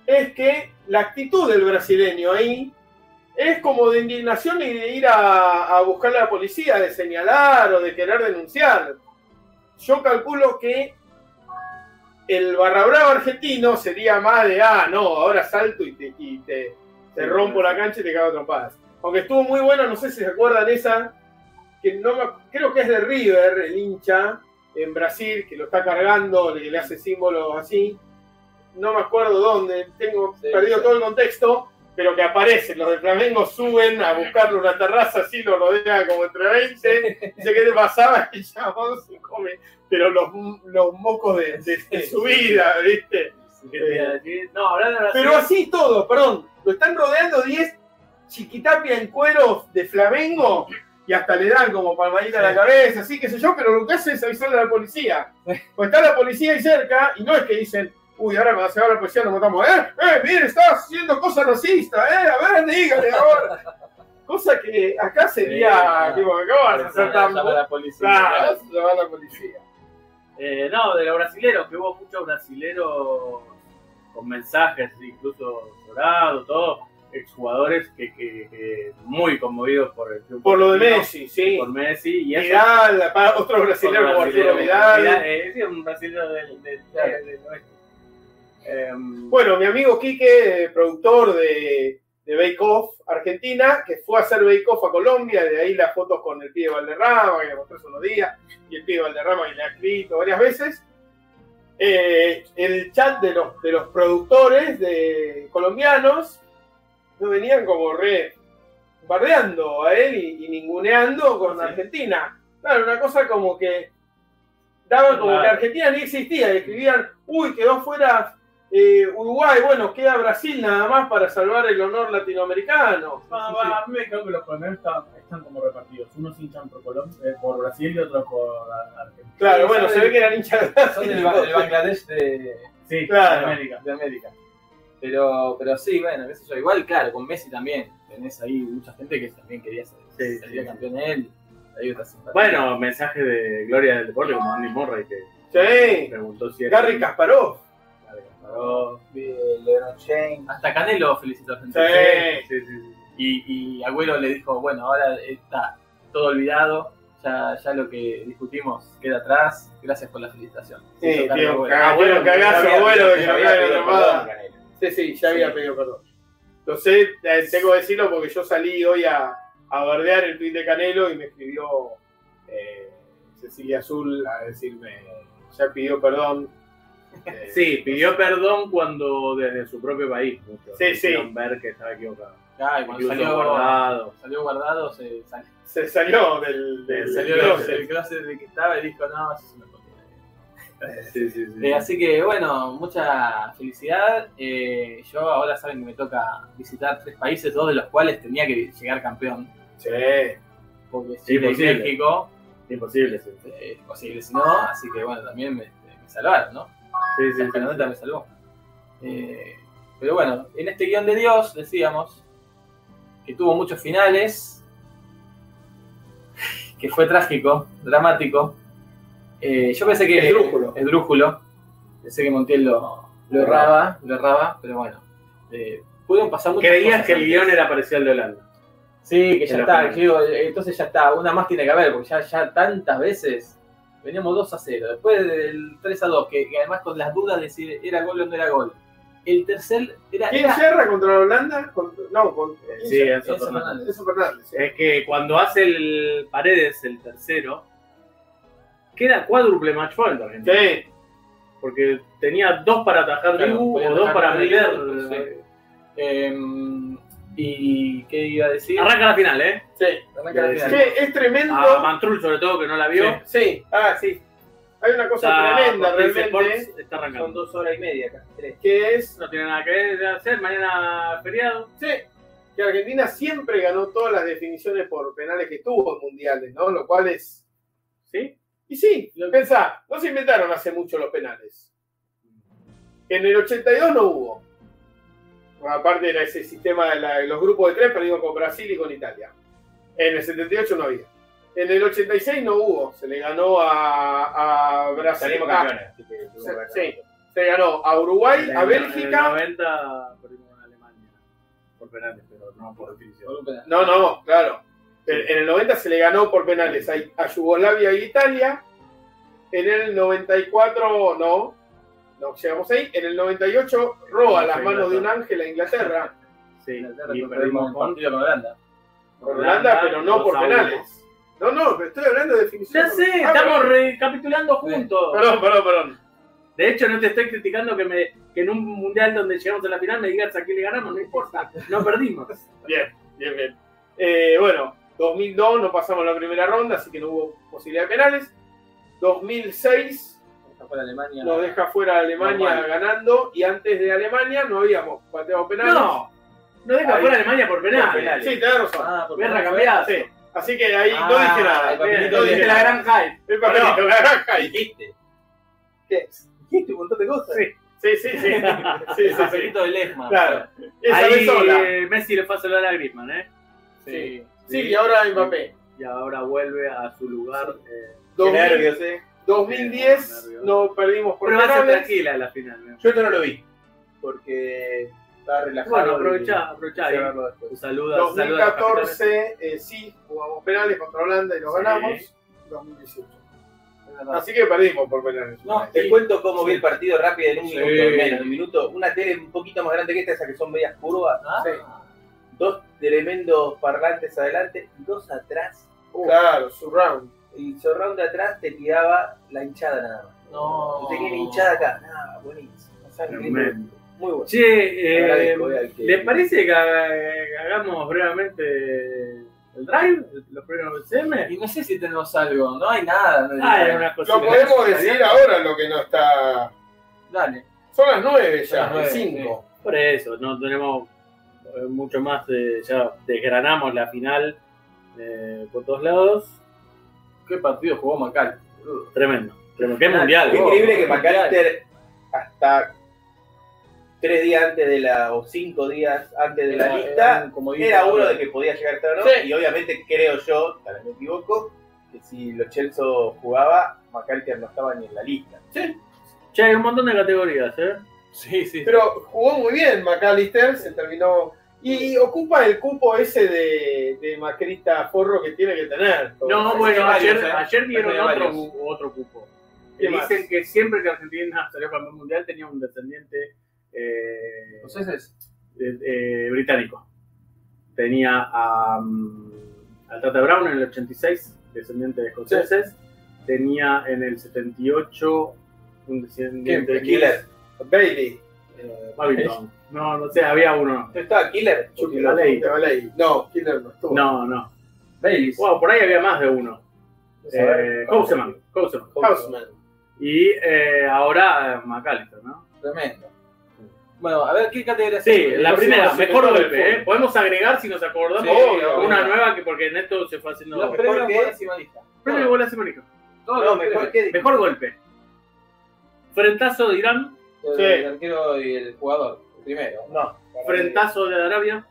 S7: es que la actitud del brasileño ahí es como de indignación y de ir a, a buscar a la policía, de señalar o de querer denunciar. Yo calculo que el barra brava argentino sería más de, ah, no, ahora salto y te, y te, te rompo la cancha y te cago a trompadas. Aunque estuvo muy buena, no sé si se acuerdan esa, que no me- creo que es de River, el hincha, en Brasil, que lo está cargando, le, le hace símbolos así. No me acuerdo dónde, tengo
S2: Sí,
S7: perdido
S2: sí.
S7: todo el contexto pero que aparecen. Los de Flamengo suben a buscarlo una terraza, así lo rodean como entre 20. Dice, ¿qué te pasaba? Y ya vos se come. Pero los, los mocos de, de- de su vida, ¿viste?
S3: ¿Qué te
S7: eh,
S3: iba a decir? No, hablando de Brasil.
S7: Pero así todo, perdón. Lo están rodeando 10 chiquitapia en cueros de Flamengo y hasta le dan como palmadita en la cabeza, así que sé yo, pero lo que hace es avisarle a la policía. Pues está la policía ahí cerca y no es que dicen, uy, ahora cuando se va la policía nos matamos. ¡Eh, eh, mire, está haciendo cosas racistas! ¡Eh, a ver, dígale ahora! Cosa que acá sería,
S2: claro.
S7: tipo, ¿cómo vas a hacer tan...
S2: Llama a la policía.
S7: Claro, vas a llamar a la policía.
S3: Eh, no, de los brasileros, que hubo muchos brasileros con mensajes, incluso llorados, todos exjugadores que, que- que muy conmovidos por el triunfo
S7: Por lo de
S3: argentino,
S7: Messi, sí.
S3: Por Messi, y eso
S7: Vidal, para otro brasileño como Arturo Vidal.
S3: Vidal, eh, sí, un brasileño del, del- del- del oeste. Em,
S7: Bueno, mi amigo Quique, eh, productor de, de Bake Off Argentina, que fue a hacer Bake Off a Colombia, de ahí las fotos con el pibe Valderrama, que le mostré hace unos días, y el pibe Valderrama que le ha escrito varias veces. Eh, el chat de los, de los productores de colombianos no venían como re bardeando a él y, y ninguneando con Argentina. Claro, una cosa como que daban como
S3: Claro.
S7: que Argentina ni existía, y escribían, uy, quedó fuera eh, Uruguay, bueno, queda Brasil nada más para salvar el honor latinoamericano.
S9: Ah, va, a mí me creo que los colombianos están, están como repartidos. Unos hinchan por, Colom- eh, por Brasil y otros por Ar- Argentina.
S7: Claro,
S2: Sí,
S7: bueno,
S2: sabe.
S7: se ve que eran hinchas de
S2: Son
S7: Brasil.
S2: del, Ba- del Bangladesh de,
S9: Sí,
S7: Claro.
S9: en América.
S2: de América. Pero, pero sí, bueno, qué sé yo. Igual, claro, con Messi también. Tenés ahí mucha gente que también quería ser
S3: Sí,
S2: sería
S3: sí.
S2: campeón de él. Ahí está simpático.
S3: bueno, mensajes de gloria del deporte como Andy Murray que
S7: Sí,
S3: preguntó si era
S7: Gary Kasparov.
S3: Gary Kasparov.
S5: LeBron James.
S2: Hasta Canelo felicitó a Argentina.
S7: Sí.
S3: Sí, sí, sí.
S2: Y, y Agüero le dijo, bueno, ahora está todo olvidado. Ya, ya lo que discutimos queda atrás. Gracias por la felicitación.
S7: Sí,
S2: Hizo cargo
S7: tío,
S2: Agüero. Ah,
S7: cagá, Ah, bueno, cagá, su abuelo de que
S5: Ya
S7: no
S5: había
S7: caiga la
S5: pedido
S7: trompada.
S5: perdón, Canelo.
S7: Sí, sí, ya había pedido perdón. Lo sé, eh, tengo que decirlo porque yo salí hoy a, a bardear el tweet de Canelo y me escribió eh, Cecilia Azul a decirme, ya pidió perdón. Eh,
S3: Sí, pidió perdón cuando desde su propio país. muchos
S7: Sí,
S3: hicieron
S7: sí.
S3: ver que estaba equivocado.
S2: Ah, y cuando
S3: Incluso
S2: salió guardado,
S3: guardado.
S2: salió guardado se salió,
S7: Se salió del, del,
S2: salió
S7: del
S2: del,
S7: closet.
S2: del closet de que estaba y dijo, no, eso es una porquería".
S3: Sí, sí, sí.
S2: Eh, así que bueno, mucha felicidad. Eh, yo ahora saben que me toca visitar tres países, dos de los cuales tenía que llegar campeón.
S7: Sí.
S2: Porque
S3: Sí,
S2: Chile y
S3: posible.
S2: México
S3: Imposible, sí.
S2: eh, es posible, si no, así que bueno, también me, me salvaron, ¿no?
S3: Sí, sí,
S2: La
S3: sí.
S2: Fernanda me salvó. Eh, pero bueno, en este guión de Dios decíamos que tuvo muchos finales, que fue trágico, dramático. Eh, yo pensé que.
S7: Esdrújulo.
S2: Esdrújulo. Pensé que Montiel lo, lo erraba, lo erraba, pero bueno. Eh, pudieron pasar muchas
S3: Creías
S2: cosas
S3: que el
S2: antes.
S3: guión era parecido al de Holanda.
S2: Sí, que ya
S3: Era
S2: está.
S3: penal.
S2: que digo, eh, entonces ya está. Una más tiene que haber, porque ya, ya tantas veces veníamos 2 a 0. Después del 3 a 2, que, que además con las dudas de si era gol o no era gol. El tercer era.
S7: ¿Quién
S2: era-
S7: cierra contra Holanda? Contra- no, con
S3: Sí, eh. eso,
S2: Enzo
S3: Fernández.
S2: Fernández.
S7: Enzo Fernández. sí.
S3: Es que cuando hace el Paredes, el tercero, queda cuádruple match point Argentina.
S7: Sí.
S3: Porque tenía dos para atajar
S2: Claro,
S3: Dibu
S2: podía
S3: o dos
S2: atajar
S3: para
S2: Dibu,
S3: Miller.
S2: sí. Em, ¿Y qué iba a decir?
S3: Arranca la final, ¿eh?
S2: Arranca la final.
S7: Che, es tremendo.
S3: A Mantrul, sobre todo, que no la vio.
S2: Sí.
S7: sí, ah, sí. Hay una cosa
S3: Está-
S7: tremenda
S3: Ortiz
S7: realmente,
S3: Sports está
S5: Son
S3: arrancando.
S5: dos horas y media, casi tres.
S7: que es
S3: No tiene nada que hacer. Mañana feriado.
S7: sí, que Argentina siempre ganó todas las definiciones por penales que tuvo en mundiales, ¿no? Lo cual es.
S3: ¿Sí?
S7: Y sí, pensá, no se inventaron hace mucho los penales. En el 82 no hubo. Bueno, aparte era ese sistema de la- los grupos de tres, perdimos con Brasil y con Italia. En el 78 no había. En el 86 no hubo. Se le ganó a, a Brasil.
S5: Salimos
S7: Ah,
S5: campeones. así que tuvimos
S7: Sí,
S5: que-
S7: sí. Se ganó a Uruguay,
S3: En
S7: a
S3: el-
S7: Bélgica.
S3: En el 90 perdimos con Alemania. Por penales, pero no por definición.
S2: Por un penal.
S7: No, no, claro. En en el 90 se le ganó por penales a, a Yugoslavia y Italia. En el 94 no. No llegamos ahí. En el 98 roba las manos de un ángel a Inglaterra.
S3: Sí,
S2: Inglaterra
S3: y
S2: con- perdimos
S3: perdimos
S2: un
S3: con
S2: partido con Holanda.
S7: Por Holanda, pero no por
S3: dos a uno.
S7: penales. No, no, pero estoy hablando de definición.
S3: Ya sé,
S7: Ah,
S3: estamos
S7: perdón.
S3: recapitulando juntos.
S7: Perdón, perdón, perdón.
S3: De hecho, no te estoy criticando que, me, que en un mundial donde llegamos a la final me digas a quién le ganamos, no importa, no perdimos.
S7: Bien, bien. Eh, bueno, 2002 no pasamos la primera ronda, así que no hubo posibilidad de penales. 2006
S2: Esta fue la Alemania.
S7: nos deja fuera a Alemania
S2: Normal.
S7: ganando y antes de Alemania no habíamos pateado penales.
S3: No, no deja
S7: Ahí.
S3: fuera a Alemania por penales.
S5: Por penales.
S7: Sí, tenés razón.
S2: Ah, por
S3: Guerra
S2: penal.
S3: cambiada.
S7: Sí. Así que ahí no
S2: Ah,
S7: dije nada.
S2: el papelito
S7: no
S2: de-
S7: dije
S3: Dijiste la
S7: nada.
S3: gran hype.
S7: El papelito, la granja ahí.
S5: Dijiste. ¿Qué? Dijiste un montón de cosas.
S7: Sí, sí, sí. Sí,
S2: El
S7: sí, sí.
S2: papelito de Lesma.
S7: Claro. Esa vez
S3: Ahí
S7: sola.
S3: eh, Messi le pasa a hablar a Griezmann, ¿eh?
S2: Sí.
S7: Sí, y ahora Mbappé.
S3: Y ahora vuelve a su lugar. eh.
S5: Qué
S7: 2000
S5: nervios, eh.
S7: 2010
S3: Nervios.
S7: no perdimos por
S3: Pero va a ser
S7: penales.
S3: tranquila la final. ¿no?
S5: Yo esto no lo vi. Porque estaba relajado.
S3: Bueno,
S5: y-
S3: aprovechá, aprovechá. ahí.
S5: quise verlo después.
S3: Un saludo a- saludo a los capitanes.
S7: 2014 eh, sí jugamos penales contra Holanda y lo
S3: Sí.
S7: ganamos. 2018.
S2: Es verdad.
S7: Así que perdimos por penales.
S2: No,
S5: Te
S2: Sí.
S5: cuento cómo vi el partido rápido en un
S2: Sí.
S5: minuto, menos de un minuto. Una tele un poquito más grande que esta, esa que son medias curvas.
S2: Ah,
S7: Sí.
S5: Dos tremendos parlantes adelante y dos atrás. Uh,
S7: Claro, su round.
S5: El zorrón de atrás te tiraba la hinchada nada más.
S2: No.
S5: Tenía la hinchada acá. Nada, buenísimo. O sea,
S3: Tremendo.
S5: Muy bueno.
S3: Che, eh,
S5: Agradezco, eh, al que-
S3: ¿les parece que ha- hagamos brevemente el drive? ¿Los primeros CM?
S2: Y no sé si tenemos algo, no hay nada. no hay
S3: Ah,
S2: nada.
S3: era una cosa.
S7: Lo podemos decir ahora lo que no está.
S2: Dale.
S7: Son las 9
S2: Son las
S7: ya,
S2: nueve,
S7: 5.
S3: Por eso, no tenemos eh, mucho más. de- ya desgranamos la final eh, por todos lados.
S2: ¿Qué partido jugó Macal?
S3: Tremendo. tremendo. Qué
S2: Claro.
S3: mundial.
S5: Qué
S2: Oh,
S5: increíble que
S2: oh,
S5: McAllister, hasta tres días antes de la, o cinco días antes de la lista, era uno de que podía llegar tarde o no, y obviamente creo yo, tal vez me equivoco, que si los Chelsea jugaba, McAllister no estaba ni en la lista.
S3: Che, hay un montón de categorías, ¿eh?
S2: Sí, sí.
S7: Pero jugó muy bien McAllister, se terminó. Y ocupa el cupo ese de, de Macrista Forro que tiene que tener.
S3: No,
S2: sí,
S3: bueno,
S2: varios,
S3: ayer,
S2: eh.
S3: ayer dieron
S2: Hay varios.
S3: otro, cu- otro cupo.
S7: ¿Qué
S3: Que
S7: más?
S3: Dicen que siempre que Argentina salió campeón mundial tenía un descendiente eh,
S2: Entonces es.
S3: eh, eh, británico. Tenía a mm, al Tata Brown en el 86, descendiente de escoceses. Tenía en el 78 un descendiente de
S4: Killer. Bailey. Eh,
S3: Babington. No, no sé, había uno.
S4: ¿No está Killer?
S3: Chucky Bailey.
S4: Bailey. No, Killer no estuvo.
S3: No, no.
S2: Baileys.
S3: Wow, por ahí había más de uno. Eh, Houseman, Houseman.
S4: Houseman.
S3: Y eh, ahora eh, McAllister, ¿no?
S2: Tremendo. Bueno, a ver qué categoría
S3: Sí, la
S2: Los
S3: primera,
S2: últimos
S3: mejor
S2: mejores
S3: golpe, ¿eh? Podemos agregar si nos acordamos
S2: Sí,
S3: obvio, una
S2: obvio.
S3: nueva que porque en esto se fue haciendo.
S2: Los
S3: Mejor
S2: premios
S4: que-
S2: bolas y manija.
S3: Premio de bola simbólica.
S2: Todos
S4: No,
S2: los
S4: mejor
S2: mejor
S4: que
S3: Mejor golpe. Frentazo de Irán,
S2: El,
S5: Sí.
S2: el arquero y el jugador. El primero.
S5: No.
S3: frentazo de Arabia,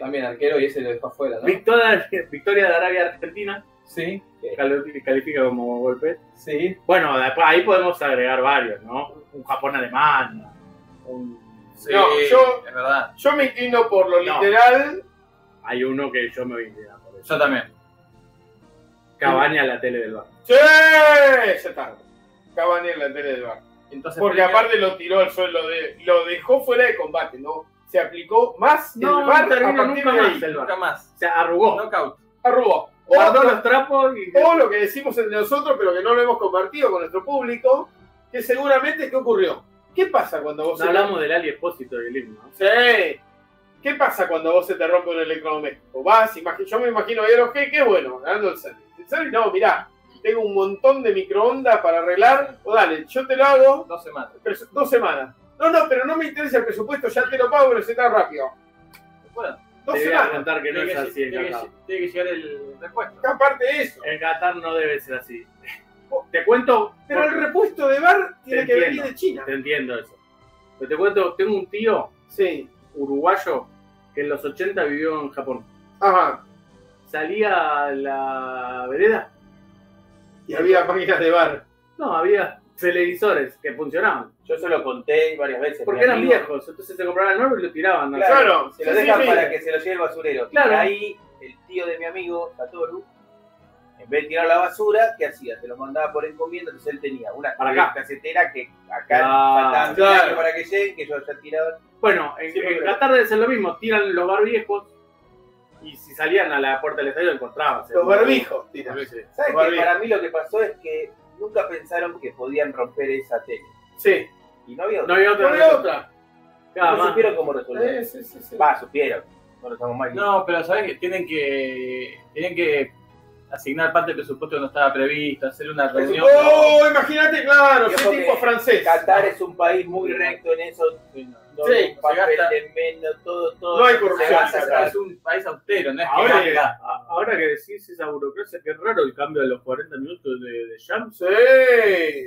S2: También arquero y ese lo dejó afuera, ¿no?
S3: victoria, victoria de Arabia Argentina,
S2: Sí,
S3: que cali- califica como golpe.
S2: sí.
S3: Bueno, de- ahí podemos agregar varios, ¿no? Un Japón-Alemania, un-
S4: No, yo-
S2: Es verdad.
S4: Yo me inclino por lo
S3: No.
S4: literal.
S3: Hay uno que yo me voy a inclinar por eso.
S2: Yo también.
S3: Cabaña a la tele del bar.
S4: ¡Sí! Ya está. Cavani en la tele del bar.
S2: Entonces,
S4: Porque
S2: premio-
S4: aparte lo tiró al suelo, lo, de- lo dejó fuera de combate, ¿no? Se aplicó más
S3: No,
S4: el bar
S3: no terminó
S4: a partir
S3: nunca
S4: de
S3: más.
S4: ahí.
S3: el
S2: nunca
S3: bar.
S2: más.
S3: Se arrugó.
S2: Knockout.
S4: Arrugó. O,
S3: Guardó los trapos y
S4: o lo que decimos entre nosotros, pero que no lo hemos compartido con nuestro público, que seguramente, ¿qué ocurrió? ¿Qué pasa cuando vos...
S3: No
S4: se-
S3: hablamos del Ali Espósito y el himno. ¿no?
S4: Sí. ¿Qué pasa cuando vos se te rompe un electrodoméstico? Vas, imagi- yo me imagino, ahí a los que, qué bueno, ganando el service. El service, no, mirá, tengo un montón de microondas para arreglar, o dale, yo te lo hago,
S2: No se mata.
S4: presu- dos semanas. No, no, pero no me interesa el presupuesto, ya te lo pago, pero se tan rápido.
S2: Bueno,
S4: Dos
S3: Te voy a
S4: semanas.
S3: contar que no
S2: tiene,
S3: es
S2: que,
S3: así en
S2: tiene que-
S3: Qatar.
S2: tiene que llegar el repuesto.
S4: Aparte de eso.
S3: En Qatar no debe ser así. Te cuento.
S4: Oh, Pero el repuesto de bar tiene
S3: Te
S4: que venir
S3: entiendo.
S4: de China.
S3: Te entiendo eso. Pero te cuento, tengo un tío
S4: Sí.
S3: uruguayo que en los 80 vivió en Japón.
S4: Ajá.
S3: Salía a la vereda.
S4: Y había máquinas de bar.
S3: No, había televisores que funcionaban.
S5: Yo se lo conté varias veces.
S3: Porque
S5: mi
S3: eran
S5: amigo-
S3: viejos. Entonces se compraban nuevos y lo tiraban. ¿no?
S5: Claro. Se
S4: Sí,
S5: lo dejan
S4: sí,
S5: para
S4: sí.
S5: que se lo lleve el basurero.
S3: Claro.
S5: Ahí el tío de mi amigo, Satoru, en vez de tirar la basura, ¿qué hacía? Te lo mandaba por encomienda, entonces él tenía una
S3: Para acá.
S5: casetera que acá
S3: Ah,
S5: faltaban mil
S4: claro.
S5: años para que lleguen, que yo ya tiraba.
S3: Bueno, en,
S4: Sí,
S3: en
S4: porque-
S3: Qatar debe ser lo mismo. Tiran los bar viejos. Y si salían a la puerta del estadio, lo encontraban.
S4: Los barbijos. tira.
S3: Sí, sí.
S5: ¿Sabes
S4: Barbie.
S5: qué? Para mí lo que pasó es que nunca pensaron que podían romper esa tele.
S4: Sí.
S5: Y no había
S3: No
S5: otra.
S3: había
S4: No
S3: otra.
S4: había otra.
S3: Nada
S5: No
S3: más.
S5: supieron cómo resolver.
S4: Eh, sí, sí, sí.
S5: Va, supieron. No lo estamos mal.
S2: No, pero sabes que tienen que tienen que asignar parte del presupuesto que no estaba previsto, hacer una reunión.
S4: Oh, imagínate, claro,
S5: Viejo
S4: soy tipo
S5: que-
S4: francés.
S5: Qatar es un país muy recto en eso. No
S4: Sí,
S5: hay papel
S2: gasta-
S5: de menos, todo, todo.
S4: No hay
S5: Se
S4: corrupción.
S5: gasta
S4: en
S5: atrás.
S4: Qatar.
S2: Es un país austero, no es que
S3: Ahora que,
S2: gasta.
S4: Ah,
S3: a- ahora que decís esa burocracia, qué raro el cambio de los 40 minutos de, de Shams.
S4: Sí.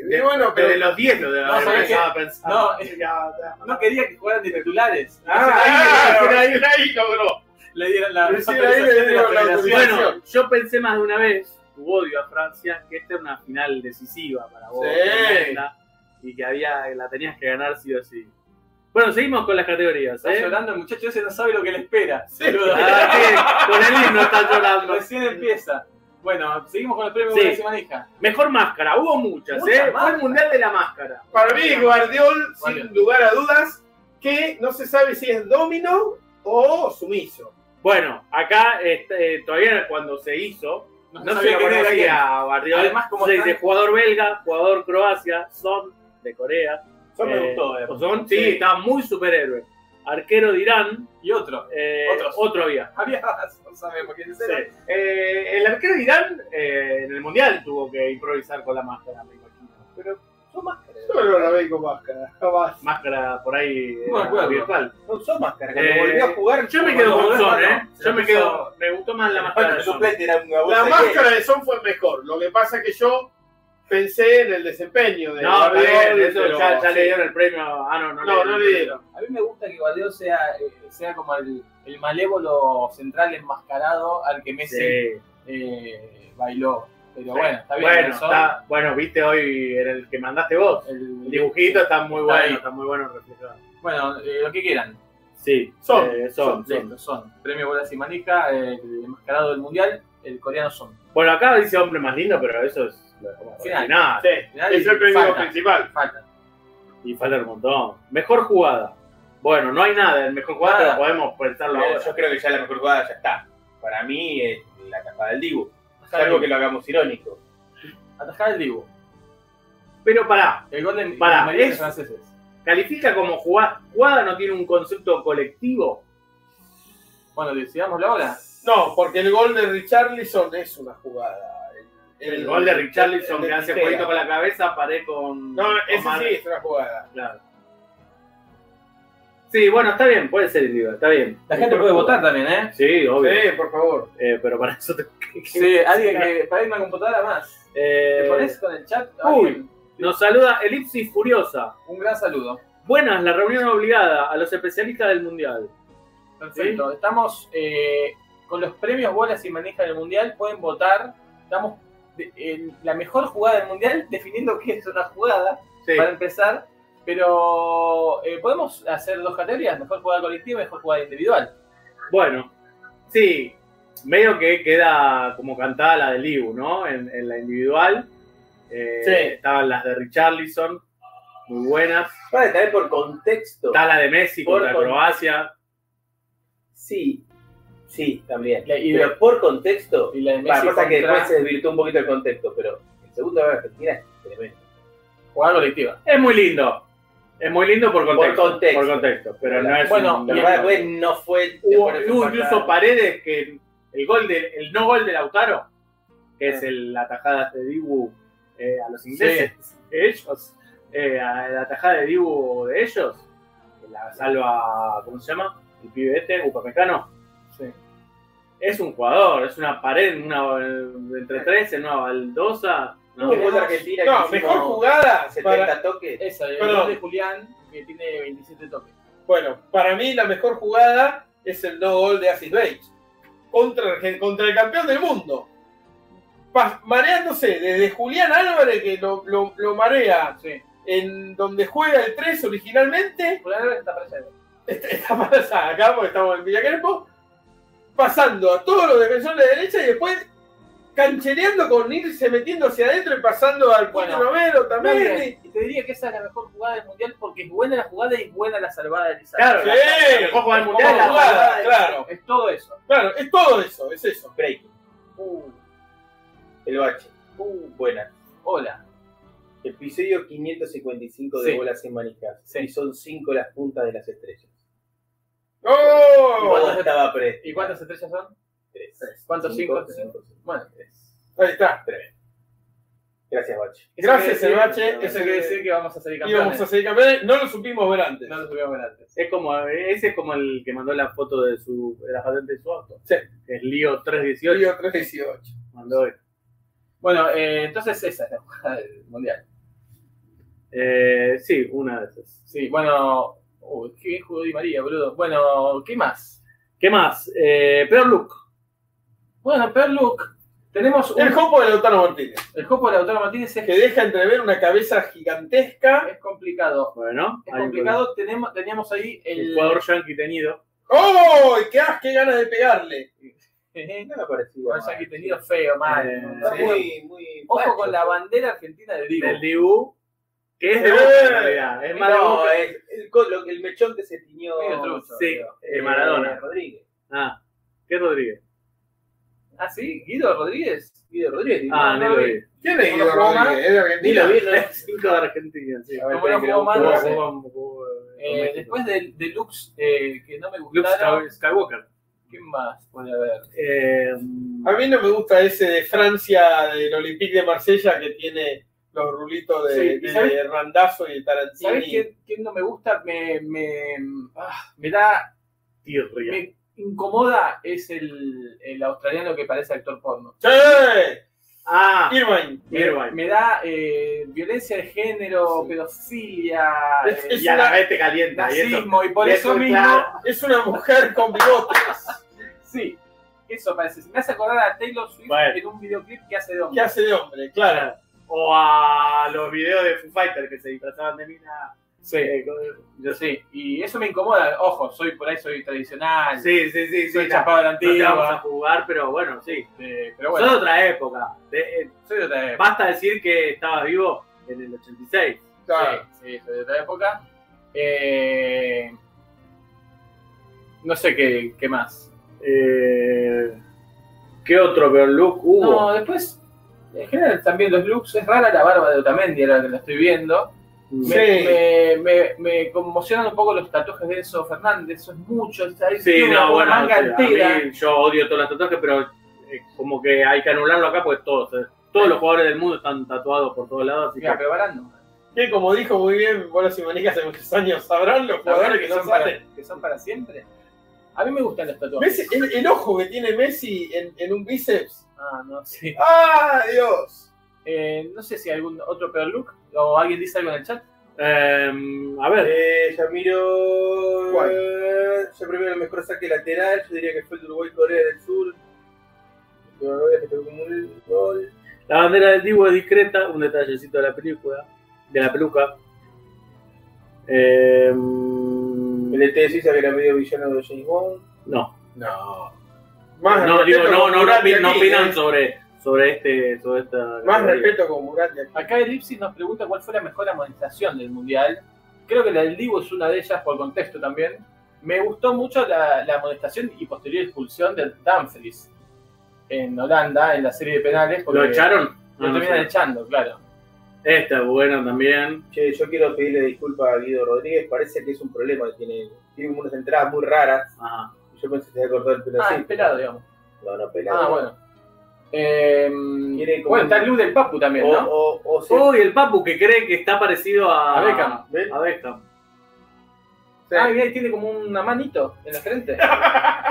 S4: Y bueno,
S3: Pero de
S4: pero.
S3: los 10 lo de
S2: No,
S3: haber
S2: ¿sabés
S3: empezado a pensar.
S2: No,
S3: Ya, ya.
S2: No quería que jugaran de titulares.
S4: Ah,
S3: ahí,
S4: pero ahí, ahí logró.
S2: Le dieron la
S4: Sí, ahí le dieron la autorización.
S3: Bueno, yo pensé más de una vez, tu odio a Francia, que esta era una final decisiva para vos.
S4: Sí.
S3: tremenda, Y que había, la tenías que ganar sí o sí. Bueno, seguimos con las categorías.
S2: Está
S3: ¿eh?
S2: llorando el muchacho ese, no sabe lo que le espera.
S4: Sí.
S2: Boludo.
S3: Ah, sí, con el himno está llorando.
S2: Recién empieza. Bueno, seguimos con los premios
S3: Sí.
S2: que se maneja.
S3: Mejor máscara, hubo muchas,
S2: Muchas
S3: ¿eh? Fue el
S2: máscaras.
S3: mundial de la máscara.
S4: Para mí, Guardiol,
S2: Guardiol.
S4: sin lugar a dudas, que no se sabe si es domino o sumiso.
S3: Bueno, acá este, eh, todavía cuando se hizo, no, se
S2: sabía
S3: lo
S2: quién era quién.
S3: conocía a Barriol.
S2: Además, como
S3: se dice
S2: están-
S3: jugador belga, jugador Croacia, Son de Corea.
S5: Son me
S3: eh,
S5: gustó, eh.
S3: Son, sí,
S4: Sí.
S3: estaba muy superhéroe. Arquero de Irán,
S2: Y otro.
S3: eh,
S2: Otros.
S3: otro había.
S2: Había más, no sabemos quiénes
S3: Sí.
S2: eran.
S3: Eh, el arquero de Irán eh, en el mundial tuvo que improvisar con la máscara, me imagino. Pero
S5: Son máscaras.
S4: Yo no la veo con máscara, jamás.
S3: máscara por ahí
S2: No me
S3: era
S2: acuerdo.
S3: virtual.
S5: No son máscaras. Cuando
S3: Eh,
S5: volvió a jugar.
S3: Yo me
S5: cuando
S3: quedo con
S5: volvió a
S3: Son,
S5: jugar,
S3: ¿eh?
S5: no.
S2: Se
S3: Yo
S2: la
S3: me
S2: puso-
S3: quedo. Me gustó más la máscara.
S5: El
S3: de Son.
S5: suplente era una bolsa
S4: La
S5: de
S4: máscara de Son fue mejor. Lo que pasa es que yo pensé en el desempeño de
S3: No, está bien,
S4: Guardiol,
S3: eso
S4: pero-
S3: ya, ya
S4: sí.
S3: le dieron el premio. Ah, no, no,
S4: No, no le dieron.
S2: A mí me gusta que Guardiola sea, eh, sea como el, el malévolo central enmascarado al que Messi
S3: Sí.
S2: eh, bailó. Pero
S3: Sí.
S2: bueno, está bien.
S3: Bueno,
S2: son-
S3: está- bueno, viste hoy en el que mandaste vos. El
S2: el-
S3: dibujito está muy
S2: Está
S3: bueno,
S2: ahí.
S3: está muy bueno reflejado.
S2: Bueno, eh, lo que quieran.
S3: Sí,
S4: Son,
S3: eh, son,
S2: Son,
S3: son.
S2: listo, son. Premio Bolas y Manija, el enmascarado del mundial, el coreano son.
S3: Bueno, acá dice hombre más lindo, pero eso es
S2: Final.
S3: nada.
S4: Sí, es el premio
S2: Falta.
S4: principal.
S2: Falta.
S3: Y falta un montón. Mejor jugada. Bueno, no hay nada. El mejor jugada
S2: Nada.
S3: pero podemos pensarlo
S5: Pero
S3: ahora.
S5: Yo creo que ya la mejor jugada ya está. para mí es la tajada del Dibu. Salvo que lo hagamos irónico.
S2: Atajar el Dibu.
S3: Pero pará,
S2: El gol de
S3: Pará,
S2: de Marina
S3: es-
S2: franceses.
S3: ¿califica como jugada? ¿Jugada no tiene un concepto colectivo?
S2: Bueno, decidámoslo ahora.
S4: No, porque el gol de Richarlison es una jugada.
S3: El, gol de Richarlison
S4: el de
S3: que hace
S4: Tijera.
S3: jueguito con la cabeza, paré con.
S4: No,
S3: con
S4: ese
S3: Mar-
S4: sí es una jugada.
S3: Claro. Sí, bueno, está bien, puede ser individual, está bien.
S2: La gente puede votar también, ¿eh?
S3: Sí, obvio.
S4: Sí, por favor.
S3: Eh, pero para eso te.
S2: Sí, alguien que. Para ir una computadora más.
S3: Eh,
S2: ¿Te pones con el chat?
S3: uy.
S2: Alguien.
S3: Nos saluda Elipsis Furiosa.
S2: Un gran saludo.
S3: Buenas, la reunión obligada a los especialistas del mundial.
S2: Perfecto. Estamos eh, con los premios bolas y maneja del mundial. Pueden votar. Estamos de- en la mejor jugada del mundial, definiendo qué es una jugada, para empezar. Pero eh, podemos hacer dos categorías: mejor jugada colectiva y mejor jugada individual.
S3: Bueno, sí, medio que queda como cantada la del Ibu, ¿no? En, en la individual. Eh,
S5: Sí.
S3: Estaban las de Richarlison, muy buenas.
S5: Vale, también por contexto.
S3: Está la de Messi
S5: Por
S3: contra
S5: con-
S3: Croacia.
S5: Sí, sí, también.
S2: La- y
S5: Pero por contexto,
S2: Y la de
S5: Bueno,
S2: Messi
S5: pasa que
S2: contra
S5: después se desvirtuó un poquito el contexto, pero el segundo de Argentina es tremendo.
S2: jugada colectiva.
S3: Es muy lindo. Es muy lindo por contexto.
S5: contexto.
S3: por contexto, pero no es.
S2: Bueno,
S3: un-
S5: La verdad, después no fue.
S3: hubo,
S5: después no
S3: hubo
S5: fue
S3: incluso
S5: para-
S3: paredes que el gol de, el no gol de Lautaro, que es el, la tajada de Dibu eh, a los ingleses, de ellos, eh, a la tajada de Dibu de ellos, que la salva, ¿cómo se llama? El pibe este, Upamecano. Es un jugador, es una pared, en una entre tres, en una baldosa. ¿no?
S5: Hubo un gol de Argentina que
S4: No,
S5: hicimos
S4: mejor jugada.
S5: 70
S4: Para,
S5: toques.
S2: Esa, el
S4: Perdón.
S2: gol de Julián, que tiene 27 toques.
S4: bueno, para mí la mejor jugada es el no gol de Acid Beige. Contra, Argen- contra el campeón del mundo. Pas- mareándose desde Julián Álvarez, que lo, lo- lo marea
S2: Sí.
S4: en donde juega el 3 originalmente,
S2: Julián Álvarez está presente.
S4: Este- está pasada acá porque estamos en Villacarpo, pasando a todos los defensores de derecha y después canchereando con irse metiendo hacia adentro y pasando al Cuete
S2: Bueno,
S4: Romero también. y-
S2: Y te diría que esa es la mejor jugada del mundial porque es buena la jugada y es buena la salvada de Lizardo.
S3: Claro,
S4: Sí,
S3: la, la mejor jugada del
S4: como
S3: mundial, la-
S4: jugada, claro,
S2: Es todo eso.
S4: claro, es todo eso, es eso.
S5: Breaking.
S2: Uh,
S5: El bache.
S2: uh,
S5: Buena.
S2: hola.
S5: Episodio 555 de
S2: Sí.
S5: Bolas sin Manijas.
S2: Sí.
S5: Y son cinco las puntas de las estrellas.
S4: ¡Oh!
S5: Todo estaba pre.
S2: ¿Y cuántas estrellas son?
S5: Tres.
S2: ¿Cuántos cinco?
S5: Cinco, cinco, cinco.
S2: Bueno.
S5: Tres.
S4: Ahí está.
S5: Gracias, bache.
S2: Eso
S4: Gracias,
S2: quiere
S4: el
S2: decir-
S4: bache,
S2: Eso
S4: ese
S2: quiere
S4: que-
S2: decir que vamos a salir campeones.
S4: Íbamos a seguir campeones, no lo supimos ver antes.
S2: No lo subimos antes.
S3: Es como, ese es como el que mandó la foto de su de la patente de su auto.
S4: Sí.
S3: Es Lío 318.
S4: Río 318.
S3: Mandó hoy.
S2: Bueno, eh, entonces esa es la jugada del mundial.
S3: Eh, sí, una de esas.
S2: Sí, bueno. Uy, qué bien jugó Di María, boludo. Bueno, ¿qué más?
S3: ¿Qué más? Eh, peor look.
S2: Bueno, peor look. Tenemos un-
S4: El copo de Lautaro Martínez,
S2: el copo de Lautaro Martínez es,
S4: que deja entrever una cabeza gigantesca.
S2: es complicado.
S3: Bueno,
S2: Es
S3: hay un-
S2: complicado. Tenemos, teníamos ahí
S3: El
S2: el.
S3: jugador yankee tenido.
S4: ¡Oh! ¡Qué, as- qué ganas de pegarle!
S2: Ejé.
S5: No me pareció.
S2: Con el
S5: mal.
S2: saque tenido feo, mal.
S3: Eh,
S2: Está
S5: Está
S2: muy-
S5: muy, muy.
S2: Ojo
S5: facho.
S2: con la bandera argentina del Dibu.
S3: Del Dibu. Que es de
S4: Eh,
S3: Boca, en realidad. Es más de
S5: No,
S3: Boca.
S5: es Eh, el, co- lo- el mechón que se tiñó.
S2: Medio trucho,
S3: sí.
S2: digo.
S3: Eh, Maradona.
S5: Rodríguez.
S3: Ah, ¿qué es Rodríguez?
S2: Ah, sí, Guido Rodríguez.
S5: Guido Rodríguez.
S3: Ah,
S2: no
S3: Nilo
S2: lo vi.
S3: Rodríguez.
S4: ¿Quién es
S2: Uno
S4: Guido
S2: jugó
S4: Rodríguez? ¿Es de Argentina?
S5: Dilo bien, ¿no?
S3: Es 5 de Argentina, sí.
S5: A ver,
S2: Como no
S5: esperen que
S2: jugó
S5: lo-
S2: mal,
S5: lo-
S3: Jugó-
S2: no sé.
S3: jugó- jugó-
S2: Eh,
S3: México.
S2: después del de Lux, eh, que no me
S3: Luke
S2: gustaron.
S3: Sky- Skywalker.
S2: ¿Qué más puede haber?
S3: Eh,
S4: A mí no me gusta ese de Francia, del Olympique de Marsella, que tiene los rulitos de,
S2: Sí, ¿y
S4: de
S2: sabés?
S4: Randazzo y de
S2: ¿Sabés
S4: Tarantini.
S2: quién, quién no me gusta? Me, me, ah, me da.
S3: Tirria.
S2: Me incomoda es el, el australiano que parece actor porno.
S4: ¡Sí!
S3: Ah,
S4: Irvine.
S3: Irvine.
S2: Me da eh, violencia de género, pedofilia,
S4: Es-
S2: eh,
S4: es
S3: Y a la
S4: una-
S3: vez te calienta. Y eso,
S2: nazismo, y por
S3: y
S2: eso
S3: eso,
S2: mismo.
S3: claro.
S4: Es una mujer con bigotes.
S2: Sí, eso parece. Me hace acordar a Taylor Swift
S3: Bueno.
S2: en un videoclip que hace de
S4: ¿Qué
S2: hombre.
S4: hace de hombre? Claro.
S3: O a los videos de Foo Fighters que se disfrazaban de mina.
S2: Sí, yo sí. Y eso me incomoda. Ojo, soy por ahí, soy tradicional.
S3: Sí, sí, sí, sí.
S2: soy
S3: no,
S2: chapado de la
S3: no te vamos a
S2: antigua.
S3: jugar, pero bueno, sí.
S2: eh, pero
S3: Son
S2: bueno,
S3: otra época. De- eh,
S2: soy de otra época.
S3: basta decir que estabas vivo en el 86.
S4: Claro.
S2: Sí, sí, soy de otra época. Eh, no sé qué, qué más.
S3: Eh, ¿Qué otro Berluc hubo?
S2: No, después, en general también los looks, es rara la barba de Otamendi ahora que la estoy viendo. Me, me, me- me conmocionan un poco los tatuajes de Enzo Fernández, eso es mucho, está ahí
S3: sí,
S2: tiene
S3: no, bueno,
S2: manga
S3: o sea, a
S2: entera.
S3: mí yo odio todas las tatuajes, pero eh, como que hay que anularlo acá, pues todos, eh, todos los jugadores del mundo están tatuados por todos lados, así que
S2: Mira, pero Varane
S4: Que como dijo muy bien Bolas y Manicas hace muchos años, sabrán los
S2: no. La verdad
S4: jugadores
S2: que
S4: que no
S2: son, para,
S4: salen.
S2: que son para siempre. A mí me gustan los tatuajes.
S4: ¿Ves el, el ojo que tiene Messi en, en un bíceps?
S2: Ah, no, sí.
S4: ¡Ah, Dios!
S2: Eh, no sé si hay algún otro peor look o alguien dice algo en el chat.
S3: Em, a ver,
S5: Eh, yo miro.
S4: ¿Cuál?
S5: Yo primero el mejor saque lateral, yo diría que fue el de Uruguay Corea del Sur. Uruguay que pegó como un gol.
S3: la bandera del Divo es discreta, un detallecito de la película, de la peluca. Em,
S5: El ET de Sisa que era medio villano de James Bond.
S3: no,
S4: No. Más
S3: no, digo,
S4: respeto
S3: no,
S4: con
S3: no, no,
S4: Muratti
S3: opin- no
S4: aquí,
S3: opinan
S4: eh.
S3: sobre, sobre este, sobre esta.
S4: Más
S3: categoría.
S4: respeto con Muratti aquí.
S2: Acá Elipsis nos pregunta cuál fue la mejor amonestación del Mundial. Creo que la del Divo es una de ellas por contexto también. Me gustó mucho la, la amonestación y posterior expulsión de Dumfries en Holanda, en la serie de penales.
S3: ¿Lo
S2: porque
S3: echaron?
S2: Lo
S3: No, no
S2: terminan
S3: sé.
S2: echando, claro.
S3: Esta es buena también.
S5: Che, yo quiero pedirle disculpas a Guido Rodríguez, parece que es un problema, tiene, tiene unas entradas muy raras.
S3: Ajá.
S5: Yo pensé que se había cortado el pelo
S2: Ah,
S5: así.
S2: el pelado, digamos.
S5: No, no, pelado.
S2: Ah, bueno. Eh,
S5: Quiere como-
S2: bueno, está el Luz del Papu también,
S5: O,
S4: Oh,
S2: ¿no?
S5: o, o se-
S3: Uy, el Papu que cree que está parecido a,
S2: A Beckham.
S5: ¿Ves?
S3: a Beckham.
S4: Sí.
S2: Ah, mira, tiene como una manito en la frente.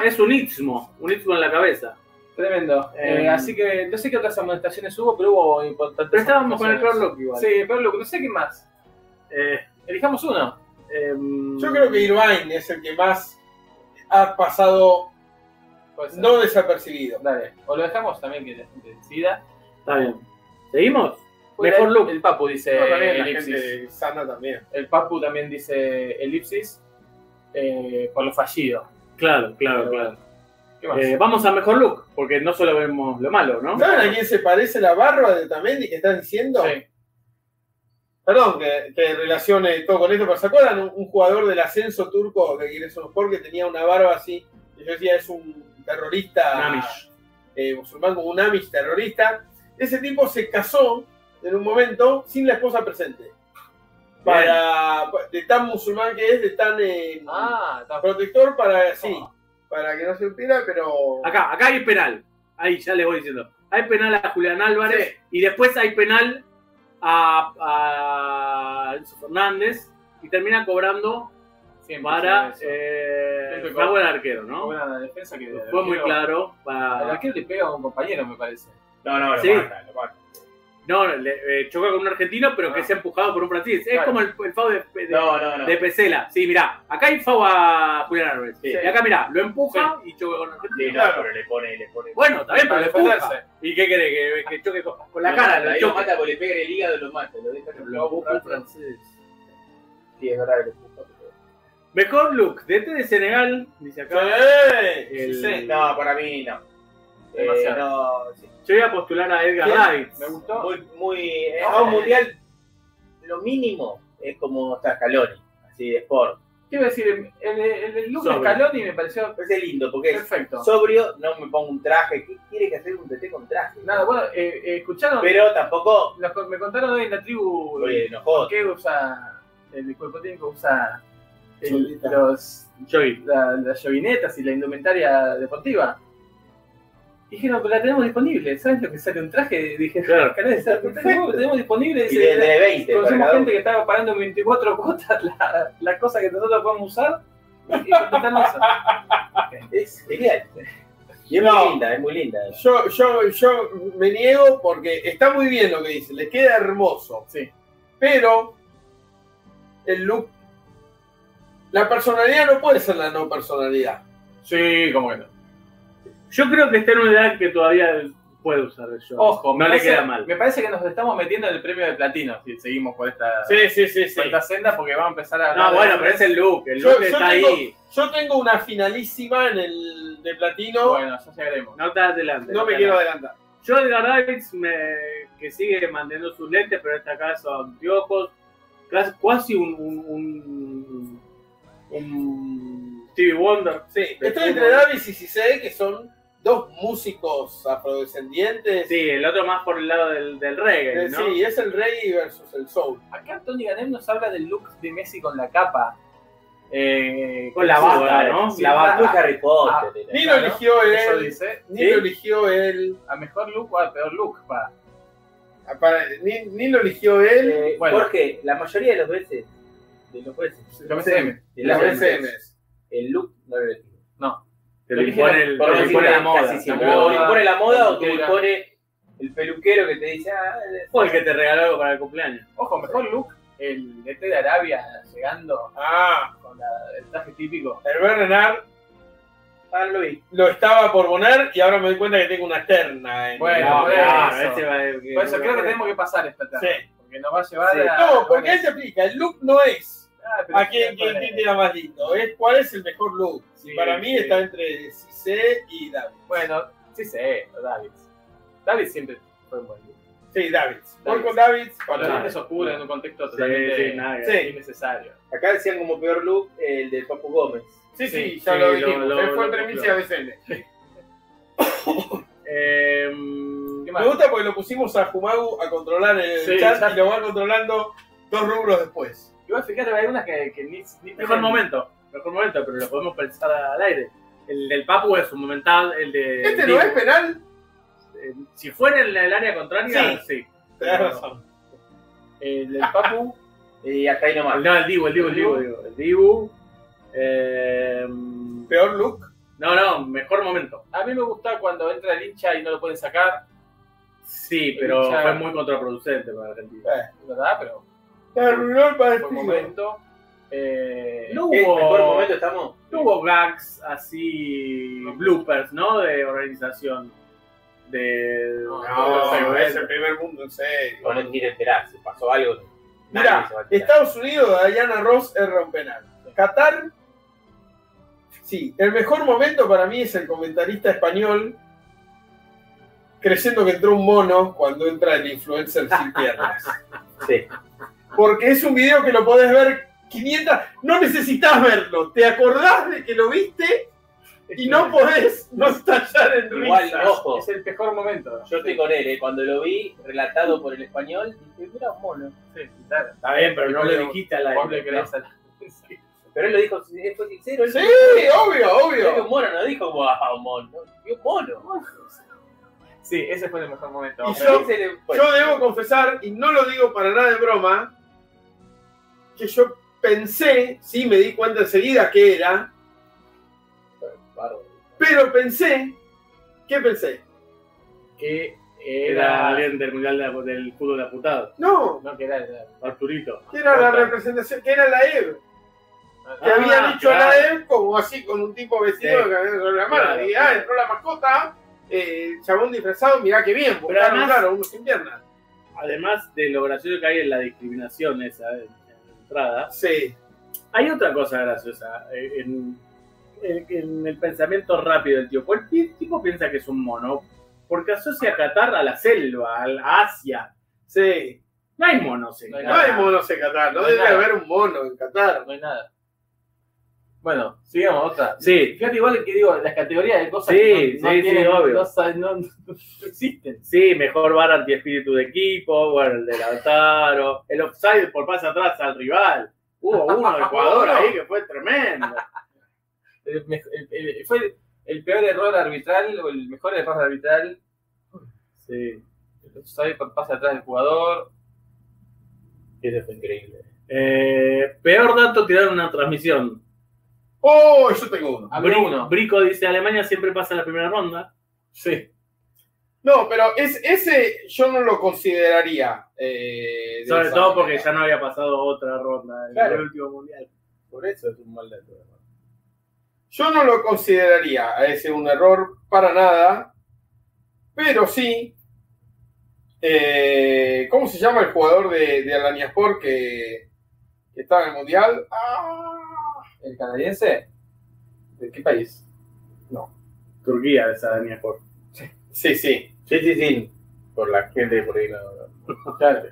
S3: Es un istmo, un istmo en la cabeza.
S2: Tremendo. Eh,
S3: Eh,
S2: así que no sé qué otras amonestaciones hubo, pero hubo importantes.
S3: Pero estábamos con el
S2: amonestaciones.
S3: Perlock igual.
S2: Sí, Perlo, no sé qué más.
S3: Eh,
S2: Elijamos uno.
S3: em,
S4: Yo creo que Irvine es el que más ha pasado
S2: Puede ser.
S4: no desapercibido.
S2: Dale. O lo dejamos también que la gente decida.
S3: Está bien. ¿Seguimos?
S2: Bueno,
S3: Mejor
S2: el-
S3: look.
S2: El Papu dice
S4: No, también la
S2: elipsis.
S4: gente sana también.
S2: El Papu también dice elipsis. eh, por lo fallido.
S3: Claro, claro,
S2: Pero
S3: claro.
S2: ¿Qué más?
S3: Eh, vamos a mejor look, porque no solo vemos lo malo, ¿no?
S4: ¿Saben a quién se parece la barba de Tamendi que estás diciendo?
S2: Sí.
S4: Perdón que, que relacione todo con esto, pero ¿se acuerdan un, un jugador del ascenso turco de Giresunspor que tenía una barba así? Y yo decía, es un terrorista
S3: Amish.
S4: eh, musulmán, como un Amish terrorista. Ese tipo se casó en un momento sin la esposa presente. Para, de tan musulmán que es, de tan eh,
S2: Ah, está.
S4: protector, para sí, para que no se opina, pero...
S3: Acá, acá hay penal. Ahí ya les voy diciendo. Hay penal a Julián Álvarez y después hay penal a, a Enzo Fernández y termina cobrando
S2: Siempre
S3: para
S2: se ve eso.
S3: eh,
S2: Siempre
S3: Raúl
S2: cobra.
S3: Arquero, ¿no?
S2: Buena defensa que.
S3: Fue muy
S2: arquero-
S3: claro.
S2: Al
S3: Para...
S2: arquero le pega a un compañero, me parece.
S5: No, no, lo
S3: Sí.
S5: mata, lo mata.
S3: No, le, eh, choca con un argentino, pero que se ha empujado por un francés. Es
S2: Claro.
S3: como el, el FAO de, de-
S5: No, no, no.
S3: de Pesela. Sí, mirá, acá hay FAO a Julián Álvarez.
S5: Sí.
S3: Y acá, mirá, lo empuja y choca con un argentino.
S5: Sí, no, pero le pone, le pone.
S3: Bueno, está bien,
S2: Para
S3: pero le empuja.
S2: defenderse.
S3: ¿Y qué querés? Que, que choque con, con la
S5: Lo
S3: cara,
S5: mata,
S3: lo
S5: ahí lo
S3: choca.
S5: mata porque le pega en el hígado, lo mata, lo deja
S3: Lo
S5: lo
S3: empuja un francés.
S5: Sí, es verdad que lo empuja, pero-
S3: Mejor look, DT de Senegal, dice acá.
S4: Sí,
S3: El-
S4: sí, sí.
S5: No, para mí no. Eh,
S2: Demasiado.
S5: no, sí.
S3: Yo voy a postular a Edgar
S5: Bien.
S3: Davids.
S2: Me gustó.
S5: Muy, muy. eh, a un mundial, lo mínimo es como está Scaloni, así de sport.
S2: Te iba a decir, el, el, el look de
S3: Sobre.
S2: Scaloni me pareció
S5: Parece lindo porque es
S2: perfecto.
S5: sobrio, no me pongo un traje. ¿Qué quiere que hacer un TT con traje?
S2: Nada, bueno, eh, eh, escucharon,
S5: Pero tampoco.
S2: los co- me contaron hoy en la tribu
S5: Oye, no
S2: por
S5: jodas.
S2: qué usa el cuerpo técnico, usa el-
S4: Solita.
S2: los,
S3: Joy.
S2: la- las llovinetas y la indumentaria deportiva. Dijeron, pues la tenemos disponible, ¿sabes lo que sale un traje? Dije,
S3: Claro.
S2: "Canales, la tenemos disponible.
S5: Y
S2: dice,
S5: de, de 20 para
S2: Conocemos
S5: cada
S2: gente
S5: uno.
S2: que estaba pagando en 24 cuotas la, la cosa que nosotros podemos usar y contrataron eso.
S5: Es genial. Y es muy
S4: No.
S5: linda, es muy linda.
S4: Yo, yo, yo me niego porque está muy bien lo que dice, le queda hermoso.
S2: Sí.
S4: Pero el look, la personalidad no puede ser la no personalidad.
S2: Sí, como que no.
S3: Yo creo que este está en una edad que todavía puede usar el Joy.
S2: Ojo, me
S3: no le
S2: parece-
S3: queda mal.
S2: Me parece que nos estamos metiendo en el premio de platino si seguimos por esta,
S4: Sí, sí, sí,
S2: por esta senda porque vamos a empezar a. hablar
S3: No,
S2: de-
S3: bueno, pero es el look, el
S4: Yo-
S3: look
S4: yo
S3: está
S4: tengo-
S3: ahí.
S4: Yo tengo una finalísima en el de platino.
S2: Bueno, ya llegaremos.
S3: No está adelante.
S4: no me
S3: está
S4: quiero
S3: adelante.
S4: adelantar.
S3: Yo Edgar Davids me- que sigue manteniendo sus lentes, pero en este caso anteojos, casi, casi un, un, un, un Stevie Wonder.
S4: Sí, estoy
S3: Perfecto.
S4: entre Davis y Cicé, que son dos músicos afrodescendientes.
S3: Sí, el otro más por el lado del, del reggae,
S4: Eh,
S3: Eh, ¿no?
S4: Sí, es el rey versus el soul.
S2: Acá Tony Ganem nos habla del look de Messi con la capa. Eh,
S3: Con la
S2: sí,
S3: bata,
S2: eh,
S3: ¿no?
S2: sí,
S5: la Eh,
S2: ah,
S5: batuja Harry
S2: ah,
S5: Potter.
S4: Ni
S5: era.
S4: lo
S2: Claro,
S4: eligió
S2: Eso
S4: él,
S2: dice.
S4: ni
S2: ¿Sí?
S4: lo eligió él,
S2: A mejor look o a peor look. pa.
S4: Apara- ni, ni lo eligió él.
S5: Eh,
S2: Bueno.
S5: Jorge, la mayoría de los veces, de los veces,
S2: Yo me sé.
S5: de las
S4: las
S5: veces,
S4: BCMs.
S5: el look no lo elegimos.
S3: Te lo impone, el, te lo
S5: decir,
S3: impone la moda.
S5: casi
S3: La
S5: siempre.
S3: moda.
S5: O te impone la moda o te
S3: cultura.
S5: impone el peluquero que te dice, ah, eh,
S3: Fue el que te regaló algo para el cumpleaños.
S2: Ojo, mejor look el DT de Arabia llegando
S4: Ah,
S2: con la- el traje típico.
S4: el Bernard
S5: ah, no lo vi.
S4: lo estaba por poner y ahora me doy cuenta que tengo una terna. en-
S2: Bueno,
S4: No,
S2: por
S3: claro,
S2: eso.
S3: ese va a-
S2: Por eso creo que tenemos que pasar esta tarde.
S4: Sí.
S2: Porque nos va a llevar
S5: Sí.
S2: a.
S4: No, porque él se explica, el look no es
S2: Ah, pero
S4: a quién, quién- quién queda más lindo, es cuál es el mejor look.
S2: Sí,
S4: Para mí
S2: sí.
S4: está entre Cissé y David.
S2: Bueno, sí sé, Davids. Davids siempre fue un buen look.
S4: Sí, David. Voy
S2: David.
S4: con David.
S2: Con los
S3: Claro.
S2: lentes oscuros en un contexto
S3: Sí,
S2: totalmente
S3: sí, nada que
S4: ver.
S2: innecesario.
S5: Acá decían como peor look el de Papu Gómez.
S4: Sí, sí,
S3: Sí,
S4: ya
S3: sí,
S4: lo
S3: lo-
S4: dijimos.
S3: lo-
S4: Él fue
S3: lo-
S4: entre
S3: lo-
S4: Miss y ABCN.
S3: Eh,
S2: ¿Qué más?
S4: Me gusta porque lo pusimos a Jumagu a controlar el
S3: Sí,
S4: chat
S3: exacto.
S4: y lo va controlando dos rubros después.
S2: Igual fíjate, hay algunas que, que ni, ni
S3: mejor momento, mejor momento, pero lo podemos pensar al aire. El del Papu es un momental, el de...
S4: ¿Este no es penal?
S3: Eh, Si fuera en el área contraria, sí.
S4: Tenés razón.
S2: El del Papu.
S5: Y eh, hasta ahí nomás.
S3: El- No, el Dibu, el Dibu, el Dibu. digo, El Dibu. Eh,
S4: Peor look.
S3: no, no, mejor momento.
S2: A mí me gusta cuando entra el hincha y no lo pueden sacar,
S3: Sí, pero
S2: Ya.
S3: fue muy contraproducente para Argentina.
S2: Eh, ¿verdad? Pero
S4: Arruinó el
S2: por
S4: partido.
S2: momento. Eh,
S3: No
S5: El mejor momento
S3: hubo,
S5: estamos.
S3: no hubo gags así, bloopers, ¿no? De organización. De.
S4: No,
S3: de-
S4: es el primer mundo, en serio.
S5: No, no quiere esperar, se pasó algo. nadie
S4: Mirá,
S5: se va a enterar.
S4: Estados Unidos, Diana Ross erra un penal. Qatar, sí, el mejor momento para mí es el comentarista español creyendo que entró un mono cuando entra el influencer sin piernas.
S5: Sí.
S4: Porque es un video que lo podés ver 500, no necesitas verlo, te acordás de que lo viste y no podés no estallar en
S5: Igual,
S4: risa.
S5: ojo,
S2: es el mejor momento.
S5: yo estoy con él, eh, cuando lo vi relatado por el español, dije, mira, un mono.
S2: Sí, claro.
S3: Está bien, pero no
S2: Vos
S3: le
S2: le-
S3: dijiste a la.
S2: Vos le creés a la- Sí.
S5: Pero él lo dijo, eh, fue sincero. Él
S4: Sí, obvio,
S5: Dijo
S4: obvio.
S5: un mono, no dijo, wow, mono. Dijo mono.
S2: Sí, ese fue el mejor momento.
S4: Y
S5: Pero
S4: yo-
S5: ese le- bueno.
S4: Yo debo confesar, y no lo digo para nada de broma, que yo pensé, sí, me di cuenta enseguida que era,
S5: Bárbaro.
S4: pero pensé, ¿qué pensé?
S2: Que
S3: Era
S2: era.
S3: alguien del mundial de- del fútbol de aputado.
S4: No,
S2: No, que era. era-
S3: Arturito.
S4: que era la representación, que era la EB, que
S3: Ah,
S4: habían hecho
S3: claro.
S4: a la EB como así, con un tipo vestido
S3: Sí.
S4: de cabeza sobre la mano.
S3: Claro.
S4: Y ah, entró la mascota, eh, chabón disfrazado, mirá qué bien, buscaron,
S3: además-
S4: claro, uno sin piernas.
S3: Además de lo gracioso que hay en la discriminación esa en en la entrada,
S4: Sí,
S3: hay otra cosa graciosa eh, en, en- en el pensamiento rápido del tío. ¿Por qué el tipo piensa que es un mono? Porque asocia a Qatar a la selva, al- a Asia.
S4: sí.
S3: No hay monos en
S2: No hay
S4: No
S3: Qatar.
S4: hay monos en Qatar, no,
S2: No hay
S4: debe
S2: nada.
S4: haber un mono en Qatar.
S2: No hay nada. Bueno, sigamos otra.
S3: Sí,
S2: Fíjate igual que digo, las categorías de cosas
S3: Sí,
S2: que no, no
S3: sí, sí,
S2: tienen-
S3: obvio.
S2: no sa- no- no existen.
S3: sí, mejor bar anti-espíritu de equipo, bueno, el de Lautaro, el offside por pase atrás al rival. Hubo uno de jugador ahí que fue tremendo.
S2: El mej- el- el- fue el, el peor error arbitral o el mejor error arbitral.
S3: Sí,
S2: Sabe por pase atrás del jugador.
S5: Ese fue increíble.
S3: Eh, peor dato tiraron una transmisión.
S4: Oh, yo tengo uno.
S2: Abre
S3: Bri-
S2: uno.
S3: Brico dice, Alemania siempre pasa la primera ronda.
S2: Sí.
S4: No, pero es, ese yo no lo consideraría. eh, de
S3: Sobre
S4: esa
S3: todo porque
S4: manera.
S3: ya no había pasado otra ronda en
S5: Claro.
S3: el último mundial.
S5: Por eso es un mal dato. hermano.
S4: Yo no lo consideraría a ese un error para nada, pero sí. eh, ¿Cómo se llama el jugador de, de Alaniaspor que, que estaba en el Mundial? Ah,
S2: ¿El canadiense?
S4: ¿De qué país?
S3: Turquía, esa Daniel por.
S4: Sí, sí,
S5: Sí, sí, sí. Por la gente por ahí. No, no.
S4: claro.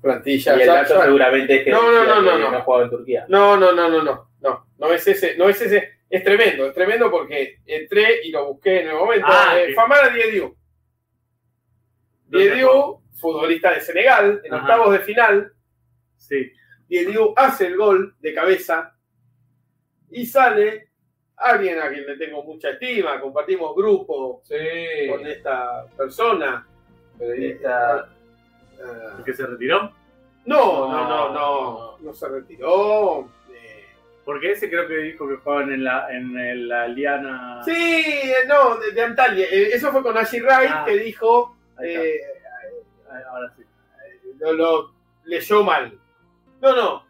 S4: Plantilla.
S5: y el
S4: ya-
S5: dato
S4: ya-
S5: seguramente es que
S4: No, no, no,
S5: decía que
S4: no, no.
S5: jugaba en Turquía.
S4: No, no, no, no, no, no, no es ese, no es ese,
S7: Es tremendo, es tremendo porque entré y lo busqué en el momento.
S3: Ah,
S7: Eh,
S3: sí.
S7: Famara Diediu. Diediu, futbolista de Senegal, en
S3: Ajá.
S7: octavos de final.
S3: Sí.
S7: Diediu hace el gol de cabeza y sale alguien a quien le tengo mucha estima, compartimos grupo
S2: Sí.
S7: con esta persona.
S5: Eh,
S2: Periodista.
S7: Ah,
S3: ¿El que se retiró?
S7: no, no, no, no, no se retiró. Eh,
S3: Porque ese creo que dijo que jugaban en la, en el- la Liana.
S7: Sí, eh, no, de, de Antalya. Eh, Eso fue con Ashley Wright
S3: Ah.
S7: que dijo,
S3: Ahí está.
S7: eh,
S3: Ah, Ahora sí.
S7: lo, lo leyó mal. No, no.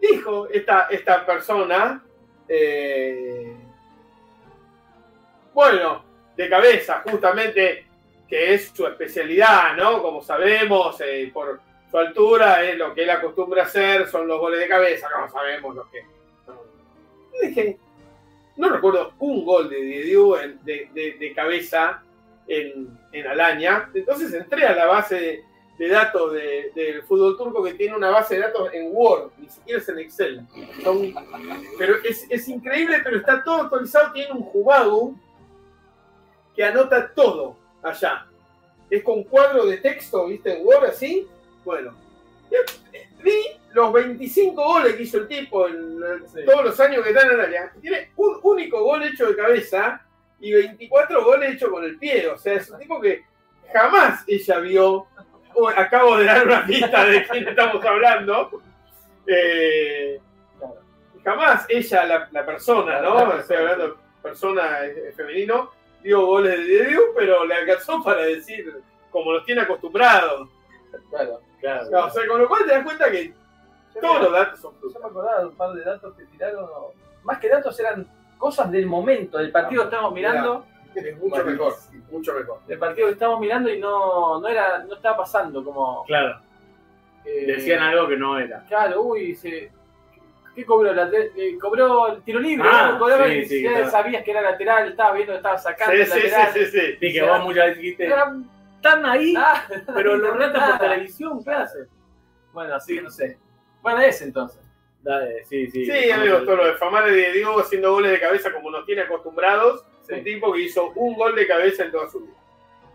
S7: Dijo esta, esta persona, eh, bueno, de cabeza, justamente, que es su especialidad, Ah, ¿no? Como sabemos, eh, por su altura, es lo que él acostumbra hacer, son los goles de cabeza, como sabemos lo que. Y Dije, no recuerdo un gol de Didiu en- de, de- de cabeza en, en Alaña. Entonces entré a la base de, de datos de- del fútbol turco que tiene una base de datos en Word, ni siquiera es en Excel. Son- pero es, es increíble, pero está todo actualizado, tiene un jugago que anota todo allá. Es con cuadro de texto, ¿viste? En Word así. Bueno. Y Vi los 25 goles que hizo el tipo en en todos los años que está en área. Tiene un único gol hecho de cabeza y 24 goles hechos con el pie. O sea, es un tipo que jamás ella vio o- acabo de dar una pista de quién estamos hablando. Eh, jamás ella, la, la persona, ¿no? Estoy hablando de persona eh, femenino, dio goles de Didiu, pero le alcanzó para decir, como los tiene acostumbrados.
S2: Claro.
S3: Claro.
S7: O sea, con lo cual te das cuenta que
S2: Yo
S7: todos
S2: me,
S7: los datos son
S2: yo
S7: frutas.
S2: me acordaba de un par de datos que tiraron. Más que datos eran cosas del momento, del partido que estábamos mirando,
S7: Es mucho
S2: Bueno,
S7: mejor, mucho mejor.
S2: del partido que estábamos mirando y no, no era, no estaba pasando como.
S3: Claro.
S2: eh,
S3: Decían algo que no era.
S2: Claro, uy, se, ¿qué cobró? La, eh, cobró el tiro libre,
S3: Ah,
S2: ¿no? Cobró
S3: sí,
S2: y
S3: sí,
S2: ya
S3: claro.
S2: sabías que era lateral, estaba viendo, estaba sacando
S7: Sí,
S2: el
S7: sí,
S2: lateral.
S7: sí, sí, sí.
S3: Sí, que vos muchas veces dijiste.
S2: Era-
S3: Están ahí,
S2: ah,
S3: pero lo ratan por
S2: nada.
S3: televisión, ¿qué hacen?
S2: Bueno, así que no sé. Bueno, ese entonces.
S3: Dale, sí, sí.
S7: Sí, amigos, todo lo de Famara de Diego haciendo goles de cabeza como nos tiene acostumbrados.
S2: Sí.
S7: Un tipo que hizo un gol de cabeza en toda su vida.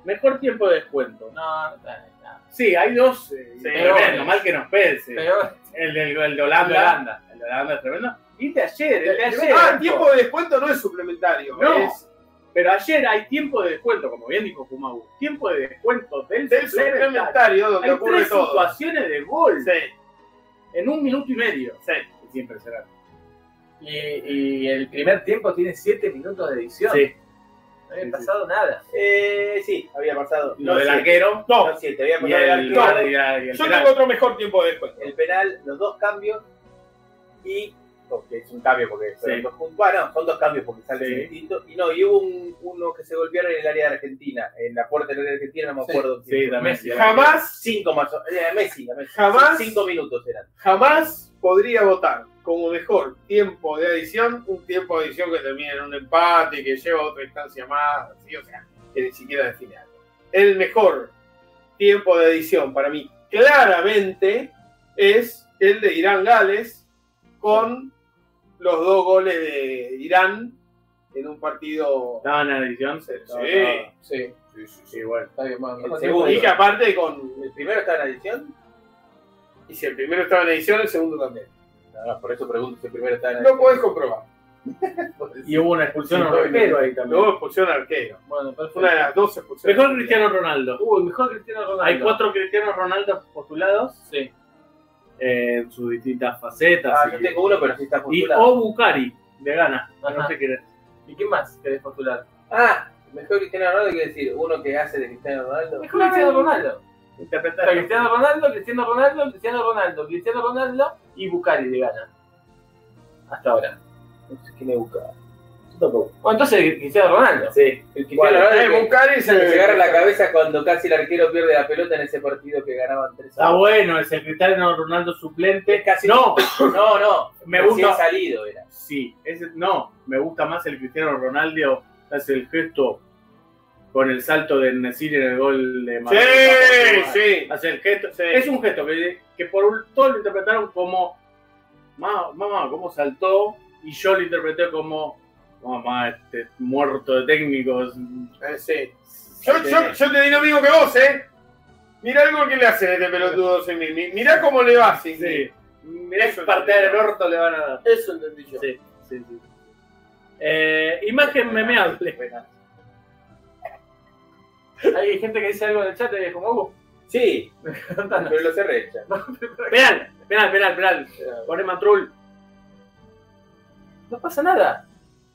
S3: Mejor tiempo de descuento.
S2: No, no, no.
S3: Sí, hay dos. eh,
S2: Pero-
S3: tremendo, mal que nos pese.
S2: Peor.
S3: El del el de Holanda.
S2: Holanda.
S3: El de Holanda es tremendo. Y el de ayer, el de,
S2: El de
S3: ayer.
S2: ayer.
S7: Ah, tiempo de descuento no es suplementario.
S3: No.
S7: Es
S3: Pero ayer hay tiempo de descuento, como bien dijo Kumabu. Tiempo de descuento del,
S7: del
S3: suplementario.
S7: suplementario donde
S3: Hay
S7: ocurre
S3: tres
S7: todo.
S3: situaciones de gol
S7: Sí,
S3: en un minuto y medio.
S7: sí.
S3: Es impresionante.
S2: Y, y el primer tiempo tiene 7 minutos de edición.
S3: Sí.
S2: No había
S3: Sí,
S2: pasado nada.
S5: Eh, sí, había pasado.
S3: Lo
S5: No
S3: del
S5: siete,
S3: arquero.
S5: no siete, había
S3: Y
S5: pasado el,
S3: el,
S5: arquero,
S3: y el- y el
S7: Yo
S3: penal.
S7: tengo otro mejor tiempo de descuento.
S5: el penal, los dos cambios y. Porque es un cambio, porque son
S3: Sí.
S5: dos puntos. Bueno, son dos cambios porque sale
S3: Sí.
S5: distinto. Y no, y hubo un- uno que se golpearon en el área de Argentina, en la puerta del área de Argentina, no me acuerdo.
S3: Sí, también.
S2: Messi.
S3: Y el arquero.
S7: Jamás,
S5: Cinco más. o- eh, Messi, la Messi.
S7: Jamás.
S5: Cinco minutos eran.
S7: jamás podría votar como mejor tiempo de adición un tiempo de adición que termina en un empate y que lleva a otra instancia más. así, O sea, que ni siquiera define algo. El mejor tiempo de adición para mí, claramente, es el de Irán Gales con los dos goles de Irán en un partido.
S3: Estaba en la edición.
S7: Sí.
S2: Sí,
S7: Sí, sí, sí.
S3: Sí, bueno.
S2: está bien, más.
S5: El
S7: Y que
S5: segundo.
S7: aparte con
S5: ¿El primero estaba en adición?
S7: Y si el primero estaba en edición, el segundo también.
S5: No, no, por eso pregunto si el primero estaba en
S7: No podés comprobar.
S3: Y hubo una expulsión
S7: Sí,
S3: a un arquero ahí también.
S7: Luego expulsión al arquero.
S2: Bueno,
S7: Una de
S2: perfecto.
S7: las dos expulsiones.
S3: Mejor Cristiano Ronaldo.
S2: Uy, mejor Cristiano Ronaldo.
S3: Hay cuatro Cristianos Ronaldo postulados
S2: Sí.
S3: eh, en sus distintas facetas.
S5: Ah,
S3: y-
S5: yo tengo uno, pero sí está
S3: y
S5: postulado.
S3: o Bucari, de Ghana. No
S2: Ajá.
S3: sé qué
S2: ¿Y qué más querés postular?
S5: Ah, mejor Cristiano Ronaldo quiere decir uno que hace de Cristiano Ronaldo.
S2: Mejor Cristiano Ronaldo. Está
S3: interpretar.
S2: Cristiano Ronaldo, Cristiano Ronaldo, Cristiano Ronaldo, Cristiano Ronaldo y Bucari de gana. Hasta ahora.
S5: No sé quién es Bucari. Yo tampoco.
S2: Bueno, entonces Cristiano Ronaldo.
S5: Sí, el Cristiano
S7: Bueno,
S5: Ronaldo
S7: eh,
S5: que-
S7: Bucari se
S5: que se agarra la cabeza cuando casi el arquero pierde la pelota en ese partido que ganaban 3
S3: Está Ah, bueno, el Cristiano Ronaldo suplente.
S5: Es casi-
S3: No,
S5: No, no,
S3: Me
S5: recién
S3: gusta.
S5: salido era.
S3: sí, ese, no, me gusta más el Cristiano Ronaldo. Hace el gesto con el salto de Nesiri en el gol de Madrid.
S7: Sí, sí.
S3: Hace el gesto. Es un gesto que, que por un, todos lo interpretaron como. Mamá, mamá, cómo saltó y yo lo interpreté como, mamá, este muerto de técnicos.
S4: Eh, sí. Yo, yo, yo te di lo mismo que vos, ¿eh? Mirá algo que le hace a este pelotudo sin mí. Mi- Mirá cómo le va sin mí.
S3: Sí.
S4: Mirá
S3: Es parte del orto le van a dar.
S4: Eso entendí yo.
S3: Sí, sí, sí. Eh, imagen memeable.
S2: Hay gente que dice algo en el chat y es como, uh,
S5: Sí, pero lo cerré ya.
S3: Penal, penal, penal, penal. Pone Matrul.
S2: no pasa nada.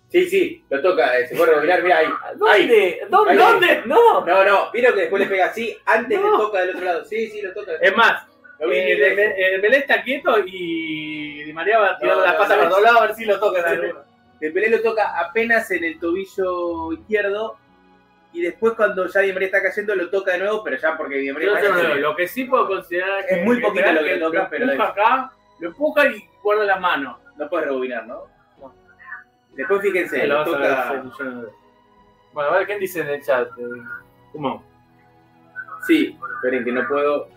S5: Sí, sí, lo toca, eh, se puede rebobinar, mira ahí.
S2: ¿Dónde? ¿Dónde?
S5: Ahí.
S2: ¿Dónde? No.
S5: No, no, vieron que después le pega así, antes
S2: No.
S5: le toca del otro lado. Sí, sí, lo toca.
S3: Es más,
S5: Lo vi ni
S3: eh,
S5: lejos.
S3: Be- eh, Belé está quieto y Di María va a tirar
S5: No,
S3: las
S5: no,
S3: patas
S5: no,
S3: para
S5: no.
S3: todos lados a ver si lo toca. la luna.
S5: Dembélé lo toca apenas en el tobillo izquierdo y después cuando ya Dembélé está cayendo lo toca de nuevo, pero ya porque Dembélé
S3: Yo no sé,
S5: falla,
S3: no,
S5: sí.
S3: lo que sí puedo considerar
S5: Es muy poquito
S3: penal
S5: lo que toca, pero
S3: empuja
S5: es.
S3: acá, lo empuja y guarda la mano.
S5: no puede rebobinar, ¿no? Después fíjense,
S3: Lo
S5: lo
S3: vas a ver,
S5: toca...
S3: sí, yo no lo veo.
S2: Bueno, a ver, ¿quién dice en el chat? Eh,
S3: ¿Cómo?
S5: Sí, esperen que no puedo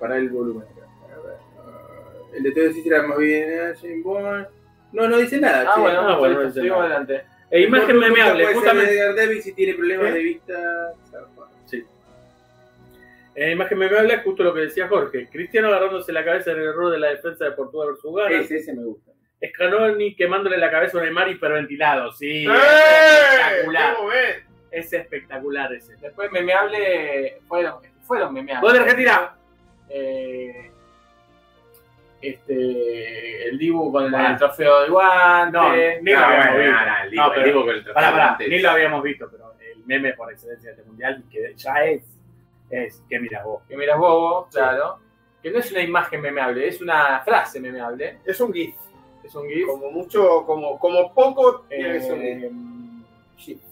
S5: parar el volumen. A ver, ah, El de Teo sí será más bien. ah, Jim Bond. No, no dice nada.
S2: Ah,
S5: che.
S2: bueno,
S3: ah,
S2: no,
S3: bueno,
S2: listo,
S3: no dice
S2: seguimos
S3: nada.
S2: adelante.
S3: Eh, imagen
S5: Bond nunca
S3: memeable,
S5: puede ser
S3: justamente.
S5: Edgar Davis si tiene
S7: ¿Eh?
S5: problemas de vista. zarpa.
S3: Eh, imagen memeable es justo lo que decía Jorge. Cristiano agarrándose la cabeza en el error de la defensa de Portugal versus Ghana.
S5: Ese, ese me gusta.
S3: Scaloni quemándole la cabeza a Neymar hiperventilado. Sí,
S4: ¡Eh!
S3: es espectacular.
S4: ¿Cómo ves?
S3: Es espectacular ese.
S2: Después memeable, fueron, fueron memeables.
S3: Gol de Argentina.
S2: Eh, este, el Dibu con
S3: Bueno.
S2: el trofeo del guante.
S3: No,
S4: Eh,
S3: ni lo
S5: Ah,
S3: habíamos
S5: bueno,
S3: visto.
S5: ah,
S3: No, pero-
S5: digo que el
S3: Pará, pará,
S5: antes.
S3: ni lo habíamos visto, pero el meme por excelencia de este mundial, que ya es, es que mira vos.
S2: Que miras bobo, claro. Que no es una imagen memeable, es una frase memeable.
S4: Es un GIF.
S2: Es un GIF.
S4: Como mucho, como, como poco tiene que ser un GIF.
S2: Eh,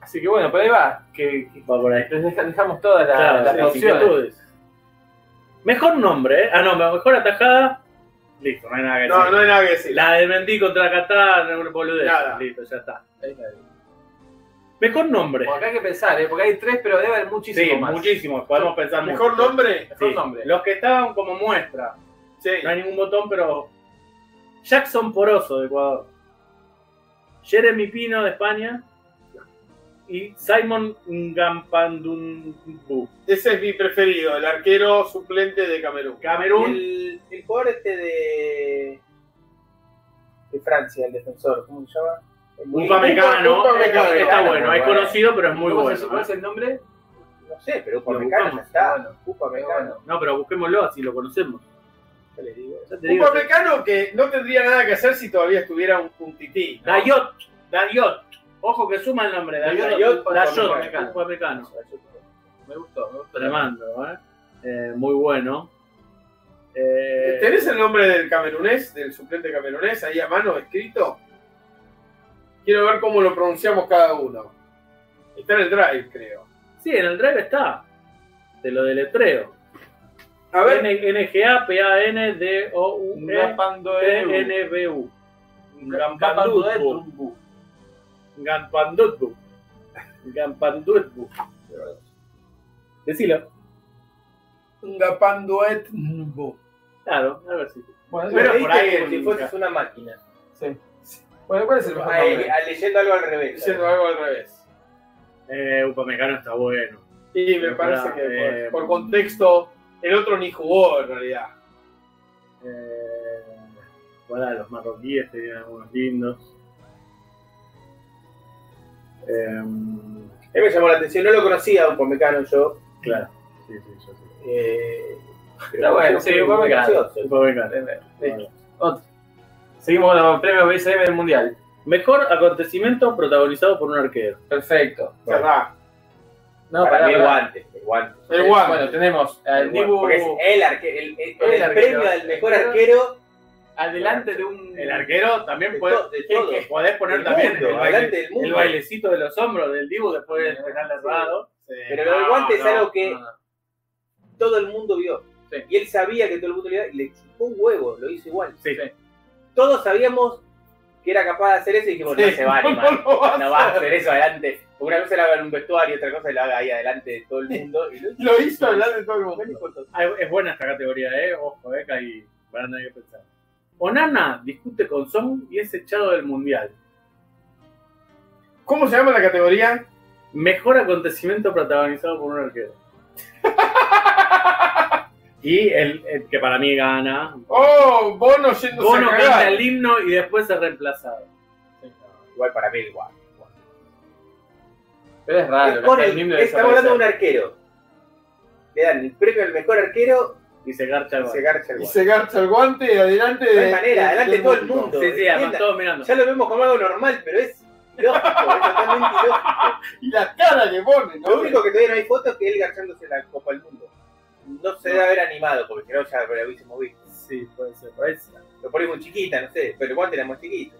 S2: así que bueno, por ahí va. Que, que-
S3: Va por ahí.
S2: les deja- dejamos todas las,
S3: Claro,
S2: las
S3: las
S2: opciones.
S3: inquietudes. Mejor nombre, ¿eh? Ah, no, mejor atajada. Listo, no hay nada que decir.
S4: No, no hay nada que decir.
S3: La de Mendy contra Qatar, no boludez.
S4: Nada.
S3: Listo, ya está.
S2: Ahí está.
S3: Mejor nombre.
S2: Porque hay que pensar, ¿eh? porque hay tres, pero debe haber muchísimo
S3: Sí,
S2: más.
S3: muchísimos, podemos pensar
S4: Mejor
S3: mucho.
S4: nombre.
S2: Mejor
S3: Sí.
S2: nombre.
S3: Los que estaban como muestra.
S4: Sí.
S3: No hay ningún botón, pero. Jackson Poroso de Ecuador. Jeremy Pino de España. Y Simon Ngampandumbu.
S4: Ese es mi preferido, el arquero suplente de Camerún.
S3: Camerún.
S5: El, el jugador este de. de Francia, el defensor, ¿cómo se llama? El
S3: Un
S5: Murillo.
S3: pamecano.
S4: Upamecano.
S3: Está bueno, es conocido, pero es muy
S2: ¿Cómo se-
S3: bueno.
S2: ¿Cuál
S3: ¿eh?
S2: es el nombre?
S5: No sé, pero
S3: Lo
S5: Upamecano ya
S3: buscamos.
S5: está. Upamecano,
S3: ¿eh? No, pero busquémoslo así lo conocemos.
S5: ya le digo.
S3: Ya te
S4: Un
S3: digo.
S4: pamecano que no tendría nada que hacer si todavía estuviera un puntití. ¿no?
S3: Dayot. Dayot. Ojo que suma el nombre. Dayot.
S2: Dayot,
S3: Dayot.
S2: Upamecano.
S3: Upamecano. Upamecano.
S2: Me gustó, me gustó.
S3: Tremendo, ¿eh? Eh, Muy bueno. Eh,
S4: ¿Tenés el nombre del camerunés, del suplente camerunés, ahí a mano, escrito? Quiero ver cómo lo pronunciamos cada uno. Está en el drive, creo.
S3: Sí, en el drive está. Te lo deletreo.
S4: A ver,
S3: NGA, PAN, D, O, U,
S2: Eh,
S3: E,
S2: Gapando
S3: T,
S2: Eru.
S3: N, B, U.
S2: Gapando
S3: Gampandutbu.
S2: Eru.
S3: Gampandutbu. Gampandutbu. Decilo.
S4: Ngapanduet
S3: Claro, algo así.
S2: Bueno,
S3: Pero
S5: Pero
S3: por
S5: por
S3: ahí
S5: como si
S3: nunca.
S5: fueses una máquina.
S2: bueno, ¿cuál es el mejor
S5: Ahí,
S2: nombre?
S5: a- Ah, leyendo algo al revés.
S4: Diciendo algo al revés.
S3: Eh, Upamecano está bueno.
S4: Y me parece que
S3: Eh,
S4: por, por contexto, el otro ni jugó en realidad.
S3: Eh, bueno, los marroquíes tenían algunos lindos. Em,
S5: A mí me llamó la atención, no lo conocía Upamecano yo.
S3: claro, sí, sí, yo sí.
S5: Eh,
S2: Pero bueno, sí,
S5: fue muy
S2: Upamecano.
S5: gracioso.
S3: Upamecano.
S2: Listo. Otro. Seguimos con los premios BSM del Mundial.
S3: Mejor acontecimiento protagonizado por un arquero.
S2: Perfecto.
S4: Cerrá.
S2: No,
S5: para
S2: para
S5: mí el guante, el guante.
S4: El
S2: Bueno,
S4: guante.
S2: tenemos al
S5: El guante,
S2: Dibu
S5: Porque es el, arque, el, el- con
S2: El
S5: el
S2: arquero.
S5: premio al mejor arquero
S2: adelante de un.
S3: El arquero también
S5: de,
S3: puede.
S5: to- de todo.
S3: que Podés poner
S5: Del
S3: también
S5: mundo,
S3: el, baile-
S5: adelante del mundo.
S3: el bailecito de los hombros del Dibu después del penal errado.
S5: Pero lo del
S3: No,
S5: guante es
S3: no,
S5: algo que
S2: no.
S5: todo el mundo vio.
S2: Sí.
S5: Y él sabía que todo el mundo le iba y le chupó un huevo, lo hizo igual.
S3: Sí.
S5: Todos sabíamos que era capaz de hacer eso y dijimos, no se va a animar.
S4: No lo vas
S5: No va a hacer eso adelante. Porque Una cosa la haga en un vestuario, otra cosa la haga ahí adelante de todo el mundo. Y lo pues, hizo.
S4: Lo hizo hablar de todo el mundo.
S3: Ah, Es buena esta categoría, ¿eh? Ojo, ¿eh? Que ahí van a tener que pensar. Onana discute con Son y es echado del mundial.
S5: ¿Cómo se llama la categoría?
S3: Mejor acontecimiento protagonizado por un arquero. y el, el que para mí gana.
S7: ¡Oh! Bono yendo
S3: Bono canta el himno y después es reemplazado.
S5: Igual para mí, igual. igual.
S2: Pero es raro.
S5: Con
S2: que
S5: el-
S2: el meme
S5: estamos hablando de un
S2: desaparezca.
S5: arquero. Le dan el premio al mejor arquero
S3: Y se garcha el
S5: y se
S3: gol.
S5: garcha el
S7: Y
S5: gol.
S7: se garcha el guante adelante
S5: No
S7: de.
S5: hay manera, adelante todo el mundo.
S3: Sí, sí, además
S5: Entienda.
S3: todos mirando.
S5: Ya lo vemos como algo normal, pero es lógico, es totalmente lógico.
S7: Y la cara que pone, ¿no?
S5: Lo único que todavía no hay foto es que él garchándose la Copa del Mundo. No se debe haber animado, porque si no ya lo hubiésemos visto.
S3: Sí, puede ser, puede ser.
S5: Lo ponemos muy chiquita, no sé, pero el guante era muy chiquito.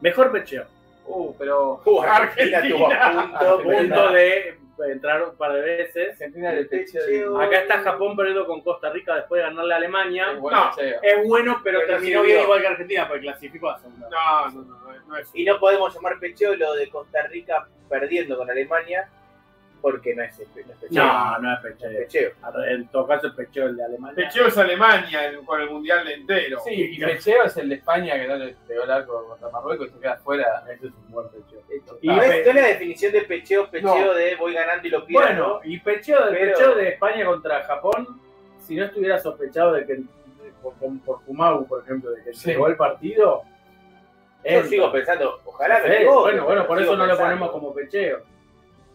S3: Mejor pecheo.
S2: Uh, pero
S5: Uh, Argentina tuvo a punto,
S3: Punto
S5: punto de...
S3: de entrar un par de veces.
S2: Argentina le pechó
S3: Acá está Japón perdiendo con Costa Rica después de ganarle a Alemania.
S2: bueno,
S3: No, es bueno, pero,
S5: Pero no
S3: terminó
S5: sirvió.
S3: bien igual que Argentina, porque clasificó a segunda.
S7: No, no, no, no, no es.
S5: Y no podemos llamar pecheo lo de Costa Rica perdiendo con Alemania, porque no es, no es pecheo.
S3: No, no es
S5: No es
S3: pecheo.
S5: pecheo.
S3: En todo caso, el pecheo es el de Alemania.
S7: Pecheo es Alemania el- con el mundial entero.
S2: Sí, y Pecheo es el de España que no le pegó el arco contra Marruecos y se queda fuera.
S3: Ese es un buen pecheo.
S5: Y no, es, no es la definición de pecheo, pecheo de voy ganando y lo pierdo.
S3: Bueno, y pecheo del
S5: Pero-
S3: pecheo de España contra Japón, si no estuviera sospechado de que de- por, por, por Kumau, por ejemplo, de que
S2: Sí.
S3: llegó el partido.
S5: yo
S3: entra.
S5: sigo pensando, ojalá me
S3: Sí,
S5: equivoque,
S3: Bueno, bueno, por
S5: sigo
S3: eso no lo
S5: pensando.
S3: ponemos como pecheo.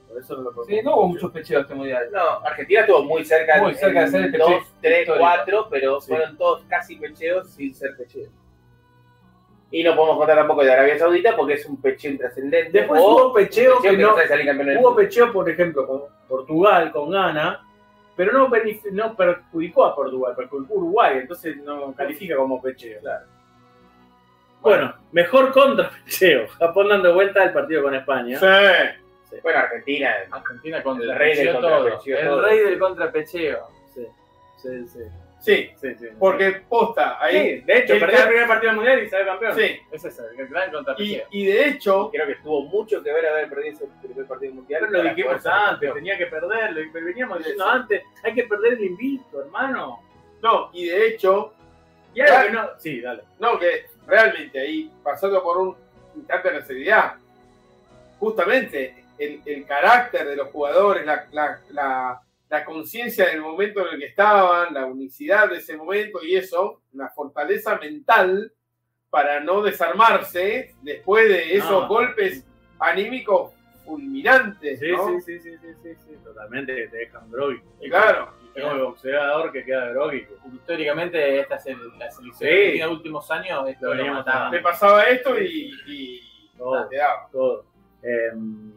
S3: Por eso no lo ponemos.
S2: Sí, no
S3: como
S2: hubo
S3: pecheo.
S2: muchos pecheos este mundial.
S5: No, Argentina estuvo muy cerca,
S2: Muy cerca de ser el pecheo
S5: 2, 3,
S2: histórico.
S5: 4, pero
S3: Sí.
S5: fueron todos casi pecheos sin ser pecheos. Y no podemos contar tampoco de Arabia Saudita porque es un pecheo intrascendente.
S3: Después
S5: o
S3: hubo
S5: un
S3: pecheo que no,
S5: sabe salir campeón del
S3: Hubo
S5: mundo.
S3: pecheo, por ejemplo, con Portugal, con Ghana, pero no, benef- no perjudicó a Portugal, perjudicó a Uruguay, entonces no califica como pecheo. Bueno, mejor contra pecheo. Japón dando vuelta al partido con España.
S7: Sí.
S5: Bueno, Argentina, eh,
S2: Argentina contra
S5: El rey del
S2: pecheó
S5: contrapecheo
S2: todo.
S5: todo.
S2: El rey del contrapecheo.
S3: Sí, sí, sí.
S7: Sí,
S3: sí, sí.
S7: porque posta, ahí.
S3: Sí, de hecho,
S7: el
S3: perdió
S7: ca-
S3: el primer partido del mundial y salió campeón.
S7: Sí.
S2: Ese es el gran
S7: Y,
S2: contrapecheo.
S7: y de hecho,
S5: creo que tuvo mucho que ver haber perdido ese primer partido mundial.
S3: Pero lo
S5: para
S3: dijimos
S5: poder ser
S3: antes,
S5: campeón.
S3: tenía que perder, lo que veníamos
S7: Sí,
S3: diciendo
S7: sí.
S3: antes, hay que perder el invicto, hermano.
S7: no, y de hecho,
S3: Y algo
S7: Claro.
S3: que no. Sí, dale.
S7: no, que realmente ahí, pasando por un instante de necesidad, justamente el, el carácter de los jugadores, la, la- la- la conciencia del momento en el que estaban, la unicidad de ese momento y eso, la fortaleza mental para no desarmarse después de esos
S3: No.
S7: golpes anímicos fulminantes,
S3: Sí,
S7: ¿no?
S3: sí, sí, sí, sí, sí, sí, totalmente que te dejan groggy.
S7: Claro.
S3: Es como el boxeador que queda groggy.
S2: Históricamente, esta es el- la selección
S3: Sí.
S2: argentina de los últimos años. Esto
S3: Lo
S2: lo
S3: veníamos
S2: mataban.
S7: Te pasaba esto y, y
S3: Todo,
S7: te daba.
S3: todo. Em,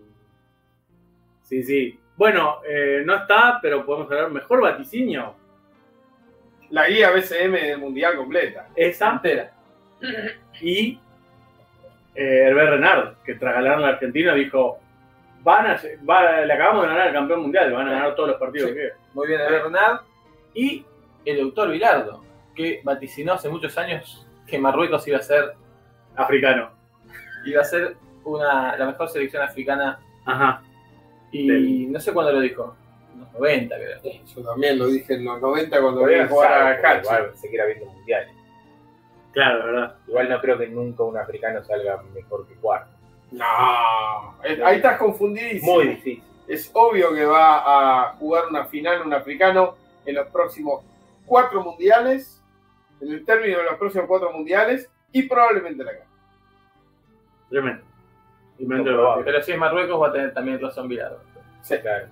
S3: sí, sí. Bueno, eh, no está, pero podemos hablar mejor vaticinio.
S7: La guía BCM del mundial completa.
S3: Esa
S2: Entera.
S3: y eh, Herbert Renard, que tras ganar a la Argentina dijo, van a, lle- va- le acabamos de ganar al campeón mundial, van a ganar todos los partidos.
S2: Sí.
S3: que queden".
S2: Muy bien, Bernard. Y el doctor Vilardo, que vaticinó hace muchos años que Marruecos iba a ser,
S3: Africano.
S2: iba a ser una, la mejor selección africana.
S3: Ajá.
S2: Y
S3: Del-
S2: no sé cuándo lo dijo. En los 90, creo.
S7: Yo también lo dije en los 90 cuando vi
S5: Todavía no
S7: jugar
S5: sabe,
S7: a
S5: porque
S7: Hatch.
S5: Igual se quiera viendo mundiales.
S3: Claro, la ¿verdad?
S5: Igual no creo que nunca un africano salga mejor que cuarto.
S7: No, es- ahí estás confundidísimo.
S5: Muy difícil.
S7: Es obvio que va a jugar una final un africano en los próximos cuatro mundiales, en el término de los próximos cuatro mundiales y probablemente la gane.
S3: Tremendo. Tremendo.
S5: Comprobable.
S2: Pero si es Marruecos, va a tener también razón Vilardo.
S5: Sí, claro.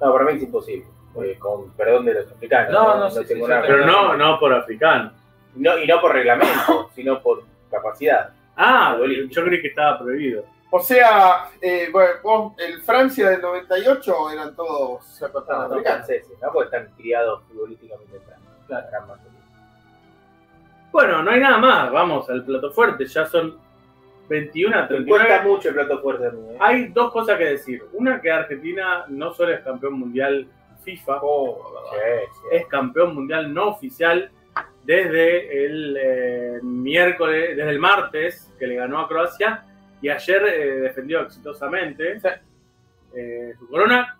S5: No, para mí es imposible. eh, con perdón de los africanos.
S2: No, no, sí,
S5: tengo
S2: sí,
S5: nada.
S2: sí,
S3: Pero no, no por africano.
S5: No, y no por reglamento, sino por capacidad.
S3: Ah,
S5: Futbolístico.
S3: yo creí que estaba prohibido.
S7: O sea, eh, bueno, vos- el Francia del 98 eran todos
S5: No,
S7: africanos.
S5: no, franceses, ¿no? Porque están criados futbolísticamente en Francia.
S2: Claro.
S5: La gran mayoría.
S3: Bueno, no hay nada más. Vamos al plato fuerte. Ya son 21 a
S5: Me Cuesta
S3: 39.
S5: mucho el plato fuerte a mí, ¿eh?
S3: Hay dos cosas que decir. Una que Argentina no solo es campeón mundial FIFA,
S5: Oh, Sí, sí.
S3: es campeón mundial no oficial desde el eh, miércoles, desde el martes que le ganó a Croacia y ayer eh, defendió exitosamente eh, su corona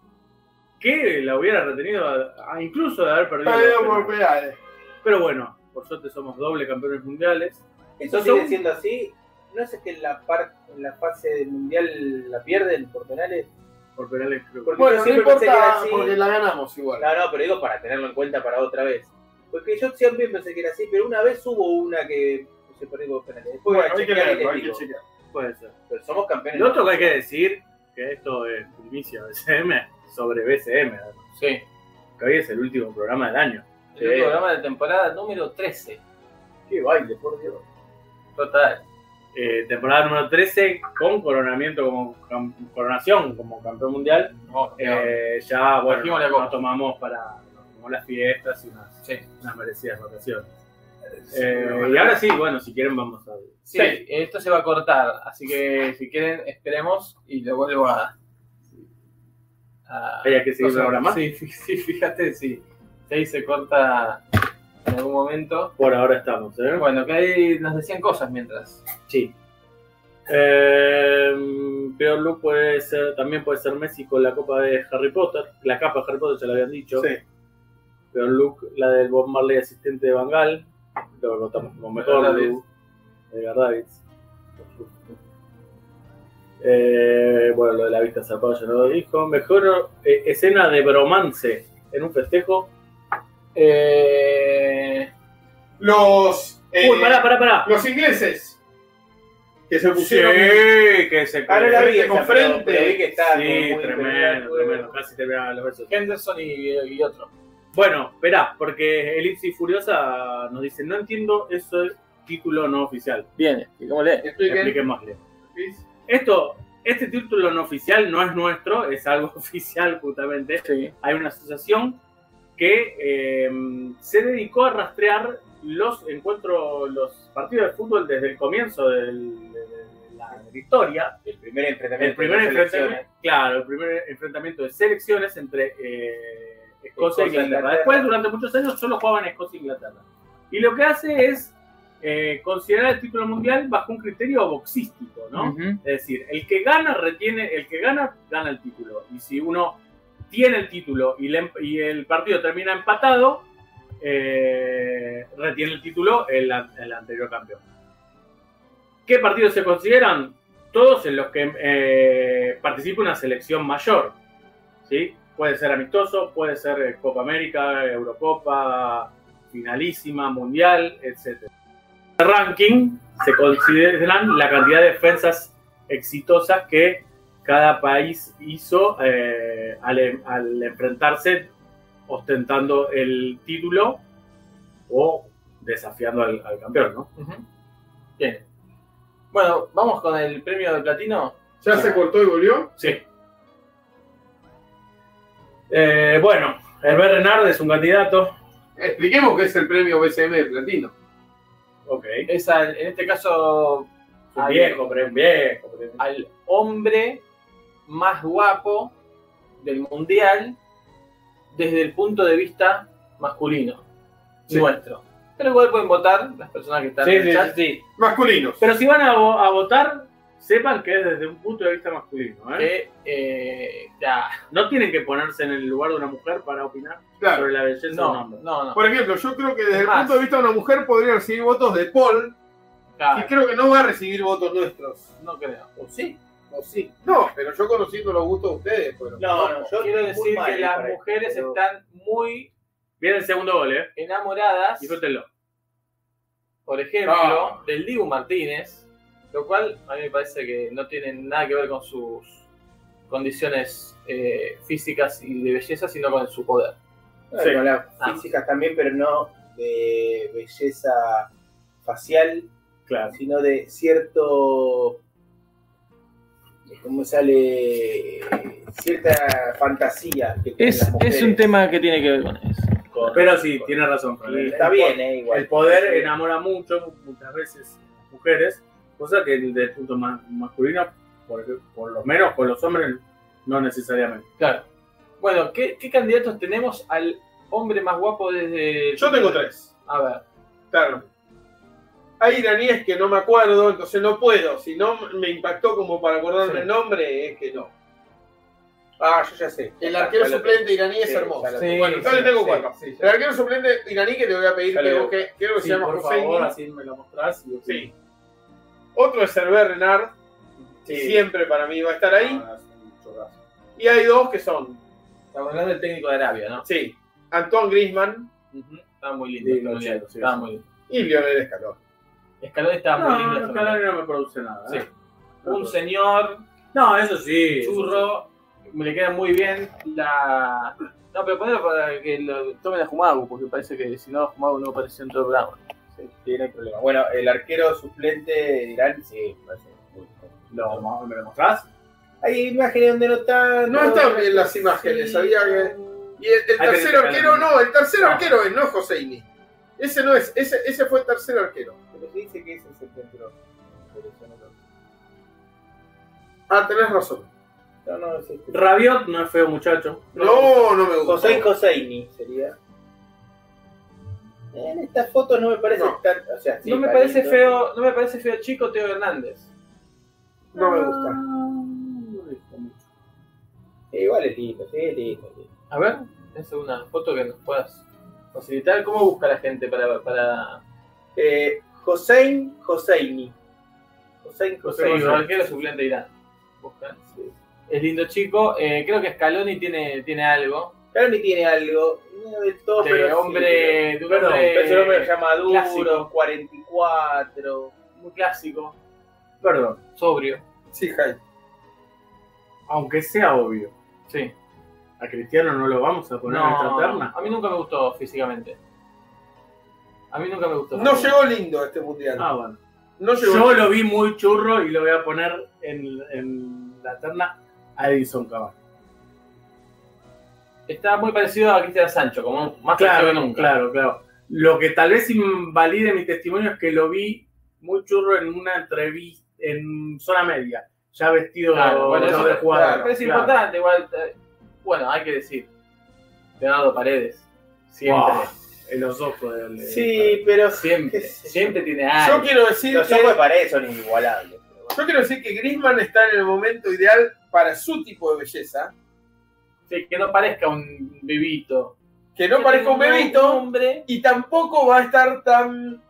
S3: que la hubiera retenido a- a- incluso de haber perdido.
S7: Perdido
S3: Pero-
S7: por penales.
S3: Pero bueno, por suerte somos doble campeones mundiales.
S5: Eso
S3: Son-
S5: sigue siendo así. No es que en la, par- en la fase del mundial la pierden por penales.
S3: Por penales creo que-
S5: Porque
S4: Bueno,
S5: yo
S4: no
S5: siempre pensé que era
S4: importa
S5: así.
S4: porque la ganamos igual.
S5: No, no, pero digo para tenerlo en cuenta para otra vez. Porque yo siempre pensé que era así, pero una vez hubo una que se perdió por penales. Después voy a
S4: Bueno, hay que
S5: chequear y
S4: leerlo,
S5: les
S4: hay que
S5: digo.
S4: chequear.
S3: puede ser.
S5: Pero somos campeones.
S3: Lo otro que hay que decir, que esto es primicia BCM sobre BCM, además,
S2: Sí.
S3: que hoy es el último programa del año.
S2: El programa de temporada número 13.
S5: Qué baile, por Dios.
S2: Total.
S3: Eh, temporada número 13 con coronamiento como cam- coronación como campeón mundial. Eh, ya bueno,
S2: Trajimos la
S3: nos
S2: copa.
S3: tomamos para nos tomamos las fiestas y unas,
S2: Sí.
S3: unas merecidas vacaciones. Eh, y ahora sí, bueno, si quieren vamos a
S2: Sí, esto se va a cortar, así que si quieren esperemos y lo vuelvo a... a-
S3: Hay que seguir
S2: o sea,
S3: ahora más.
S2: Sí, sí, sí, fíjate, sí. Ahí se corta en algún momento.
S3: Por ahora estamos, ¿eh?
S2: Bueno, que ahí nos decían cosas mientras.
S3: Sí. Eh, Peor look puede ser, también puede ser Messi con la copa de Harry Potter. La capa de Harry Potter ya la habían dicho.
S4: Sí.
S3: Peor look, la del Bob Marley asistente de Bangal. Lo votamos como mejor
S2: Edgar
S3: look. Edgar Davids. Eh, bueno, lo de la vista zapado ya lo dijo. Mejor eh, escena de bromance en un festejo.
S2: Eh,
S4: Los, eh,
S3: Uy, pará, pará, pará.
S4: los ingleses que se
S3: Sí,
S4: pusieron
S3: que se
S5: Ahora la vi,
S4: Frente con
S5: esa, pero-
S4: frente.
S5: pero vi que está como
S3: Sí,
S5: muy
S3: tremendo, tremendo. Casi te vean los versos.
S2: Henderson y, y otro.
S3: Bueno, esperá, porque Elipsis Furiosa nos dice, no entiendo eso es título no oficial.
S7: Bien, explícamosle.
S4: Expliquen.
S3: Expliquémosle. Esto, este título no oficial no es nuestro, es algo oficial justamente.
S7: Sí.
S3: Hay una asociación que eh, se dedicó a rastrear los encuentros, los partidos de fútbol desde el comienzo del- de, de- de la historia.
S5: El primer
S3: El
S5: enfrentamiento.
S3: primer
S5: de las
S3: enfrentamiento, claro, el primer enfrentamiento de selecciones entre eh, Escocia
S5: Escocia
S3: e
S5: e
S3: Inglaterra.
S5: Inglaterra.
S3: Después, durante muchos años, solo jugaban Escocia e Inglaterra. Y lo que hace es eh, considerar el título mundial bajo un criterio boxístico, ¿no?
S7: Ujú.
S3: Es decir, el que gana retiene, el que gana gana el título. Y si uno tiene el título y, le- em, y el partido termina empatado, eh, retiene el título el, an- el anterior campeón. ¿Qué partidos se consideran? Todos en los que eh, participe una selección mayor. ¿sí? Puede ser amistoso, puede ser eh, Copa América, Eurocopa, finalísima, mundial, etc ranking se consideran la cantidad de defensas exitosas que cada país hizo eh, al, em- al enfrentarse ostentando el título o desafiando al, al campeón, ¿no?
S2: Ujú. Bien. Bueno, vamos con el premio de platino.
S4: ¿Ya se cortó y volvió?
S3: Sí. Eh, bueno, Herbert Renard es un candidato.
S4: Expliquemos qué es el premio BCM de platino.
S3: Ok.
S2: Es al- en este caso
S3: Es un viejo, pero es un viejo. pero es un-
S2: al hombre más guapo del mundial desde el punto de vista masculino nuestro. Pero igual pueden votar las personas que están
S3: Sí,
S2: en el
S3: sí,
S2: chat.
S4: Masculinos.
S3: Pero si van a, vo- a votar, sepan que es desde un punto de vista masculino. ¿eh?
S2: Que, eh, ya,
S3: No tienen que ponerse en el lugar de una mujer para opinar
S4: Claro.
S3: sobre la belleza de un
S2: no,
S3: hombre.
S2: no, no.
S4: Por ejemplo, yo creo que desde el
S2: Más.
S4: punto de vista de una mujer podría recibir votos de Paul,
S2: claro,
S4: y creo que no va a recibir votos nuestros.
S2: no creo.
S4: ¿O sí? ¿O sí? No, pero yo conociendo los gustos de ustedes, pues, pero...
S5: No, no, yo
S2: Quiero
S5: muy
S2: decir
S5: mal,
S2: que
S5: eh,
S2: las
S5: para esto,
S2: mujeres
S5: pero-
S2: están muy
S3: Viene el segundo gol, ¿eh?
S2: enamoradas,
S3: Disfrútenlo.
S2: por ejemplo,
S4: No.
S2: del Dibu Martínez, lo cual a mí me parece que no tiene nada que ver con sus condiciones eh, físicas y de belleza, sino con su poder.
S5: Bueno,
S3: Sí.
S5: las
S2: Ah.
S5: físicas también, pero no de belleza facial,
S3: Claro.
S5: sino de cierto. de ¿Cómo sale? Cierta fantasía. Que tienen
S7: Es,
S5: las
S7: es
S5: mujeres.
S7: un tema que tiene que ver con eso.
S3: Pero sí, tiene razón. Fran.
S5: Y está bien, eh, igual.
S3: El poder
S5: Sí.
S3: enamora mucho, muchas veces, a las mujeres, cosa que desde el punto ma- masculino, por, por lo menos con los hombres, no necesariamente.
S2: Claro. Bueno, ¿qué, qué candidatos tenemos al hombre más guapo desde.?
S4: Yo tengo tres.
S2: A ver.
S4: Claro. Hay iraníes que no me acuerdo, entonces no puedo. Si no me impactó como para acordarme
S2: Sí.
S4: el nombre, es que no. Ah, yo ya sé.
S10: El arquero
S4: Ya lo
S10: suplente iraní es
S5: Sí,
S10: hermoso.
S5: ya lo-
S4: Bueno, yo le tengo cuatro.
S11: Sí,
S4: El arquero suplente iraní que te voy a pedir
S11: Ya
S4: que
S11: leo.
S4: busque, creo que
S11: Sí,
S4: se llama
S11: por
S4: Hosseini.
S11: favor, así me lo mostrás. y-
S4: Sí. Otro es Hervé Renard, que
S5: Sí.
S4: siempre para mí va a estar ahí.
S11: Ah, es un chorrazo.
S4: Y hay dos que son,
S2: Estamos hablando del técnico de Arabia, ¿no?
S4: sí, Antoine Griezmann
S2: Ujú. Estaba muy lindo.
S11: Sí,
S2: este
S11: lo
S2: mundial.
S11: chico, sí,
S2: estaba
S11: sí.
S2: muy lindo.
S4: y Lionel Escalón.
S2: Escalón estaba muy lindo.
S3: No,
S2: este
S3: no, Calabria
S2: mundial.
S3: no me produce nada. ¿eh?
S2: Sí. Un señor,
S3: No, eso sí. eso
S2: churro, me le queda muy bien la...
S7: No, pero ponelo para que lo tomen a Jumagu, porque parece que si no, Jumagu no apareció en todo el programa.
S5: Sí, sí, no hay problema. Bueno, el arquero suplente de Irán, sí, me parece muy cómodo.
S3: sí. Lo- ¿Me lo mostrás?
S5: Hay imágenes donde no está.
S4: No están bien las imágenes, sabía que. Y el, el
S3: Hay
S4: tercer
S3: que-
S4: arquero, no, el tercer
S3: Ah.
S4: arquero es, no es Hosseini. Ese no es, ese, ese fue el tercer arquero.
S5: Pero se dice que ese es el centro. Pero yo no lo-
S4: Ah, tenés razón.
S5: No, no, es este.
S3: Rabiot no es feo muchacho.
S4: No, no me gusta.
S5: José Joseini sería. En esta foto no me parece
S4: No.
S5: tan. O sea, sí,
S2: no me
S5: palito.
S2: parece feo, no me parece feo chico Teo Hernández.
S4: No me gusta.
S5: Sí, Eh, igual es lindo, sí, es lindo. sí.
S2: A ver, es una foto que nos puedas facilitar. ¿Cómo busca la gente para... para...
S5: Eh, Hossein Hosseini. Hossein
S2: Sí,
S5: Hosseini.
S2: el arquero suplente de Irán. Busca. Es lindo chico. eh, creo que Scaloni tiene, tiene algo.
S5: Claro, ni tiene algo.
S4: eh,
S5: No del todo,
S2: De
S5: pero sí,
S2: hombre... de un
S5: Perdón,
S2: hombre
S5: pensé que me llama duro,
S2: clásico.
S5: 44.
S2: muy clásico,
S5: Perdón.
S2: sobrio.
S4: Sí, Jai.
S3: Aunque sea obvio.
S2: Sí.
S3: A Cristiano no lo vamos a poner en esta terna.
S2: a mí nunca me gustó físicamente. A mí nunca me gustó.
S4: No llegó lindo este mundial.
S3: Ah, bueno.
S4: No llegó
S3: Yo lo vi muy churro y lo voy a poner en, en la terna a Edison Cavani.
S2: Está muy parecido a Cristian Sancho, como más
S3: Claro,
S2: parecido que nunca.
S3: claro, claro. Lo que tal vez invalide mi testimonio es que lo vi muy churro en una entrevista en zona media, ya vestido
S2: Claro, bueno,
S3: ya
S2: eso
S3: de
S2: te-
S3: jugador.
S2: Pero es
S3: claro.
S2: importante, igual. eh, Bueno, hay que decir. Leonardo Paredes. Siempre.
S3: Wow, en los ojos del.
S5: Sí, pero.
S2: Siempre.
S5: qué sé yo.
S2: Siempre tiene
S4: Yo
S2: algo.
S4: quiero decir
S5: Los
S4: que
S5: ojos paredes son inigualables. pero bueno.
S4: Yo quiero decir que Griezmann está en el momento ideal para su tipo de belleza.
S2: Sí, que no parezca un bebito.
S4: Que no parezca un bebito
S2: hombre.
S4: y tampoco va a estar tan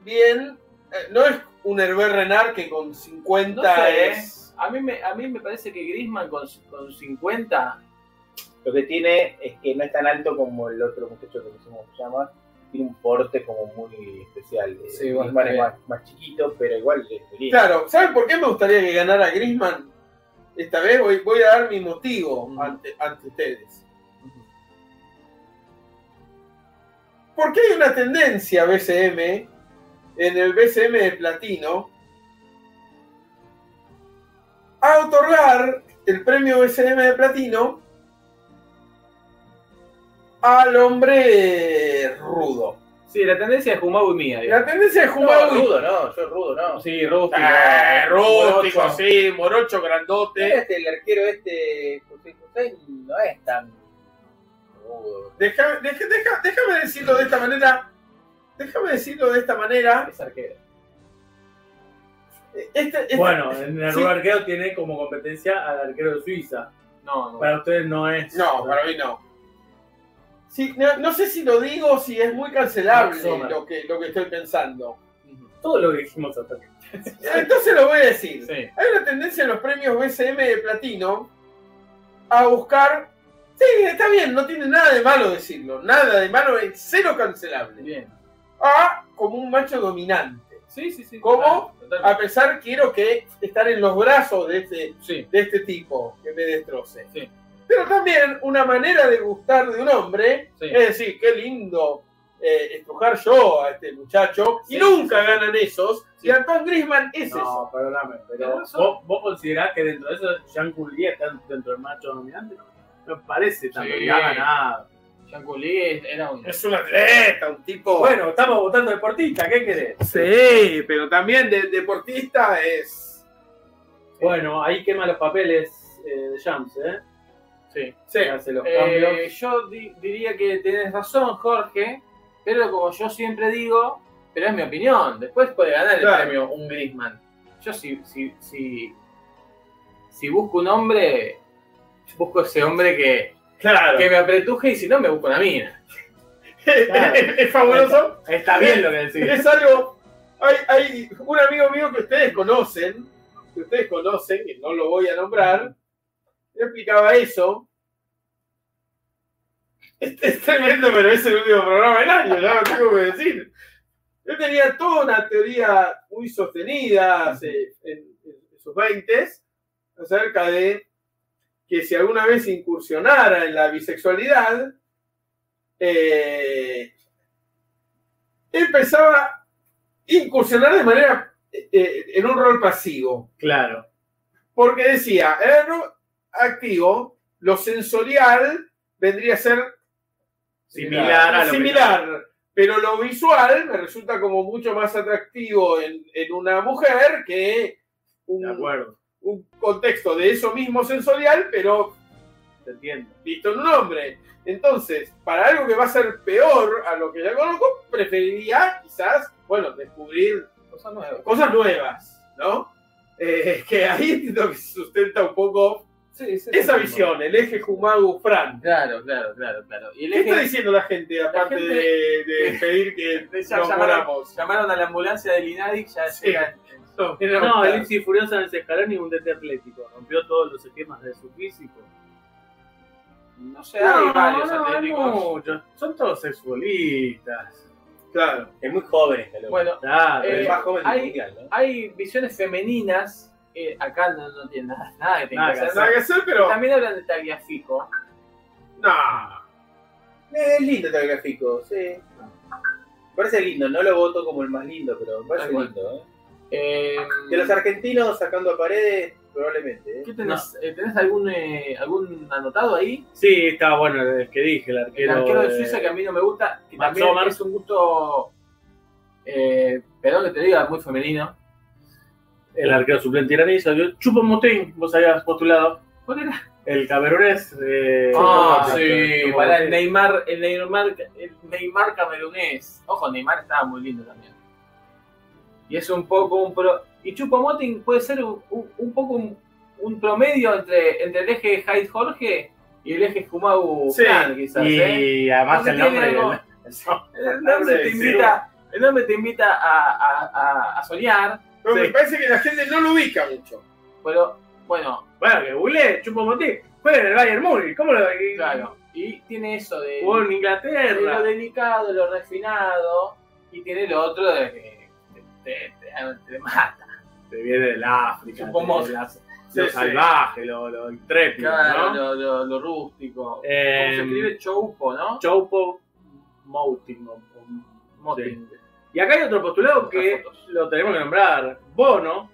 S4: bien. Eh, no es un Hervé Renard que con 50
S2: No sé,
S4: es.
S2: A mí, me, a mí me parece que Grisman con, con 50.
S5: Lo que tiene es que no es tan alto como el otro muchacho que no sé cómo se llama. Tiene un porte como muy especial.
S2: Sí,
S5: Eh,
S2: bueno,
S5: Griezmann es
S2: bien.
S5: más, más chiquito, pero igual es muy lindo.
S4: Claro, ¿saben por qué me gustaría que ganara Griezmann? Esta vez voy, voy a dar mi motivo ante, ante ustedes. Porque hay una tendencia BCM, en el BCM de platino, a otorgar el premio BCM de platino al hombre rudo.
S2: Sí, la tendencia es Jumau y mía.
S4: La tendencia de
S5: No,
S4: Jumabu
S5: rudo no, yo rudo no.
S2: Sí, Rústico.
S3: Eh,
S4: Ah, rústico, sí, morocho grandote.
S5: Este, el arquero este, José José, no es tan rudo.
S4: Deja- deja- deja- déjame decirlo de esta manera. Déjame decirlo de esta manera.
S2: Es arquero.
S4: Este, este-
S11: Bueno, en el
S4: Sí.
S11: arquero tiene como competencia al arquero de Suiza.
S2: No, no.
S11: Para ustedes no es.
S4: No, para mí no. Sí, no, no sé si lo digo, si es muy cancelable
S11: Max Sommer.
S4: lo que, lo que estoy pensando.
S11: Todo lo que dijimos hasta aquí.
S4: Entonces lo voy a decir.
S2: Sí.
S4: Hay una tendencia en los premios BCM de platino a buscar... Sí, está bien, no tiene nada de malo decirlo. Nada de malo, es cero cancelable.
S2: Bien.
S4: A como un macho dominante.
S2: Sí, sí, sí.
S4: ¿Cómo?
S2: total, total.
S4: A pesar quiero que estar en los brazos de este,
S2: Sí.
S4: de este tipo que me destroce.
S2: Sí.
S4: Pero también una manera de gustar de un hombre
S2: Sí.
S4: es decir, qué lindo eh, estrujar yo a este muchacho.
S2: Sí,
S4: y nunca
S2: sí, sí.
S4: ganan esos.
S2: Sí.
S4: Y Antoine Griezmann es eso.
S11: No, perdóname, pero
S2: Tenés razón.
S11: vos, vos considerás que dentro de eso Jean Coulier está dentro del macho dominante. No me parece tan
S2: Sí.
S11: que ha ganado.
S2: Jean Coulier era un.
S4: Es un atleta, un tipo.
S11: Bueno, estamos votando deportista, ¿qué querés?
S4: sí, pero también de- deportista es.
S11: Bueno, ahí quema los papeles eh, de Shams, ¿eh?
S2: Sí.
S4: Sí.
S11: Hace los cambios.
S2: Eh, yo di- diría que tenés razón, Jorge. Pero como yo siempre digo, pero es mi opinión. Después puede ganar el
S4: Claro.
S2: premio un Grisman. Yo, si, si, si, si busco un hombre, busco ese hombre que,
S4: Claro.
S2: que me apretuje y si no, me busco una mina.
S4: es fabuloso.
S2: Está bien lo que decís.
S4: Es algo. Hay, hay un amigo mío que ustedes conocen, que ustedes conocen, que no lo voy a nombrar, le explicaba eso. Es, es tremendo, pero es el último programa del año, ya lo tengo que decir. Yo tenía toda una teoría muy sostenida hace- en, en sus 20 acerca de que si alguna vez incursionara en la bisexualidad, eh, empezaba a incursionar de manera eh, eh, en un rol pasivo.
S3: Claro.
S4: Porque decía, el rol activo, lo sensorial vendría a ser
S3: Similar a lo
S4: similar, pero lo visual me resulta como mucho más atractivo en, en una mujer que
S3: De
S4: un,
S3: acuerdo.
S4: un contexto de eso mismo sensorial, pero
S3: Te entiendo.
S4: visto en un hombre. Entonces, para algo que va a ser peor a lo que ya conozco, preferiría quizás, bueno, descubrir
S2: Cosa nueva.
S4: cosas nuevas, ¿no? Eh, que ahí entiendo que sustenta un poco
S2: Sí, sí,
S4: esa
S2: sí.
S4: visión, el eje Jumagu Fran.
S2: Claro, claro, claro, claro. Y el
S4: ¿Qué está
S2: eje-
S4: diciendo la gente aparte
S2: Este gente-
S4: de, de pedir que
S2: ya
S4: nos
S2: llamaron,
S4: moramos?
S2: llamaron a la ambulancia del Inadix, ya
S4: Sí.
S2: llegan.
S3: No, Elipsis Furiosa en ese escalón y un DT atlético. Rompió todos los esquemas de su físico.
S2: No sé, hay varios atléticos.
S3: muchos. Son todos sexualistas.
S4: Claro.
S5: Es muy joven este loco.
S2: Bueno,
S3: Claro.
S5: Pero
S2: eh,
S5: es más joven
S2: hay-
S5: del mundial, ¿no?
S2: hay visiones femeninas. eh, acá no, no tiene nada, nada que tenga
S3: Nada
S2: que
S3: que
S2: hacer.
S4: Nada que hacer, pero.
S2: También hablan de Tagliafico.
S4: No.
S5: Eh, Es lindo este gráfico, sí. Parece lindo, no lo voto como el más lindo, pero me parece
S2: Tal cual.
S5: lindo. ¿eh?
S2: Eh,
S5: De los argentinos sacando a paredes, probablemente. ¿eh?
S2: ¿qué tenés, Eh, ¿Tenés algún, eh, algún anotado ahí?
S3: Sí, está bueno el que dije, el
S2: El
S3: arquero.
S2: arquero de
S3: de-
S2: Suiza que a mí no me gusta, que
S3: eh, Max
S2: también
S3: Sommer.
S2: es un gusto, eh, perdón que te diga, muy femenino.
S3: El arquero suplente iraní salió Chupo Motín, vos habías postulado.
S2: ¿Cuál era?
S3: El camerunés. eh,
S2: Ah,
S3: Chupo
S2: sí,
S3: Motín.
S2: para el Neymar, el Neymar, el Eh, Neymar camerunés. Ojo, Neymar estaba muy lindo también. Y es un poco un pro... Y Chupo Moting puede ser un, un- un poco un, un promedio entre, entre el eje Hyde Jorge y el eje Kumau
S4: Sí,
S2: Khan, quizás, ¿eh?
S3: Y además
S2: Porque
S3: el nombre.
S2: tiene algo-
S3: el- el-
S2: El nombre te invita, el nombre te invita a, a- a- a soñar,
S4: Pero Me
S3: Sí.
S4: parece que la gente no lo ubica mucho.
S2: pero bueno,
S3: Bueno, que Bule, Chupo Motín. Juega en el Bayern Múnich. ¿Cómo lo.?
S2: claro. Y tiene eso de,
S3: Jugó en
S2: de lo
S3: Inglaterra.
S2: delicado, lo refinado, y tiene lo otro de que te, te- te- te mata.
S3: Te viene del África.
S2: Chupo
S3: te-
S2: Motín.
S3: la-
S4: Sí,
S3: Lo
S4: sí.
S3: salvaje, lo, lo intrépido, ¿no?
S2: lo, lo- lo rústico. ¿Cómo
S5: Em,
S2: se
S3: Eh,
S2: escribe Choupo, no?
S3: Choupo Motín. o- o-
S2: Motín.
S3: Y acá hay otro postulado
S2: Las
S3: que
S2: fotos.
S3: lo tenemos que nombrar. Bono,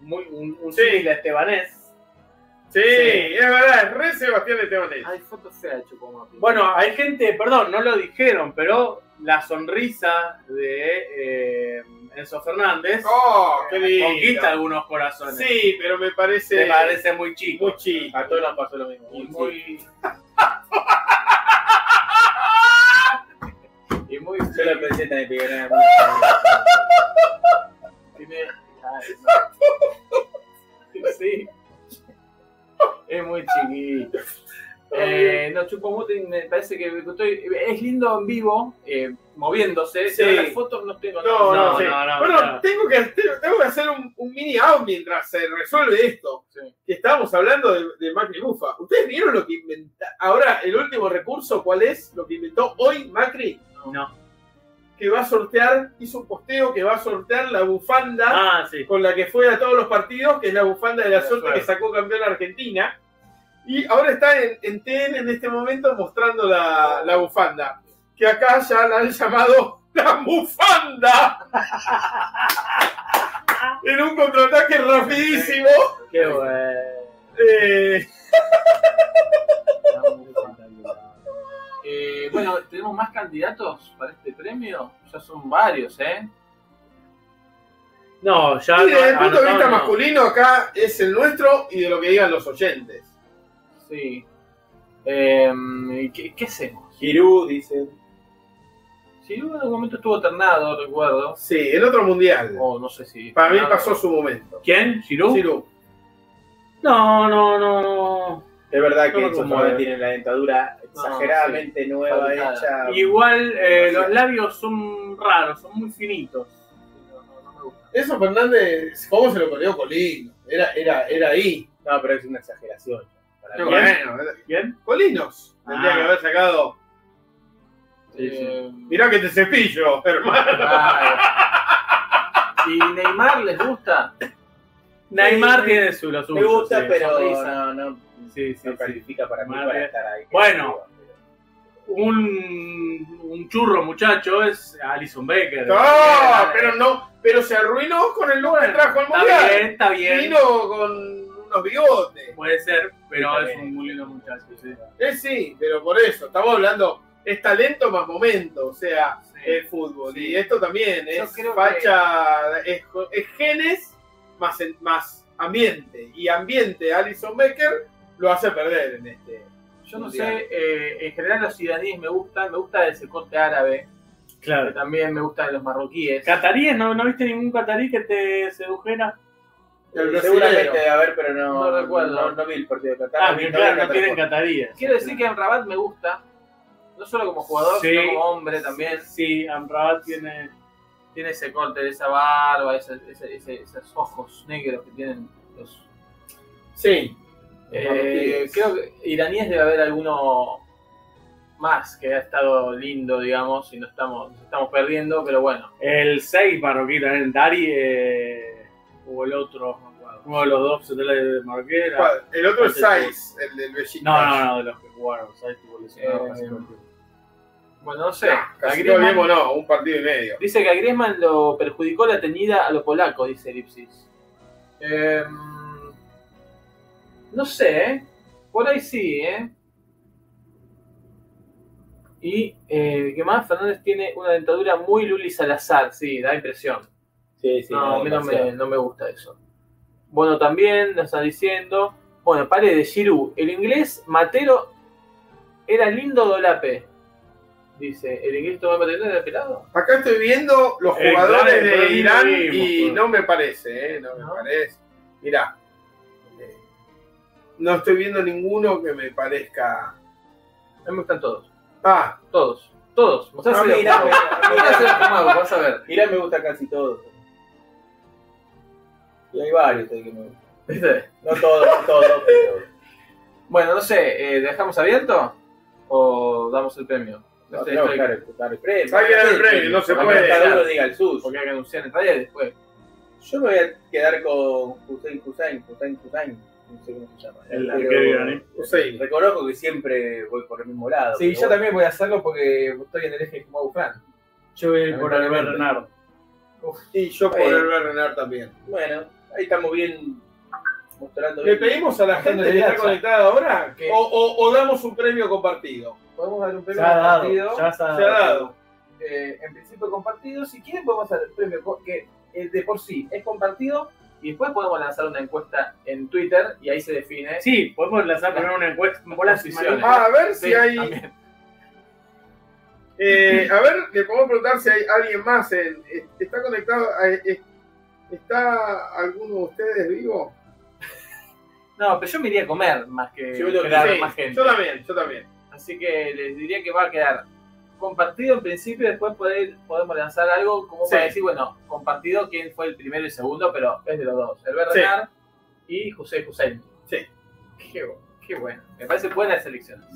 S3: muy, un, un
S4: Sí.
S3: símil a estebanés.
S4: Sí, es verdad, es re Sebastián Estebanés.
S2: Hay fotos feas de Choupo Motín.
S3: Bueno, hay gente, perdón, no lo dijeron, pero la sonrisa de eh, Enzo Fernández
S4: Oh, qué lindo.
S3: conquista algunos corazones.
S4: Sí, pero me parece.
S3: Me parece muy chico. Ah,
S4: Muy chico.
S5: A todos nos pasó lo mismo.
S2: y muy. y muy.
S5: Yo lo pensé también, pero era
S2: Tiene. Sí. Es muy chiquito. Eh, no, Chupomotin me parece que estoy- es lindo en vivo, eh, moviéndose.
S4: Sí.
S2: Pero las fotos no tengo
S4: No, no,
S3: No,
S4: sí.
S3: no, no,
S4: Bueno,
S3: claro.
S4: tengo, que, te- tengo que hacer un, un mini out mientras se resuelve esto. Que estábamos hablando de, de Macri Bufa. ¿Ustedes vieron lo que inventa? Ahora, el último recurso, ¿cuál es? Lo que inventó hoy Macri.
S3: No.
S4: Que va a sortear, hizo un posteo que va a sortear la bufanda
S3: Ah, sí.
S4: con la que fue a todos los partidos, que es la bufanda de la
S3: De
S4: suerte
S3: acuerdo.
S4: que sacó campeón Argentina. Y ahora está en, en TN en este momento mostrando la, la bufanda. Que acá ya la han llamado la bufanda. en un contraataque rapidísimo.
S3: Qué bueno.
S4: eh,
S2: Eh, bueno, tenemos más candidatos para este premio. Ya son varios, ¿eh?
S3: No, ya.
S4: y desde el
S3: no,
S4: punto de vista
S3: anotado no.
S4: masculino, acá es el nuestro y de lo que digan los oyentes.
S2: Sí. Em, ¿qué, qué hacemos?
S5: Girú, dicen.
S2: Si en algún momento estuvo ternado, recuerdo.
S4: Sí, el otro mundial.
S2: O no sé si.
S4: Para mí
S2: Ternado.
S4: pasó su momento.
S3: ¿Quién? ¿Giroud?
S4: Giroud.
S3: No, no, no, no.
S5: Es verdad que
S3: No me
S5: estos
S3: conmueve.
S5: jóvenes tienen la dentadura exageradamente nueva,
S2: Fabricada.
S5: hecha.
S3: Igual eh, los
S5: Demasiado.
S3: labios son raros, son muy finitos.
S2: No, no, no me gusta.
S4: Eso Fernández, Eh, ¿cómo se lo corrió Colino? Era, era, era ahí.
S5: No, pero es una exageración. Para
S4: Pero
S5: mí.
S4: bueno,
S3: ¿Bien?
S4: Colinos. Tendría
S3: Ah.
S4: que haber sacado.
S2: Eh,
S4: Mirá que te cepillo, hermano.
S2: claro. ¿Y Neymar les gusta?
S3: Neymar tiene su lo suyo.
S5: me gusta,
S3: sí.
S5: pero
S2: sonrisa.
S5: no, no,
S3: Sí, sí,
S5: no
S3: sí.
S5: califica para mí
S3: Madre.
S5: para estar ahí.
S3: Bueno. Un, un churro, muchacho, es Alison Becker.
S4: No,
S5: ¡Ah!
S4: pero no, pero se arruinó con el look que trajo al
S3: Está bien,
S4: mundial.
S3: está bien.
S4: Vino con unos bigotes.
S3: Puede ser, pero
S5: Está
S3: es
S5: bien.
S3: un muy lindo muchacho. sí.
S4: Eh, sí, pero por eso, estamos hablando, es talento más momento, o sea,
S3: Sí.
S4: el fútbol.
S3: Sí.
S4: Y esto también
S2: Yo
S4: es
S2: creo que-
S4: facha, es, es genes más, en- más ambiente. Y ambiente, Alison Becker lo hace perder en este.
S2: Yo no sé, eh, en general los iraníes me gustan, me gusta ese corte árabe,
S3: Claro.
S2: pero también me gustan los marroquíes.
S3: ¿Cataríes? ¿No, ¿No viste ningún catarí que te sedujera?
S4: El
S5: Eh,
S4: brasilero.
S5: Seguramente debe haber, pero no,
S2: No recuerdo.
S5: No, no vi el partido de Qatar.
S3: Ah,
S5: vi-
S3: que
S5: vi
S3: claro, no
S5: Qatar
S3: tienen
S5: jugar.
S3: cataríes.
S2: Quiero decir que en Rabat me gusta, no solo como jugador,
S3: Sí.
S2: sino como hombre también.
S3: Sí, Amrabat tiene.
S2: Tiene ese corte, esa barba, ese- ese- ese- esos ojos negros que tienen los...
S4: Sí.
S2: Eh, creo que iraníes debe haber alguno más que ha estado lindo, digamos, y no estamos, nos estamos perdiendo, pero bueno.
S3: El 6 marroquí también, Dari eh, o el otro. no me acuerdo. Uno de los dos se de marroquí. era-
S4: ¿Cuál? El otro es
S3: Falta el
S4: Saiz, el del vecino.
S3: No, no, no, de los que jugaron. ¿Sabes? Estuvo lesionado
S2: Eh,
S3: casi todo el tiempo.
S2: Bueno, no sé. A
S4: Casi no
S2: Griezmann-
S4: vimos, no, un partido y medio.
S2: Dice que a Griezmann lo perjudicó la teñida a los polacos, dice Elipsis. Em, no sé, ¿eh? por ahí sí, ¿eh? Y, eh, ¿qué más? Fernández tiene una dentadura muy Luli Salazar, sí, da impresión.
S5: Sí, sí.
S2: no, a mí no
S5: demasiado.
S2: me, no me gusta eso. Bueno, también nos está diciendo. Bueno, pare de Giroud. El inglés Matero era lindo Dolape. Dice, ¿el inglés Tomás Matero era pelado?
S4: Acá estoy viendo los
S3: Eh,
S4: jugadores
S3: claro, pero
S4: de
S3: ni
S4: Irán
S3: lo vimos,
S4: y
S3: pues.
S4: no me parece, ¿eh? No me
S2: ¿No?
S4: parece. Mirá, eh, no estoy viendo ninguno que me parezca.
S2: A mí me gustan todos.
S4: Ah,
S2: Todos. Todos.
S5: A
S2: Mostráselo.
S5: mí Irán me-
S2: Mostráselo a Mago, vas a ver.
S5: Irán me gusta casi todo. Y hay varios ahí que me gustan.
S2: ¿Viste?
S5: No todos, no todos, pero.
S2: Bueno, no sé, eh, ¿dejamos abierto? ¿O damos el premio? No
S5: No,
S2: sé,
S5: tengo que
S2: estoy-
S5: dar el- dar el premio.
S4: Hay que dar el premio, no se
S5: Aunque
S4: puede.
S5: cada uno diga el suyo.
S2: porque hay que anunciar en realidad y después.
S5: Yo me voy a quedar con Hussein Hussein, Hussein Hussein, no sé cómo se llama.
S3: El
S5: Pero
S3: arquero
S4: ¿eh?
S3: iraní.
S4: Hussein.
S5: Reconozco que siempre voy por el mismo lado. pero bueno.
S2: también voy a hacerlo porque estoy en el eje como Fran.
S3: Yo voy a ir por Albert Renard.
S4: Y yo por
S5: Eh.
S4: Albert Renard también.
S5: Bueno, ahí estamos bien mostrando.
S4: ¿Le
S5: bien.
S4: pedimos a la gente que está conectada ahora? que- O, o- o damos un premio compartido?
S2: Podemos dar un premio
S3: Se ha
S2: compartido.
S3: dado. Ya se ha
S4: Se ha dado.
S2: eh, en principio compartido. Si quieren podemos hacer el premio co- que eh, de por sí es compartido. Y después podemos lanzar una encuesta en Twitter y ahí se define.
S3: Sí, podemos lanzar primero una encuesta. Bolas y
S2: Posiciones.
S3: Mario.
S4: Ah, a ver
S2: Sí,
S4: si hay.
S2: también.
S4: eh, a ver, le podemos preguntar si hay alguien más. en- eh, ¿Está conectado? a- eh, ¿Está alguno de ustedes vivo?
S2: No, pero yo me iría a comer más que
S5: Yo creo que
S2: quedar
S4: Sí,
S2: más gente.
S4: Yo también, yo también.
S2: Así que les diría que va a quedar compartido en principio, después poder- podemos lanzar algo como para
S4: Sí.
S2: decir, bueno, compartido quién fue el primero y el segundo, pero es de los dos, el
S4: Sí.
S2: Bernard y José Hussein.
S4: Sí.
S2: Qué, bu- qué bueno. Me parece buenas selecciones.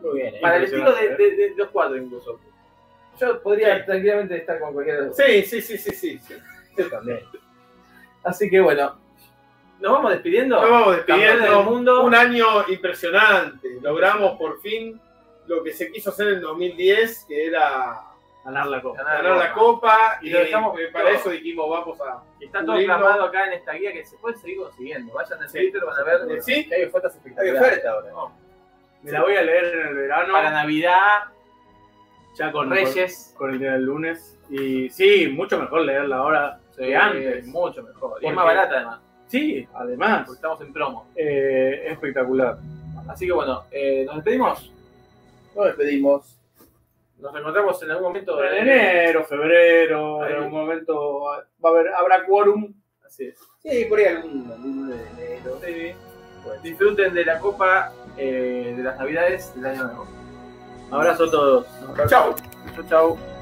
S5: Muy bien, ¿eh?
S2: Para el estilo
S3: Impresionante,
S2: de, de- de los cuatro incluso. Yo podría tranquilamente estar con cualquiera de los dos.
S4: Sí, sí, sí, sí, sí. sí.
S5: Yo también.
S2: Así que bueno, nos vamos despidiendo.
S4: Nos vamos
S2: Campeones del
S4: despidiendo.
S2: mundo.
S4: Un año impresionante. Logramos por fin lo que se quiso hacer en 2010, que era
S3: Ganar la copa.
S2: Ganar
S4: ganar la copa.
S2: Y
S4: Y,
S2: lo dejamos
S4: para
S2: todo.
S4: eso dijimos, vamos a.
S2: Está todo
S4: Cubrirlo.
S2: plasmado acá en esta guía que se puede seguir consiguiendo. Vayan al Twitter, van a ver
S4: Sí.
S2: que hay ofertas
S5: Hay
S2: espectaculares.
S5: oferta ahora.
S3: Me la voy a leer en el verano.
S2: Para Navidad,
S3: ya con
S2: Reyes.
S3: Con, con el día del lunes. Y sí, mucho mejor leerla ahora
S2: Sí,
S3: que antes.
S2: eh, Mucho mejor. Y es
S3: Porque-
S2: más barata además,
S3: Sí,
S2: porque
S3: además.
S2: estamos en promo.
S3: eh, espectacular.
S2: Así que bueno, eh, nos despedimos.
S5: Nos despedimos.
S2: Nos encontramos en algún momento.
S3: En enero, febrero,
S2: Ahí.
S3: en algún momento va a haber, habrá quórum.
S2: Así es.
S5: Sí, por ahí algún algún de enero.
S2: Disfruten de la copa eh, de las Navidades del Año Nuevo.
S3: Abrazo a todos.
S4: Chao.
S2: Chau, chau.